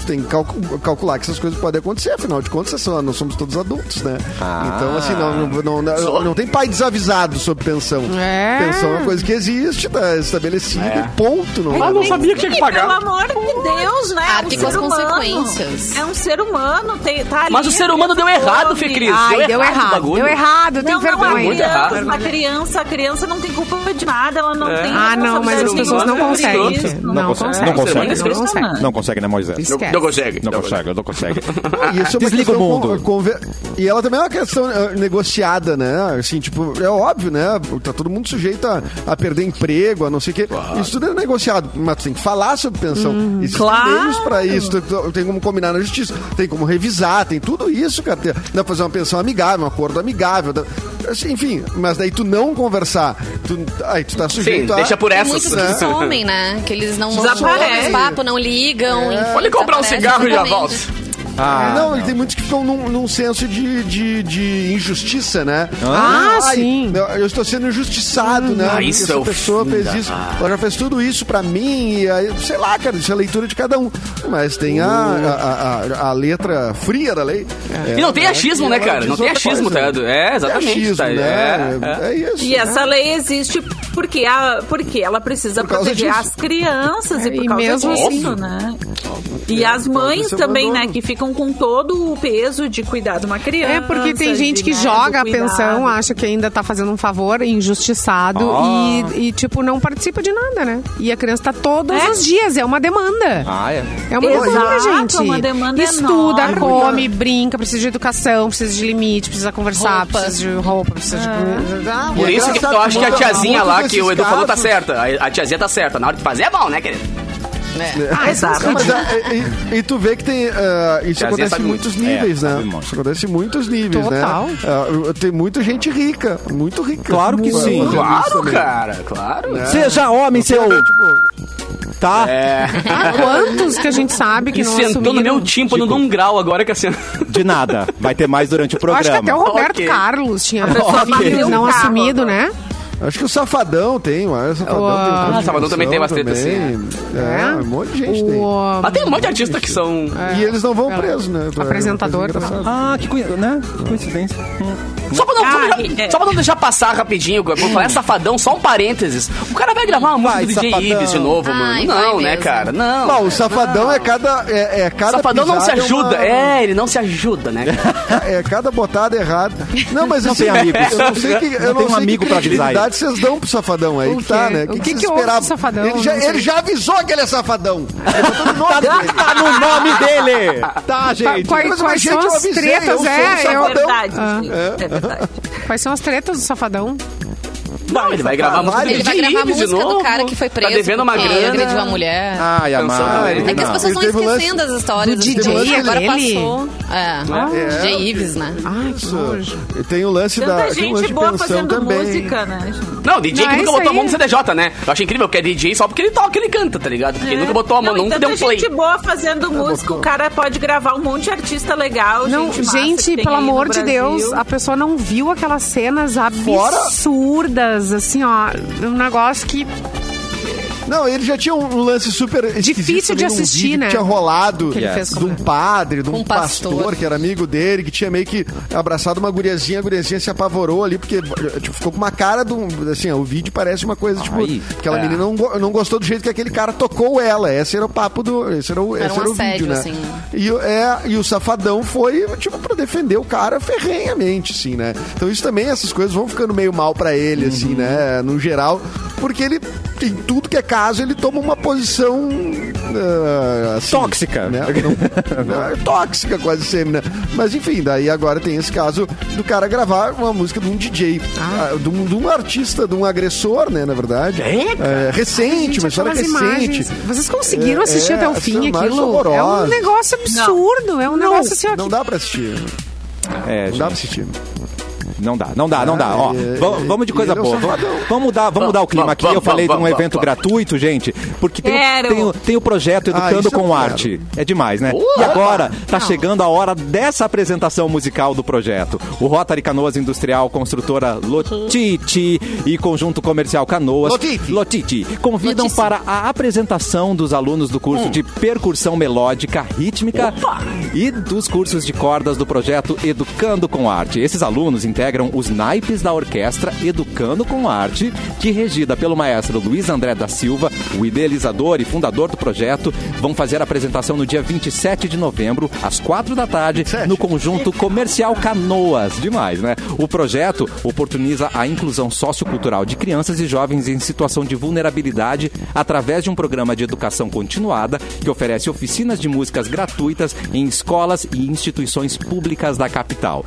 [SPEAKER 5] tu tem que calcu- calcular que essas coisas podem acontecer, afinal de contas, só nós somos todos adultos, né? Então, assim, não, não, não- não tem pai desavisado sobre pensão.
[SPEAKER 3] É.
[SPEAKER 5] Pensão é uma coisa que existe, tá estabelecida e ponto. Não, é?
[SPEAKER 9] Ah, não sabia que tinha que
[SPEAKER 6] E, Pelo
[SPEAKER 9] pagar.
[SPEAKER 6] amor de Deus, né?
[SPEAKER 2] Ah,
[SPEAKER 6] É um
[SPEAKER 2] tem com as
[SPEAKER 6] ser humano.
[SPEAKER 2] consequências.
[SPEAKER 6] É um ser humano, tem, tá ali.
[SPEAKER 7] Mas o ser humano deu
[SPEAKER 6] tem
[SPEAKER 7] errado,
[SPEAKER 6] fome.
[SPEAKER 7] Fê Cris.
[SPEAKER 3] Ai, deu
[SPEAKER 7] errado o
[SPEAKER 3] errado.
[SPEAKER 7] bagulho.
[SPEAKER 3] Deu errado, eu tenho
[SPEAKER 6] Não, não, a
[SPEAKER 3] vergonha.
[SPEAKER 7] muito errado.
[SPEAKER 6] criança, a criança, a criança não tem culpa de nada, ela não tem
[SPEAKER 3] Ah, não, mas as
[SPEAKER 6] responsabilidade
[SPEAKER 3] pessoas não
[SPEAKER 6] nenhuma sobre
[SPEAKER 3] conseguem.
[SPEAKER 6] isso.
[SPEAKER 3] Fê.
[SPEAKER 1] consegue.
[SPEAKER 3] Não conseguem.
[SPEAKER 1] Não consegue.
[SPEAKER 3] Não conseguem.
[SPEAKER 1] Não consegue, né, Moisés?
[SPEAKER 3] Esquece.
[SPEAKER 7] Não consegue.
[SPEAKER 1] Não consegue, não consegue.
[SPEAKER 5] E isso é uma
[SPEAKER 1] Desliga o
[SPEAKER 5] questão
[SPEAKER 1] mundo.
[SPEAKER 5] con- conver- E ela também é uma questão eh, negociada, né? Assim, tipo, é óbvio, né? Tá todo mundo sujeito a, a perder emprego, a não sei o quê. Isso tudo é negociado. Mas tu tem que falar sobre pensão. Existem
[SPEAKER 3] claro.
[SPEAKER 5] meios pra isso. Tu- tu- Tem como combinar na justiça. Tem como revisar. Tem tudo isso, cara. Tem- Dá pra fazer uma pensão amigável, um acordo amigável. dá- assim, Enfim, mas daí tu não conversar. Tu... Aí tu tá
[SPEAKER 7] Sim,
[SPEAKER 5] sujeito a...
[SPEAKER 7] deixa por
[SPEAKER 2] Tem
[SPEAKER 7] essas.
[SPEAKER 2] muitos que somem, né? Que eles não
[SPEAKER 6] Desaparecem.
[SPEAKER 2] os papo, não ligam. enfim,
[SPEAKER 7] Pode comprar um
[SPEAKER 2] desaparecem
[SPEAKER 7] cigarro e já volto.
[SPEAKER 2] totalmente.
[SPEAKER 1] Ah,
[SPEAKER 5] É, não, e tem muitos que ficam num, num senso de, de, de injustiça, né?
[SPEAKER 3] Ah,
[SPEAKER 5] Ai,
[SPEAKER 3] sim.
[SPEAKER 5] Eu, eu estou sendo injustiçado, né? Porque
[SPEAKER 7] isso
[SPEAKER 5] essa
[SPEAKER 7] é o
[SPEAKER 5] pessoa
[SPEAKER 7] fim
[SPEAKER 5] fez
[SPEAKER 7] da-
[SPEAKER 5] isso, ela já fez tudo isso pra mim, e aí, sei lá, cara, isso é a leitura de cada um. Mas tem a, a, a- a letra fria da lei. É,
[SPEAKER 7] E não tem achismo, né, cara? Não tem achismo, tá ligado? É,
[SPEAKER 5] Exatamente.
[SPEAKER 7] exatamente.
[SPEAKER 5] achismo,
[SPEAKER 7] tá?
[SPEAKER 5] né?
[SPEAKER 7] É, é.
[SPEAKER 5] É, isso.
[SPEAKER 6] E
[SPEAKER 5] né?
[SPEAKER 6] essa lei existe porque, a, porque ela precisa
[SPEAKER 5] Por causa
[SPEAKER 6] proteger
[SPEAKER 5] disso.
[SPEAKER 6] as crianças e por
[SPEAKER 3] E
[SPEAKER 6] causa
[SPEAKER 3] mesmo
[SPEAKER 6] disso,
[SPEAKER 3] assim.
[SPEAKER 6] né? E as mães
[SPEAKER 5] isso
[SPEAKER 6] também, né,
[SPEAKER 5] abandono.
[SPEAKER 6] que ficam com todo o peso de cuidar de uma criança.
[SPEAKER 3] É porque tem gente
[SPEAKER 6] de,
[SPEAKER 3] que
[SPEAKER 6] né,
[SPEAKER 3] joga a
[SPEAKER 6] do cuidado.
[SPEAKER 3] pensão, acha que ainda tá fazendo um favor, injustiçado e, e, tipo, não participa de nada, né? E a criança tá todos
[SPEAKER 6] É.
[SPEAKER 3] os dias, é uma demanda.
[SPEAKER 1] Ah, é.
[SPEAKER 3] É uma
[SPEAKER 6] Exato,
[SPEAKER 3] demanda, gente.
[SPEAKER 6] uma demanda
[SPEAKER 3] Estuda,
[SPEAKER 6] enorme.
[SPEAKER 3] come, brinca, precisa de educação, precisa de limite, precisa conversar,
[SPEAKER 2] Roupa.
[SPEAKER 3] precisa de roupa, precisa de. Ah,
[SPEAKER 7] Por
[SPEAKER 5] E
[SPEAKER 7] isso que
[SPEAKER 5] engraçado
[SPEAKER 7] eu acho que a
[SPEAKER 5] muitos-
[SPEAKER 7] tiazinha
[SPEAKER 5] muitos
[SPEAKER 7] lá, que o
[SPEAKER 5] desses
[SPEAKER 7] Edu falou, tá
[SPEAKER 5] casos-
[SPEAKER 7] certa. A a tiazinha tá certa. Na hora de fazer é mal, né, querido?
[SPEAKER 3] ah,
[SPEAKER 6] Exato.
[SPEAKER 5] Não, mas, é, e, e tu vê que tem. ah, isso
[SPEAKER 7] Tiazinha
[SPEAKER 5] acontece
[SPEAKER 7] sabe
[SPEAKER 5] em
[SPEAKER 7] muito.
[SPEAKER 5] muitos níveis,
[SPEAKER 1] É,
[SPEAKER 5] né?
[SPEAKER 1] sabe muito.
[SPEAKER 5] Isso acontece em muitos níveis,
[SPEAKER 3] Total.
[SPEAKER 5] né? Ah, tem muita gente rica, muito rica.
[SPEAKER 1] Claro que
[SPEAKER 5] Muito
[SPEAKER 1] sim.
[SPEAKER 5] rica.
[SPEAKER 7] Claro, cara. Claro.
[SPEAKER 1] Seja homem, seu.
[SPEAKER 5] Tipo,
[SPEAKER 1] Tá?
[SPEAKER 3] Ah, quantos que a gente sabe que
[SPEAKER 7] E
[SPEAKER 3] não
[SPEAKER 7] sentou no
[SPEAKER 3] assumiram?
[SPEAKER 7] meu tímpano num grau agora que assim.
[SPEAKER 9] Tipo,
[SPEAKER 1] De nada. Vai ter mais durante o
[SPEAKER 3] Eu
[SPEAKER 1] programa.
[SPEAKER 3] acho que até o Roberto
[SPEAKER 7] Ok.
[SPEAKER 3] Carlos tinha
[SPEAKER 6] Ok.
[SPEAKER 3] filhos não
[SPEAKER 6] Bateu o carro
[SPEAKER 3] assumido, né?
[SPEAKER 5] acho que o Safadão tem, mas o Safadão
[SPEAKER 3] Ah,
[SPEAKER 5] tem. um monte de
[SPEAKER 7] Safadão também tem
[SPEAKER 5] versão
[SPEAKER 7] bastante,
[SPEAKER 5] também. É, um monte de gente tem.
[SPEAKER 3] O-
[SPEAKER 7] Mas tem um monte de artista que são.
[SPEAKER 5] E eles não vão presos, né?
[SPEAKER 3] Apresentador,
[SPEAKER 5] É uma coisa engraçada.
[SPEAKER 1] Ah, que coisa, né? Que coincidência.
[SPEAKER 7] Só pra, não, só pra-
[SPEAKER 6] é.
[SPEAKER 7] só pra não deixar passar rapidinho, eu vou
[SPEAKER 2] Hum.
[SPEAKER 7] falar safadão, só um parênteses. O cara vai gravar uma música
[SPEAKER 1] Vai,
[SPEAKER 7] do DJ
[SPEAKER 1] safadão.
[SPEAKER 7] Ives de novo, mano.
[SPEAKER 2] Ai,
[SPEAKER 7] Não,
[SPEAKER 2] vai
[SPEAKER 7] né,
[SPEAKER 2] mesmo.
[SPEAKER 7] cara? Não.
[SPEAKER 5] Não, o Safadão é cada. É, é cada
[SPEAKER 7] safadão não se
[SPEAKER 5] pisada
[SPEAKER 7] ajuda.
[SPEAKER 5] É, uma-
[SPEAKER 7] É, ele não se ajuda, né?
[SPEAKER 5] É, cada botada errada. Não, mas
[SPEAKER 1] Não
[SPEAKER 5] assim,
[SPEAKER 1] tem amigos.
[SPEAKER 5] eu não sei que, eu
[SPEAKER 1] Não
[SPEAKER 5] não
[SPEAKER 1] tem um
[SPEAKER 5] sei
[SPEAKER 1] amigo
[SPEAKER 5] que
[SPEAKER 1] pra avisar
[SPEAKER 5] credibilidade vocês dão pro safadão aí,
[SPEAKER 3] O
[SPEAKER 5] que tá,
[SPEAKER 3] quê?
[SPEAKER 5] né?
[SPEAKER 3] O que
[SPEAKER 5] vocês
[SPEAKER 3] que houve pro
[SPEAKER 5] esperavam?
[SPEAKER 3] safadão?
[SPEAKER 5] Ele já,
[SPEAKER 3] Não sei.
[SPEAKER 5] ele já avisou que ele é safadão.
[SPEAKER 1] Tá, tá no nome dele! Tá, gente.
[SPEAKER 3] Quais,
[SPEAKER 5] mas,
[SPEAKER 3] quais
[SPEAKER 5] gente,
[SPEAKER 3] são
[SPEAKER 5] eu
[SPEAKER 3] as
[SPEAKER 5] avisei, eu
[SPEAKER 3] tretas?
[SPEAKER 5] sou um
[SPEAKER 3] É,
[SPEAKER 6] É
[SPEAKER 3] eu-
[SPEAKER 6] verdade, gente, é verdade.
[SPEAKER 3] quais são as tretas do Safadão?
[SPEAKER 7] Não, ele vai gravar a música
[SPEAKER 2] Ele
[SPEAKER 7] do
[SPEAKER 2] vai
[SPEAKER 7] DJ
[SPEAKER 2] gravar a
[SPEAKER 7] Ives de
[SPEAKER 2] música do
[SPEAKER 7] novo.
[SPEAKER 2] cara que foi preso. É,
[SPEAKER 7] Tá devendo uma
[SPEAKER 2] porque
[SPEAKER 7] grana.
[SPEAKER 2] agrediu a mulher.
[SPEAKER 6] Ah,
[SPEAKER 1] Ai, amada.
[SPEAKER 5] Canção
[SPEAKER 2] é que as pessoas
[SPEAKER 5] Ele
[SPEAKER 2] vão
[SPEAKER 5] teve um lance-
[SPEAKER 2] esquecendo as histórias
[SPEAKER 3] do
[SPEAKER 2] do
[SPEAKER 3] DJ,
[SPEAKER 2] DJ, agora
[SPEAKER 6] né?
[SPEAKER 3] ele?
[SPEAKER 2] passou.
[SPEAKER 6] Ah.
[SPEAKER 2] É,
[SPEAKER 5] É.
[SPEAKER 2] DJ Ives, né?
[SPEAKER 3] Ai, que
[SPEAKER 5] Isso.
[SPEAKER 3] nojo.
[SPEAKER 5] E tem o lance da.
[SPEAKER 6] Tanta
[SPEAKER 5] tem o
[SPEAKER 6] gente
[SPEAKER 5] lance de
[SPEAKER 6] boa
[SPEAKER 5] pensão
[SPEAKER 6] fazendo
[SPEAKER 5] também.
[SPEAKER 6] música, né, gente?
[SPEAKER 3] Não,
[SPEAKER 7] Não, DJ que
[SPEAKER 3] é
[SPEAKER 7] nunca
[SPEAKER 3] isso
[SPEAKER 7] botou a mão
[SPEAKER 3] aí.
[SPEAKER 7] no CDJ, né? Eu acho incrível que é DJ só porque ele toca, ele canta, tá ligado?
[SPEAKER 2] É.
[SPEAKER 7] Porque ele nunca botou a mão,
[SPEAKER 6] É. Não, e
[SPEAKER 2] então
[SPEAKER 7] nunca
[SPEAKER 6] tanta
[SPEAKER 7] deu um play.
[SPEAKER 6] gente boa fazendo música, o cara pode gravar um monte de artista legal,
[SPEAKER 3] Não,
[SPEAKER 6] gente, massa que
[SPEAKER 3] gente,
[SPEAKER 6] tem
[SPEAKER 3] pelo
[SPEAKER 6] aí no
[SPEAKER 3] amor de
[SPEAKER 6] Brasil.
[SPEAKER 3] Deus, a pessoa não viu aquelas cenas absurdas, assim, ó. Um negócio que.
[SPEAKER 5] Não, ele já tinha um lance super esquisito
[SPEAKER 3] Difícil de
[SPEAKER 5] também num
[SPEAKER 3] assistir,
[SPEAKER 5] vídeo
[SPEAKER 3] né?
[SPEAKER 5] Que tinha rolado
[SPEAKER 3] Que ele fez
[SPEAKER 5] de um
[SPEAKER 3] com-
[SPEAKER 5] padre, de um
[SPEAKER 2] com um
[SPEAKER 5] pastor,
[SPEAKER 2] pastor.
[SPEAKER 5] que era amigo dele, que tinha meio que abraçado uma guriazinha, a guriazinha se apavorou ali, porque tipo, ficou com uma cara de um. Assim, ó, o vídeo parece uma coisa, tipo,
[SPEAKER 3] é.
[SPEAKER 5] aquela menina não, go- não gostou do jeito que aquele cara tocou ela. Esse era o papo do. Esse era o,
[SPEAKER 2] Era
[SPEAKER 5] esse
[SPEAKER 2] um
[SPEAKER 5] era o
[SPEAKER 2] assédio,
[SPEAKER 5] vídeo, né?
[SPEAKER 2] assim.
[SPEAKER 5] E, o- é, e o safadão foi, tipo, pra defender o cara ferrenhamente, assim, né? Então isso também, essas coisas vão ficando meio mal pra ele, assim, né? No geral, porque ele tem tudo que é caso, ele toma uma posição. ah, assim,
[SPEAKER 1] Tóxica.
[SPEAKER 5] né? Não- não- é tóxica quase sempre, né? Mas enfim, daí agora tem esse caso do cara gravar uma música de um DJ. ah, De, um, de um artista, de um agressor, né? Na verdade.
[SPEAKER 3] É,
[SPEAKER 5] É, recente, uma história
[SPEAKER 3] aquelas
[SPEAKER 5] recente.
[SPEAKER 3] imagens. Vocês conseguiram
[SPEAKER 5] É,
[SPEAKER 3] assistir
[SPEAKER 5] é,
[SPEAKER 3] até o
[SPEAKER 5] são
[SPEAKER 3] fim
[SPEAKER 5] imagens
[SPEAKER 3] aquilo? É um
[SPEAKER 5] horrorosas.
[SPEAKER 3] negócio absurdo. É um negócio assim, ó,
[SPEAKER 5] Não
[SPEAKER 3] que-
[SPEAKER 5] dá pra
[SPEAKER 1] É,
[SPEAKER 5] assistir. Não dá
[SPEAKER 1] gente,
[SPEAKER 5] pra assistir.
[SPEAKER 1] não dá, não dá, não dá.
[SPEAKER 5] Ah,
[SPEAKER 1] Ó,
[SPEAKER 5] é,
[SPEAKER 1] va- vamos de coisa
[SPEAKER 5] ele é um
[SPEAKER 1] boa. Vamos,
[SPEAKER 5] safadão.
[SPEAKER 1] vamos mudar, vamos mudar o clima
[SPEAKER 7] vamos,
[SPEAKER 1] aqui. Eu
[SPEAKER 7] vamos,
[SPEAKER 1] falei de um
[SPEAKER 7] vamos,
[SPEAKER 1] evento
[SPEAKER 7] vamos.
[SPEAKER 1] gratuito, gente, porque tem, o-
[SPEAKER 6] Quero.
[SPEAKER 1] tem, o- tem o projeto Educando
[SPEAKER 5] isso eu
[SPEAKER 1] com
[SPEAKER 5] quero.
[SPEAKER 1] Arte. É demais, né? e
[SPEAKER 7] Opa!
[SPEAKER 1] agora tá chegando a hora dessa apresentação musical do projeto. O Rotary Canoas Industrial, construtora Lotiti e conjunto comercial Canoas
[SPEAKER 5] Lotiti.
[SPEAKER 1] Lotiti convidam
[SPEAKER 2] Lotíssimo.
[SPEAKER 1] para a apresentação dos alunos do curso de percussão melódica rítmica e dos cursos de cordas do projeto Educando com Arte. Esses alunos integram os naipes da orquestra Educando com Arte, que regida pelo maestro Luiz André da Silva, o idealizador e fundador do projeto, vão fazer a apresentação no dia 27 de novembro, às 4 da tarde, no conjunto comercial Canoas. Demais, né? O projeto oportuniza a inclusão sociocultural de crianças e jovens em situação de vulnerabilidade através de um programa de educação continuada que oferece oficinas de músicas gratuitas em escolas e instituições públicas da capital.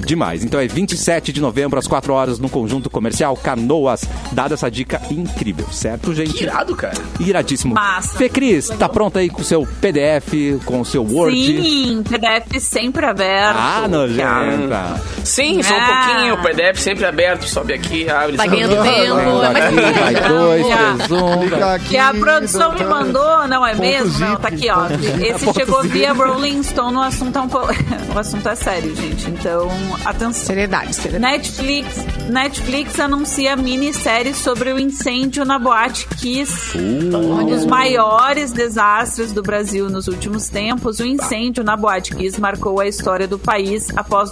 [SPEAKER 1] Demais. Então é 27 de novembro, às 4 horas, no conjunto comercial Canoas. Dada essa dica incrível, certo, gente?
[SPEAKER 7] Irado, cara.
[SPEAKER 1] Iradíssimo.
[SPEAKER 6] Massa.
[SPEAKER 1] Fê Cris, tá pronta aí com o seu PDF, com o seu Word?
[SPEAKER 6] Sim, PDF sempre aberto.
[SPEAKER 1] Ah, nojenta.
[SPEAKER 7] Sim, só um
[SPEAKER 6] Ah.
[SPEAKER 7] pouquinho. O PDF sempre aberto. Sobe aqui, abre.
[SPEAKER 2] Vai
[SPEAKER 6] tá
[SPEAKER 7] sobe.
[SPEAKER 2] ganhando tempo. é
[SPEAKER 6] né?
[SPEAKER 2] mais
[SPEAKER 1] Aqui, vai dois,
[SPEAKER 6] Já.
[SPEAKER 1] três, um.
[SPEAKER 5] Clica aqui,
[SPEAKER 6] Que a produção me
[SPEAKER 5] doutora.
[SPEAKER 6] mandou, não é
[SPEAKER 5] Ponto
[SPEAKER 6] mesmo?
[SPEAKER 5] zip.
[SPEAKER 6] Não, tá aqui, ó. Esse chegou via Rolling Stone, o assunto é um pouco. O assunto é sério, gente. Então, atenção.
[SPEAKER 3] Seriedade, seriedade.
[SPEAKER 6] Netflix, Netflix anuncia minissérie sobre o incêndio na Boate Kiss. Um dos maiores desastres do Brasil nos últimos tempos, o incêndio na Boate Kiss marcou a história do país após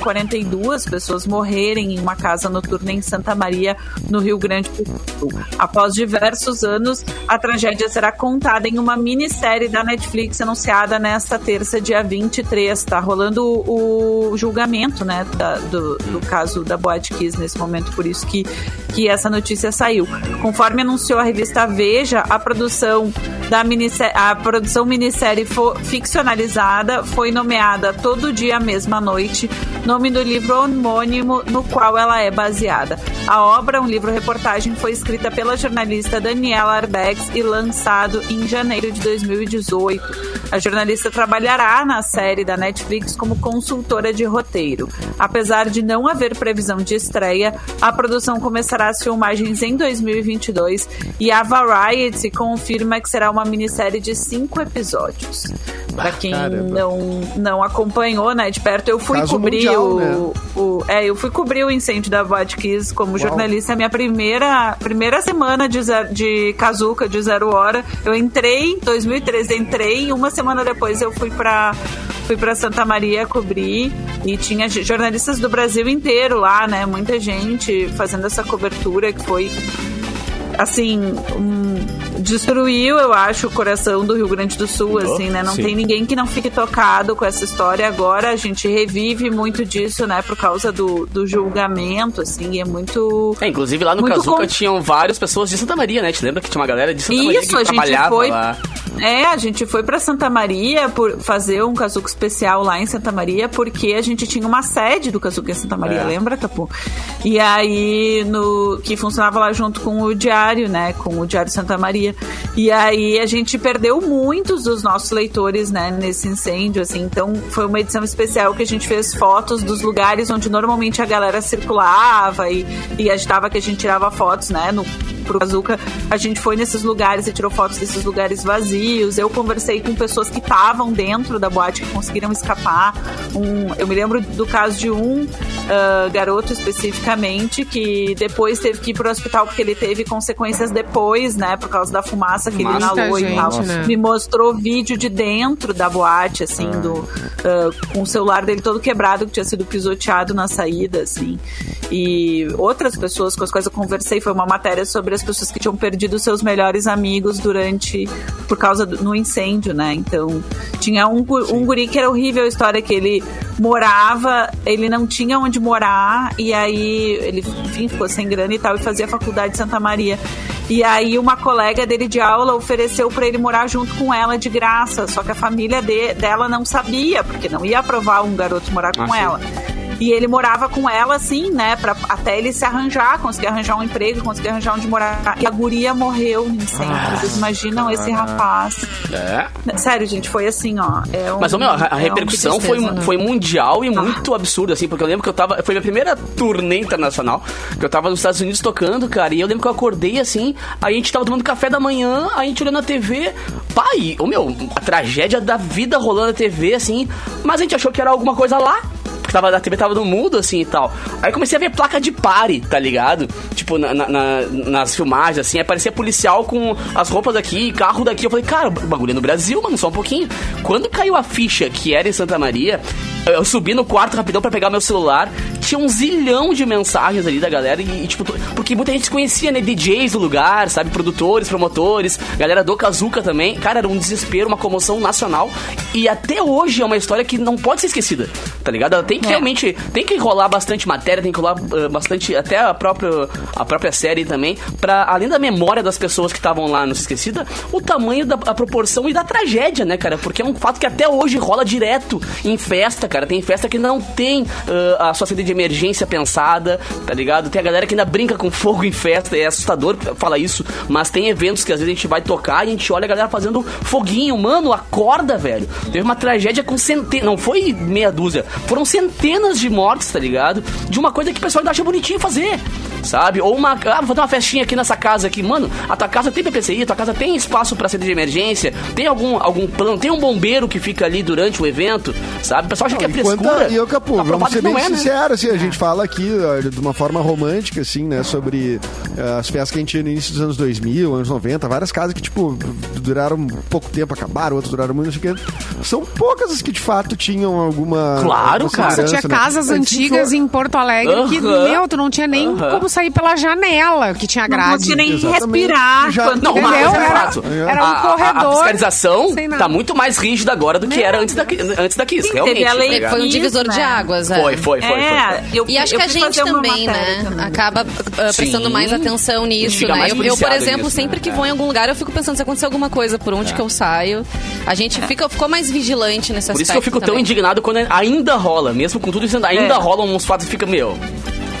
[SPEAKER 6] 242 pessoas morrerem em uma casa noturna em Santa Maria, no Rio Grande do Sul. Após diversos anos, a tragédia será contada em uma minissérie da Netflix anunciada nesta terça, dia 23. Tá rolando o, o julgamento, né, da- do, do caso da Boate Kiss nesse momento, por isso que, que essa notícia saiu. Conforme anunciou a revista Veja, a produção da minissérie, a produção minissérie fo- ficcionalizada foi nomeada Todo Dia Mesma Noite, nome do livro homônimo no qual ela é baseada. A obra, um livro-reportagem, foi escrita pela jornalista Daniela Arbex e lançado em janeiro de 2018. A jornalista trabalhará na série da Netflix como consultora de roteiro. Apesar de não haver previsão de estreia, a produção começará as filmagens em 2022 e a Variety confirma que será uma minissérie de cinco episódios. Pra quem não, não acompanhou, né, de perto, eu fui
[SPEAKER 5] Caso
[SPEAKER 6] cobrir
[SPEAKER 5] mundial,
[SPEAKER 6] o,
[SPEAKER 5] né?
[SPEAKER 6] o- é, eu fui cobrir o incêndio da Vodkiss como jornalista. Minha primeira, primeira semana de, zero, de Kazuca, de zero hora. Eu entrei, em 2013 entrei, e uma semana depois eu fui pra, fui pra Santa Maria cobrir. E tinha j- jornalistas do Brasil inteiro lá, né? Muita gente fazendo essa cobertura que foi assim, hum, destruiu, eu acho, o coração do Rio Grande do Sul, assim, né? Não tem ninguém que não fique tocado com essa história. Agora a gente revive muito disso, né? Por causa do, do julgamento, assim, e é muito.
[SPEAKER 7] É, inclusive lá no
[SPEAKER 6] Muito
[SPEAKER 7] Kazuca
[SPEAKER 6] con-
[SPEAKER 7] tinham várias pessoas de Santa Maria, né? Te lembra que tinha uma galera de Santa Maria
[SPEAKER 6] Isso,
[SPEAKER 7] que
[SPEAKER 6] a gente
[SPEAKER 7] trabalhava
[SPEAKER 6] foi.
[SPEAKER 7] lá?
[SPEAKER 6] É, a gente foi pra Santa Maria por fazer um casuco especial lá em Santa Maria, porque a gente tinha uma sede do casuco em Santa Maria,
[SPEAKER 7] É.
[SPEAKER 6] lembra, Capu? E aí, no que funcionava lá junto com o Diário, né? Com o Diário Santa Maria. E aí a gente perdeu muitos dos nossos leitores, né, nesse incêndio, assim. Então, foi uma edição especial que a gente fez fotos dos lugares onde normalmente a galera circulava e, e agitava que a gente tirava fotos, né? No, pro Brazuca, a gente foi nesses lugares e tirou fotos desses lugares vazios. Eu conversei com pessoas que estavam dentro da boate, que conseguiram escapar. Um, eu me lembro do caso de um ah, garoto especificamente que depois teve que ir pro hospital porque ele teve consequências depois, né, por causa da fumaça que
[SPEAKER 3] Muita
[SPEAKER 6] ele inalou
[SPEAKER 3] gente,
[SPEAKER 6] e tal.
[SPEAKER 3] né?
[SPEAKER 6] Me mostrou vídeo de dentro da boate, assim, do, ah, com o celular dele todo quebrado, que tinha sido pisoteado na saída, assim. E outras pessoas com as quais eu conversei, foi uma matéria sobre as pessoas que tinham perdido seus melhores amigos durante. por causa do no incêndio, né? Então, tinha um, gu- um guri que era horrível a história é que ele morava, ele não tinha onde morar, e aí ele, enfim, ficou sem grana e tal, e fazia faculdade em Santa Maria. E aí uma colega dele de aula ofereceu para ele morar junto com ela de graça, só que a família de- dela não sabia, porque não ia aprovar um garoto morar com
[SPEAKER 7] Ah, sim.
[SPEAKER 6] ela. E ele morava com ela, assim, né? Pra, até ele se arranjar, conseguir arranjar um emprego, conseguir arranjar onde morar. E a guria morreu no incêndio.
[SPEAKER 7] Ah,
[SPEAKER 6] Vocês imaginam esse rapaz?
[SPEAKER 7] É.
[SPEAKER 6] Sério, gente, foi assim, ó. É um-
[SPEAKER 7] Mas, ô, meu, a, a
[SPEAKER 6] é um- Ah.
[SPEAKER 7] repercussão
[SPEAKER 2] que
[SPEAKER 7] foi,
[SPEAKER 2] tristeza, né?
[SPEAKER 7] foi mundial e muito absurda, assim, porque eu lembro que eu tava. Foi minha primeira turnê internacional, que eu tava nos Estados Unidos tocando, cara, e eu lembro que eu acordei assim, aí a gente tava tomando café da manhã, a gente olhando a TV, pai, ô meu, a tragédia da vida rolando na TV, assim, mas a gente achou que era alguma coisa lá. Porque tava, a TV tava no mundo, assim, e tal. Aí eu comecei a ver placa de pare, tá ligado? Tipo, na- na- na- nas filmagens, assim, aí parecia policial com as roupas daqui, carro daqui. Eu falei, cara, o bagulho é no Brasil, mano, só um pouquinho. Quando caiu a ficha que era em Santa Maria, eu eu subi no quarto rapidão pra pegar meu celular. Tinha um zilhão de mensagens ali da galera, e, e, tipo, to- porque muita gente se conhecia, né? DJs do lugar, sabe? Produtores, promotores, galera do Kazuca também. Cara, era um desespero, uma comoção nacional. E até hoje é uma história que não pode ser esquecida, tá ligado? Ela tem que realmente. Tem que rolar bastante matéria, tem que rolar eh, bastante. Até a própria, a própria série também. Pra, além da memória das pessoas que estavam lá no Se Esquecida, o tamanho da a proporção e da tragédia, né, cara? Porque é um fato que até hoje rola direto em festa, cara. Tem festa que não tem eh, a sua saída de emergência pensada, tá ligado? Tem a galera que ainda brinca com fogo em festa, é assustador falar isso, mas tem eventos que às vezes a gente vai tocar e a gente olha a galera fazendo foguinho, mano, acorda, velho. Teve uma tragédia com centenas, não foi meia dúzia, foram centenas de mortes, tá ligado? De uma coisa que o pessoal ainda acha bonitinho fazer, sabe? Ou uma, ah, vou fazer uma festinha aqui nessa casa aqui, mano, a tua casa tem PPCI, a tua casa tem espaço pra saída de emergência, tem algum, algum plano, tem um bombeiro que fica ali durante o evento, sabe? O pessoal acha que é
[SPEAKER 5] Enquanto,
[SPEAKER 7] frescura.
[SPEAKER 5] e eu, Capu,
[SPEAKER 7] Tá
[SPEAKER 5] vamos
[SPEAKER 7] provado
[SPEAKER 5] ser
[SPEAKER 7] que não
[SPEAKER 5] bem
[SPEAKER 7] é, né?
[SPEAKER 5] sinceros, assim, a gente fala aqui ó, de uma forma romântica, assim, né, sobre eh, as festas que a gente tinha no início dos anos 2000, anos 90, várias casas que, tipo, duraram pouco tempo, acabaram, outras duraram muito, não sei o quê. São poucas as que, de fato, tinham alguma...
[SPEAKER 7] Claro,
[SPEAKER 5] alguma
[SPEAKER 7] cara.
[SPEAKER 5] segurança,
[SPEAKER 3] Nossa,
[SPEAKER 7] Nossa,
[SPEAKER 3] tinha
[SPEAKER 5] né?
[SPEAKER 3] casas
[SPEAKER 5] Assim,
[SPEAKER 3] antigas
[SPEAKER 5] foi-
[SPEAKER 3] em Porto Alegre que,
[SPEAKER 7] Aham.
[SPEAKER 3] meu, tu não tinha nem
[SPEAKER 7] Aham.
[SPEAKER 3] como sair pela janela, que tinha
[SPEAKER 6] Não
[SPEAKER 3] grade.
[SPEAKER 6] consegui nem
[SPEAKER 5] Exatamente.
[SPEAKER 6] respirar.
[SPEAKER 5] Já-
[SPEAKER 6] quando-
[SPEAKER 7] Não,
[SPEAKER 3] Entendeu?
[SPEAKER 7] mas é
[SPEAKER 3] Era-
[SPEAKER 7] fato.
[SPEAKER 3] era um
[SPEAKER 7] A- a- A,
[SPEAKER 3] corredor
[SPEAKER 7] fiscalização
[SPEAKER 3] sem nada. é
[SPEAKER 7] tá muito mais rígida agora do que era antes da, antes da Kiss,
[SPEAKER 6] Sim,
[SPEAKER 7] realmente.
[SPEAKER 6] teve a lei-
[SPEAKER 7] tá ligado?
[SPEAKER 2] Foi um
[SPEAKER 6] Isso,
[SPEAKER 2] divisor de
[SPEAKER 6] né?
[SPEAKER 2] águas, é.
[SPEAKER 7] Foi, foi, foi. foi,
[SPEAKER 6] É,
[SPEAKER 7] foi.
[SPEAKER 6] eu,
[SPEAKER 2] E acho
[SPEAKER 6] eu
[SPEAKER 2] que a
[SPEAKER 6] fui
[SPEAKER 2] gente
[SPEAKER 6] fazer uma
[SPEAKER 2] também,
[SPEAKER 6] matéria
[SPEAKER 2] né?
[SPEAKER 6] também.
[SPEAKER 2] Acaba uh, prestando
[SPEAKER 7] Sim.
[SPEAKER 2] mais atenção nisso,
[SPEAKER 7] Fica
[SPEAKER 2] né?
[SPEAKER 7] mais
[SPEAKER 2] Eu, eu, por
[SPEAKER 7] policiado
[SPEAKER 2] exemplo,
[SPEAKER 7] nisso,
[SPEAKER 2] sempre
[SPEAKER 7] né? É.
[SPEAKER 2] que vou em algum lugar, eu fico pensando se aconteceu alguma coisa, por onde que eu saio. A gente fica, ficou mais vigilante nesse
[SPEAKER 7] Por
[SPEAKER 2] aspecto
[SPEAKER 7] isso que eu fico tão
[SPEAKER 2] também.
[SPEAKER 7] indignado quando ainda rola, mesmo com tudo isso, ainda
[SPEAKER 6] É.
[SPEAKER 7] rolam uns fatos que fica, meu.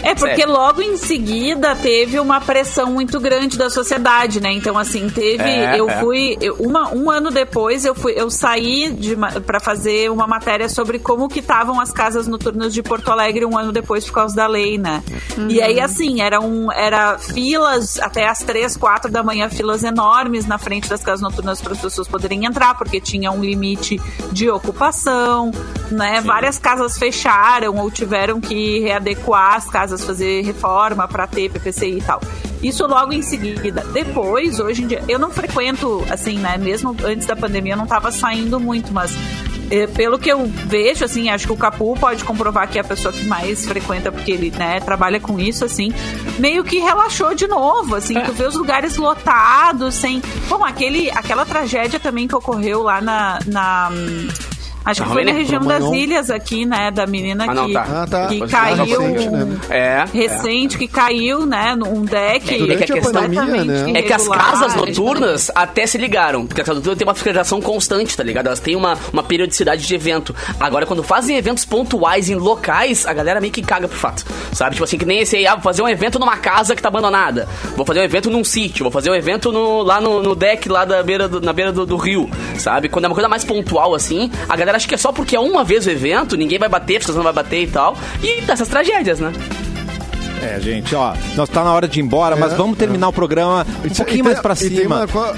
[SPEAKER 6] É, porque
[SPEAKER 7] Sério.
[SPEAKER 6] logo em seguida teve uma pressão muito grande da sociedade, né? Então, assim, teve.
[SPEAKER 7] É,
[SPEAKER 6] eu
[SPEAKER 7] é.
[SPEAKER 6] fui. eu- uma, um ano depois, eu fui, eu saí de ma- pra fazer uma matéria sobre como que estavam as casas noturnas de Porto Alegre um ano depois por causa da lei, né? E aí, assim, era, um, era filas até as três, quatro da manhã, filas enormes na frente das casas noturnas para as pessoas poderem entrar, porque tinha um limite de ocupação, né? Várias casas fecharam ou tiveram que readequar as casas, fazer reforma para ter PPCI e tal. Isso logo em seguida. Depois, hoje em dia, eu não frequento, assim, né? Mesmo antes da pandemia, eu não tava saindo muito, mas eh, pelo que eu vejo, assim, acho que o Capu pode comprovar que é a pessoa que mais frequenta, porque ele, né, trabalha com isso, assim, meio que relaxou de novo, assim, tu vê os lugares lotados, sem... Bom, aquele, aquela tragédia também que ocorreu lá na... na, hum, Acho que
[SPEAKER 7] Na
[SPEAKER 6] foi na
[SPEAKER 7] Romênia?
[SPEAKER 6] região
[SPEAKER 5] Romagnon?
[SPEAKER 6] das ilhas aqui, né, da menina
[SPEAKER 7] Ah, não,
[SPEAKER 6] que,
[SPEAKER 7] tá.
[SPEAKER 5] Ah, tá.
[SPEAKER 6] que
[SPEAKER 5] Depois
[SPEAKER 6] caiu...
[SPEAKER 5] recente, né?
[SPEAKER 7] É.
[SPEAKER 6] Recente, que caiu, né, num deck.
[SPEAKER 7] É que a questão-
[SPEAKER 5] pandemia, né?
[SPEAKER 7] É que as
[SPEAKER 6] irregular,
[SPEAKER 7] casas
[SPEAKER 6] né?
[SPEAKER 7] noturnas até se ligaram, porque as casas noturnas têm uma fiscalização constante, tá ligado? Elas têm uma, uma periodicidade de evento. Agora, quando fazem eventos pontuais em locais, a galera meio que caga pro fato, sabe? Tipo assim, que nem esse aí, ah, vou fazer um evento numa casa que tá abandonada, vou fazer um evento num sítio, vou fazer um evento no- lá no, no deck, lá da beira do- na beira do, do rio, sabe? Quando é uma coisa mais pontual assim, a galera acha que é só porque é uma vez o evento, ninguém vai bater, a não vai bater e tal, e dessas tragédias, né?
[SPEAKER 1] É, gente, ó, nós tá na hora de ir embora, mas
[SPEAKER 5] É,
[SPEAKER 1] vamos terminar o programa um
[SPEAKER 5] E
[SPEAKER 1] pouquinho
[SPEAKER 5] tem-
[SPEAKER 1] mais pra
[SPEAKER 5] e tem
[SPEAKER 1] cima.
[SPEAKER 5] uma co-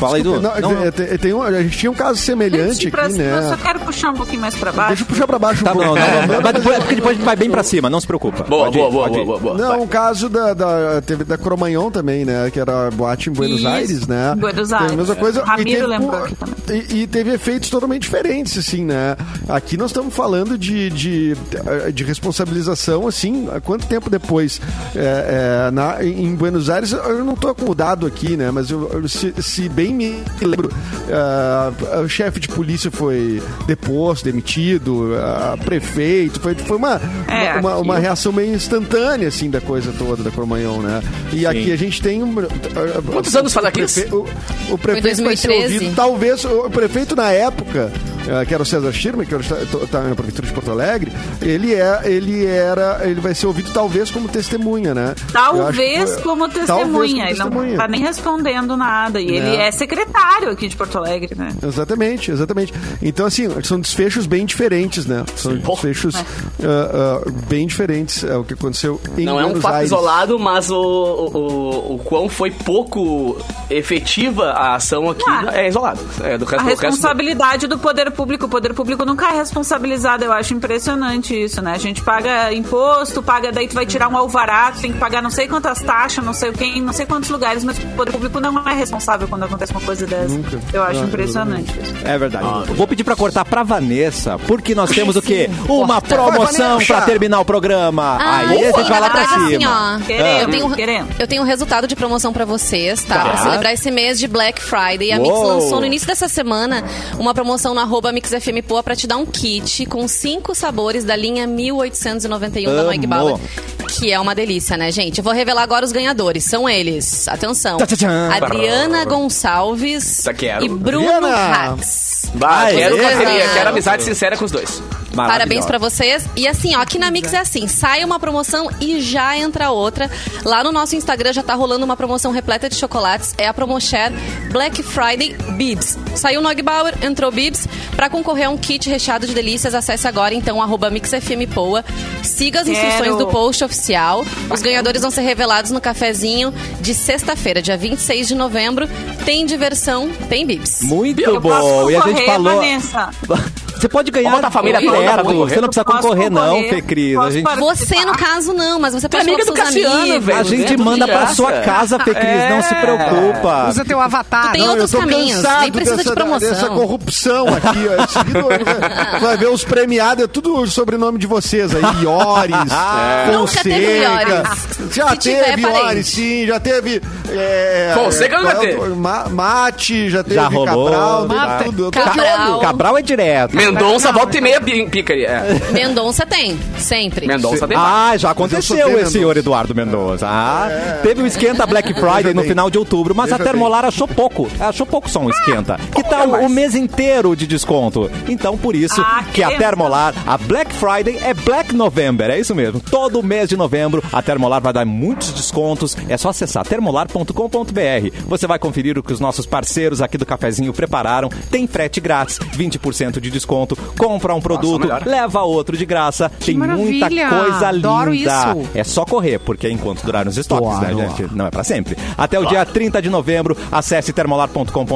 [SPEAKER 1] Fala, Edu.
[SPEAKER 5] Não,
[SPEAKER 1] Não, não.
[SPEAKER 5] tem- tem- tem um- a gente tinha um caso
[SPEAKER 6] Antes
[SPEAKER 5] semelhante
[SPEAKER 6] de pra
[SPEAKER 5] aqui,
[SPEAKER 6] cima, Eu
[SPEAKER 5] né?
[SPEAKER 6] só quero puxar um pouquinho mais pra baixo.
[SPEAKER 5] Deixa eu puxar pra baixo
[SPEAKER 1] Tá
[SPEAKER 5] um
[SPEAKER 1] bom,
[SPEAKER 5] pouco.
[SPEAKER 1] não, não, mas depois, é porque depois a gente vai bem pra cima, não se preocupa.
[SPEAKER 7] Boa,
[SPEAKER 1] Pode ir,
[SPEAKER 7] boa, boa,
[SPEAKER 1] pode
[SPEAKER 7] boa,
[SPEAKER 1] ir.
[SPEAKER 7] boa, boa.
[SPEAKER 5] Não, o caso da, da, teve da Cromagnon também, né? Que era a boate em Buenos
[SPEAKER 6] Isso,
[SPEAKER 5] Aires, né?
[SPEAKER 6] Buenos
[SPEAKER 5] Teve
[SPEAKER 6] Aires.
[SPEAKER 5] A mesma coisa.
[SPEAKER 6] Ramiro
[SPEAKER 5] e teve, um
[SPEAKER 6] lembrou
[SPEAKER 5] pô,
[SPEAKER 6] aqui também.
[SPEAKER 5] E, e teve efeitos totalmente diferentes, assim, né? Aqui nós estamos falando de, de, eh, de responsabilização, assim, há quanto tempo depois? É, é, na, em Buenos Aires, eu não estou acomodado aqui, né? Mas eu- eu- se, se bem nem me lembro. Ah, o chefe de polícia foi deposto, demitido, ah, prefeito. Foi, foi uma,
[SPEAKER 6] É,
[SPEAKER 5] uma, uma- uma
[SPEAKER 6] aqui-
[SPEAKER 5] reação meio instantânea, assim, da coisa toda da Cromanhão, né? E aqui a gente tem um.
[SPEAKER 7] Quantos anos faz aqui?
[SPEAKER 5] Prefe- O, o prefeito vai ser
[SPEAKER 2] 2013.
[SPEAKER 5] ouvido. Talvez o prefeito na época, eh, que era o César Schirmer, que hoje está na prefeitura de Porto Alegre, ele é, ele era, ele vai ser ouvido talvez como testemunha, né? Eu acho que
[SPEAKER 6] Talvez
[SPEAKER 5] foi-
[SPEAKER 6] como testemunha.
[SPEAKER 5] talvez como
[SPEAKER 6] Ele não
[SPEAKER 5] testemunha. Né?
[SPEAKER 6] tá nem respondendo nada. E ele é secretário aqui de Porto Alegre, né?
[SPEAKER 5] Exatamente, exatamente. Então, assim, são desfechos bem diferentes, né? São desfechos ah, ah, bem diferentes ao que aconteceu em
[SPEAKER 7] Não é um
[SPEAKER 5] Buenos
[SPEAKER 7] fato
[SPEAKER 5] Aires.
[SPEAKER 7] isolado, mas o, o, o- o quão foi pouco efetiva a ação aqui
[SPEAKER 6] Claro.
[SPEAKER 7] é isolado. É, do resto, do
[SPEAKER 6] A
[SPEAKER 7] resto
[SPEAKER 6] responsabilidade do poder público. O poder público nunca é responsabilizado. Eu acho impressionante isso, né? A gente paga imposto, paga, daí tu vai tirar um alvará, tu tem que pagar não sei quantas taxas, não sei o quem, não sei quantos lugares, mas o poder público não é responsável quando acontece uma coisa dessa.
[SPEAKER 5] Nunca.
[SPEAKER 6] Eu acho
[SPEAKER 5] Ah,
[SPEAKER 6] impressionante isso.
[SPEAKER 1] É verdade.
[SPEAKER 7] Ah,
[SPEAKER 1] Vou pedir pra cortar pra Vanessa, porque nós temos o quê? Uma promoção
[SPEAKER 5] Vanessa!
[SPEAKER 1] pra terminar o programa. Ah, Aí a
[SPEAKER 2] enfim,
[SPEAKER 1] gente vai lá
[SPEAKER 2] ela
[SPEAKER 1] pra
[SPEAKER 2] traz Ah, assim,
[SPEAKER 1] cima. Ah.
[SPEAKER 2] ó.
[SPEAKER 6] Queremos,
[SPEAKER 2] eu tenho,
[SPEAKER 6] queremos.
[SPEAKER 2] eu tenho um resultado de promoção pra vocês, tá? Pra celebrar esse mês de Black Friday. A Mix
[SPEAKER 1] Uou.
[SPEAKER 2] lançou no início dessa semana uma promoção no arroba MixFMPoa pra te dar um kit com cinco sabores da linha 1891 da
[SPEAKER 1] Amo.
[SPEAKER 2] Noig Bauer. Que é uma delícia, né, gente? Eu vou revelar agora os ganhadores. São eles. Atenção.
[SPEAKER 1] Tchá, tchá, tchá.
[SPEAKER 2] Adriana Gonçalves
[SPEAKER 7] Tá, quero.
[SPEAKER 2] e Bruno
[SPEAKER 5] Adriana.
[SPEAKER 2] Hatz.
[SPEAKER 7] Bah,
[SPEAKER 5] Ah,
[SPEAKER 1] Ai,
[SPEAKER 7] quero
[SPEAKER 1] é.
[SPEAKER 7] parceria, quero amizade sincera com os dois.
[SPEAKER 2] Parabéns pra vocês. E assim, ó, aqui na Mix é assim, sai uma promoção e já entra outra. Lá no nosso Instagram já tá rolando uma promoção repleta de chocolates, é a Promoshare Black Friday Bibs. Saiu Nogbauer, entrou Bibs. Pra concorrer a um kit recheado de delícias, acesse agora então arroba MixFMPoa. Siga as instruções
[SPEAKER 6] Quero.
[SPEAKER 2] do post oficial. Os ganhadores vão ser revelados no cafezinho de sexta-feira, dia 26 de novembro. Tem diversão, tem Bibs.
[SPEAKER 1] Muito
[SPEAKER 6] Eu posso
[SPEAKER 1] bom. E a gente
[SPEAKER 6] concorrer,
[SPEAKER 1] falou.
[SPEAKER 6] Vanessa?
[SPEAKER 1] Você pode ganhar
[SPEAKER 7] Bota a família
[SPEAKER 1] direto.
[SPEAKER 7] toda
[SPEAKER 1] Você
[SPEAKER 7] pra concorrer.
[SPEAKER 1] não precisa
[SPEAKER 6] Posso
[SPEAKER 1] concorrer, não,
[SPEAKER 6] concorrer?
[SPEAKER 1] Fê Cris. A
[SPEAKER 6] Posso
[SPEAKER 1] gente,
[SPEAKER 6] participar?
[SPEAKER 2] Você, no caso, não, mas você pode
[SPEAKER 7] amiga
[SPEAKER 2] falar com
[SPEAKER 7] do
[SPEAKER 2] seus
[SPEAKER 7] Cassiano,
[SPEAKER 2] amigos.
[SPEAKER 7] velho. é
[SPEAKER 1] a gente
[SPEAKER 7] Dentro
[SPEAKER 1] manda
[SPEAKER 7] de
[SPEAKER 1] pra
[SPEAKER 7] graça.
[SPEAKER 1] sua casa, Fê Cris. Não
[SPEAKER 7] É.
[SPEAKER 1] se preocupa.
[SPEAKER 3] Usa teu avatar.
[SPEAKER 2] tem
[SPEAKER 5] Não,
[SPEAKER 2] outros
[SPEAKER 5] eu tô
[SPEAKER 2] caminhos,
[SPEAKER 5] cansado
[SPEAKER 2] nem precisa
[SPEAKER 5] dessa,
[SPEAKER 2] de promoção.
[SPEAKER 5] dessa corrupção aqui. ó. Esse vídeo vai- vai ver os premiados, é tudo o sobrenome de vocês aí. Iores,
[SPEAKER 2] É. Nunca
[SPEAKER 5] Fonseca.
[SPEAKER 2] teve Iores.
[SPEAKER 5] Já
[SPEAKER 2] Se tiver,
[SPEAKER 5] teve
[SPEAKER 2] parente.
[SPEAKER 5] Iores, sim. Já teve... É,
[SPEAKER 7] Fonseca
[SPEAKER 5] qual
[SPEAKER 7] nunca
[SPEAKER 5] é o-
[SPEAKER 7] teve.
[SPEAKER 5] Ma- Mate, já teve
[SPEAKER 1] Já rolou.
[SPEAKER 5] Cabral. tá.
[SPEAKER 1] Mate.
[SPEAKER 5] Teve tudo. Eu tô-
[SPEAKER 2] Cabral.
[SPEAKER 1] Cabral é direto.
[SPEAKER 7] Mendonça, volta e meia pi- pica aí. É.
[SPEAKER 2] Mendonça tem, sempre.
[SPEAKER 7] Mendonça tem mais.
[SPEAKER 1] Ah, já
[SPEAKER 5] Mas eu É.
[SPEAKER 1] aconteceu
[SPEAKER 5] soltei
[SPEAKER 1] esse senhor
[SPEAKER 5] Mendonça.
[SPEAKER 1] Eduardo Mendonça. Ah, teve um esquenta Black Friday no
[SPEAKER 5] bem.
[SPEAKER 1] final de outubro, mas
[SPEAKER 5] Veja
[SPEAKER 1] a Termolar achou pouco. Achou pouco só
[SPEAKER 5] Ah,
[SPEAKER 1] um esquenta. Que tal o mês inteiro de desconto? Então, por isso
[SPEAKER 6] Ah,
[SPEAKER 1] que a
[SPEAKER 6] que
[SPEAKER 1] Termolar, a Black Friday é Black November, é isso mesmo. Todo mês de novembro a Termolar vai dar muitos descontos. É só acessar termolar.com.br. Você vai conferir o que os nossos parceiros aqui do cafezinho prepararam. Tem frete grátis, 20% de desconto. Compra um produto,
[SPEAKER 7] melhor.
[SPEAKER 1] leva outro de graça. Tem muita
[SPEAKER 3] maravilha!
[SPEAKER 1] coisa
[SPEAKER 3] Adoro
[SPEAKER 1] linda.
[SPEAKER 3] isso.
[SPEAKER 1] É só correr, porque enquanto durarem os estoques, né, gente? Não é pra sempre. Até o dia 30 de novembro, acesse termolar.com.br,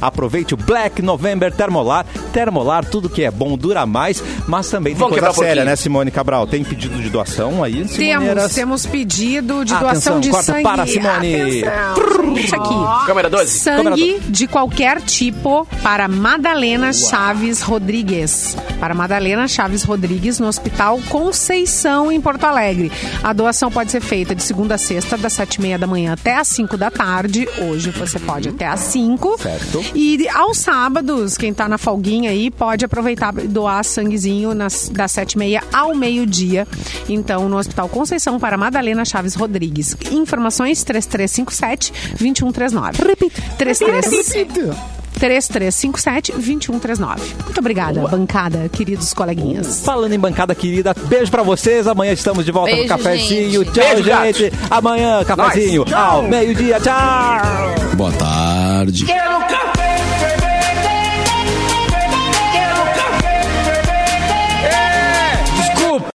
[SPEAKER 1] aproveite o Black November Termolar. Termolar, tudo que é bom dura mais, mas também tem
[SPEAKER 7] Vamos
[SPEAKER 1] coisa
[SPEAKER 7] quebrar um
[SPEAKER 1] séria,
[SPEAKER 7] pouquinho.
[SPEAKER 1] né, Simone Cabral? Tem pedido de doação aí,
[SPEAKER 3] Temos,
[SPEAKER 1] Simoneiras?
[SPEAKER 3] temos pedido de
[SPEAKER 1] Atenção,
[SPEAKER 3] doação de
[SPEAKER 1] corta
[SPEAKER 3] sangue.
[SPEAKER 1] para, Simone.
[SPEAKER 3] Atenção. Isso aqui.
[SPEAKER 7] Câmera 12.
[SPEAKER 3] Sangue de qualquer tipo para Madalena Chaves Rodrigues. Para Madalena Chaves Rodrigues, no Hospital Conceição, em Porto Alegre. A doação pode ser feita de segunda a sexta, das sete e meia da manhã até às cinco da tarde. Hoje você pode até às cinco.
[SPEAKER 1] Certo.
[SPEAKER 3] E aos sábados, quem tá na folguinha aí, pode aproveitar e doar sanguezinho nas, das sete e meia ao meio-dia. Então, no Hospital Conceição para Madalena Chaves Rodrigues. Informações 3357-2139. Repita. 3357-2139. Muito obrigada, bancada, queridos coleguinhas.
[SPEAKER 1] Falando em bancada querida, beijo pra vocês. Amanhã estamos de volta
[SPEAKER 2] Beijo,
[SPEAKER 1] no cafezinho.
[SPEAKER 2] gente.
[SPEAKER 1] Tchau,
[SPEAKER 7] Beijo, gato.
[SPEAKER 1] gente. Amanhã, cafezinho, ao meio-dia. Tchau.
[SPEAKER 10] Boa tarde.
[SPEAKER 4] Quero café!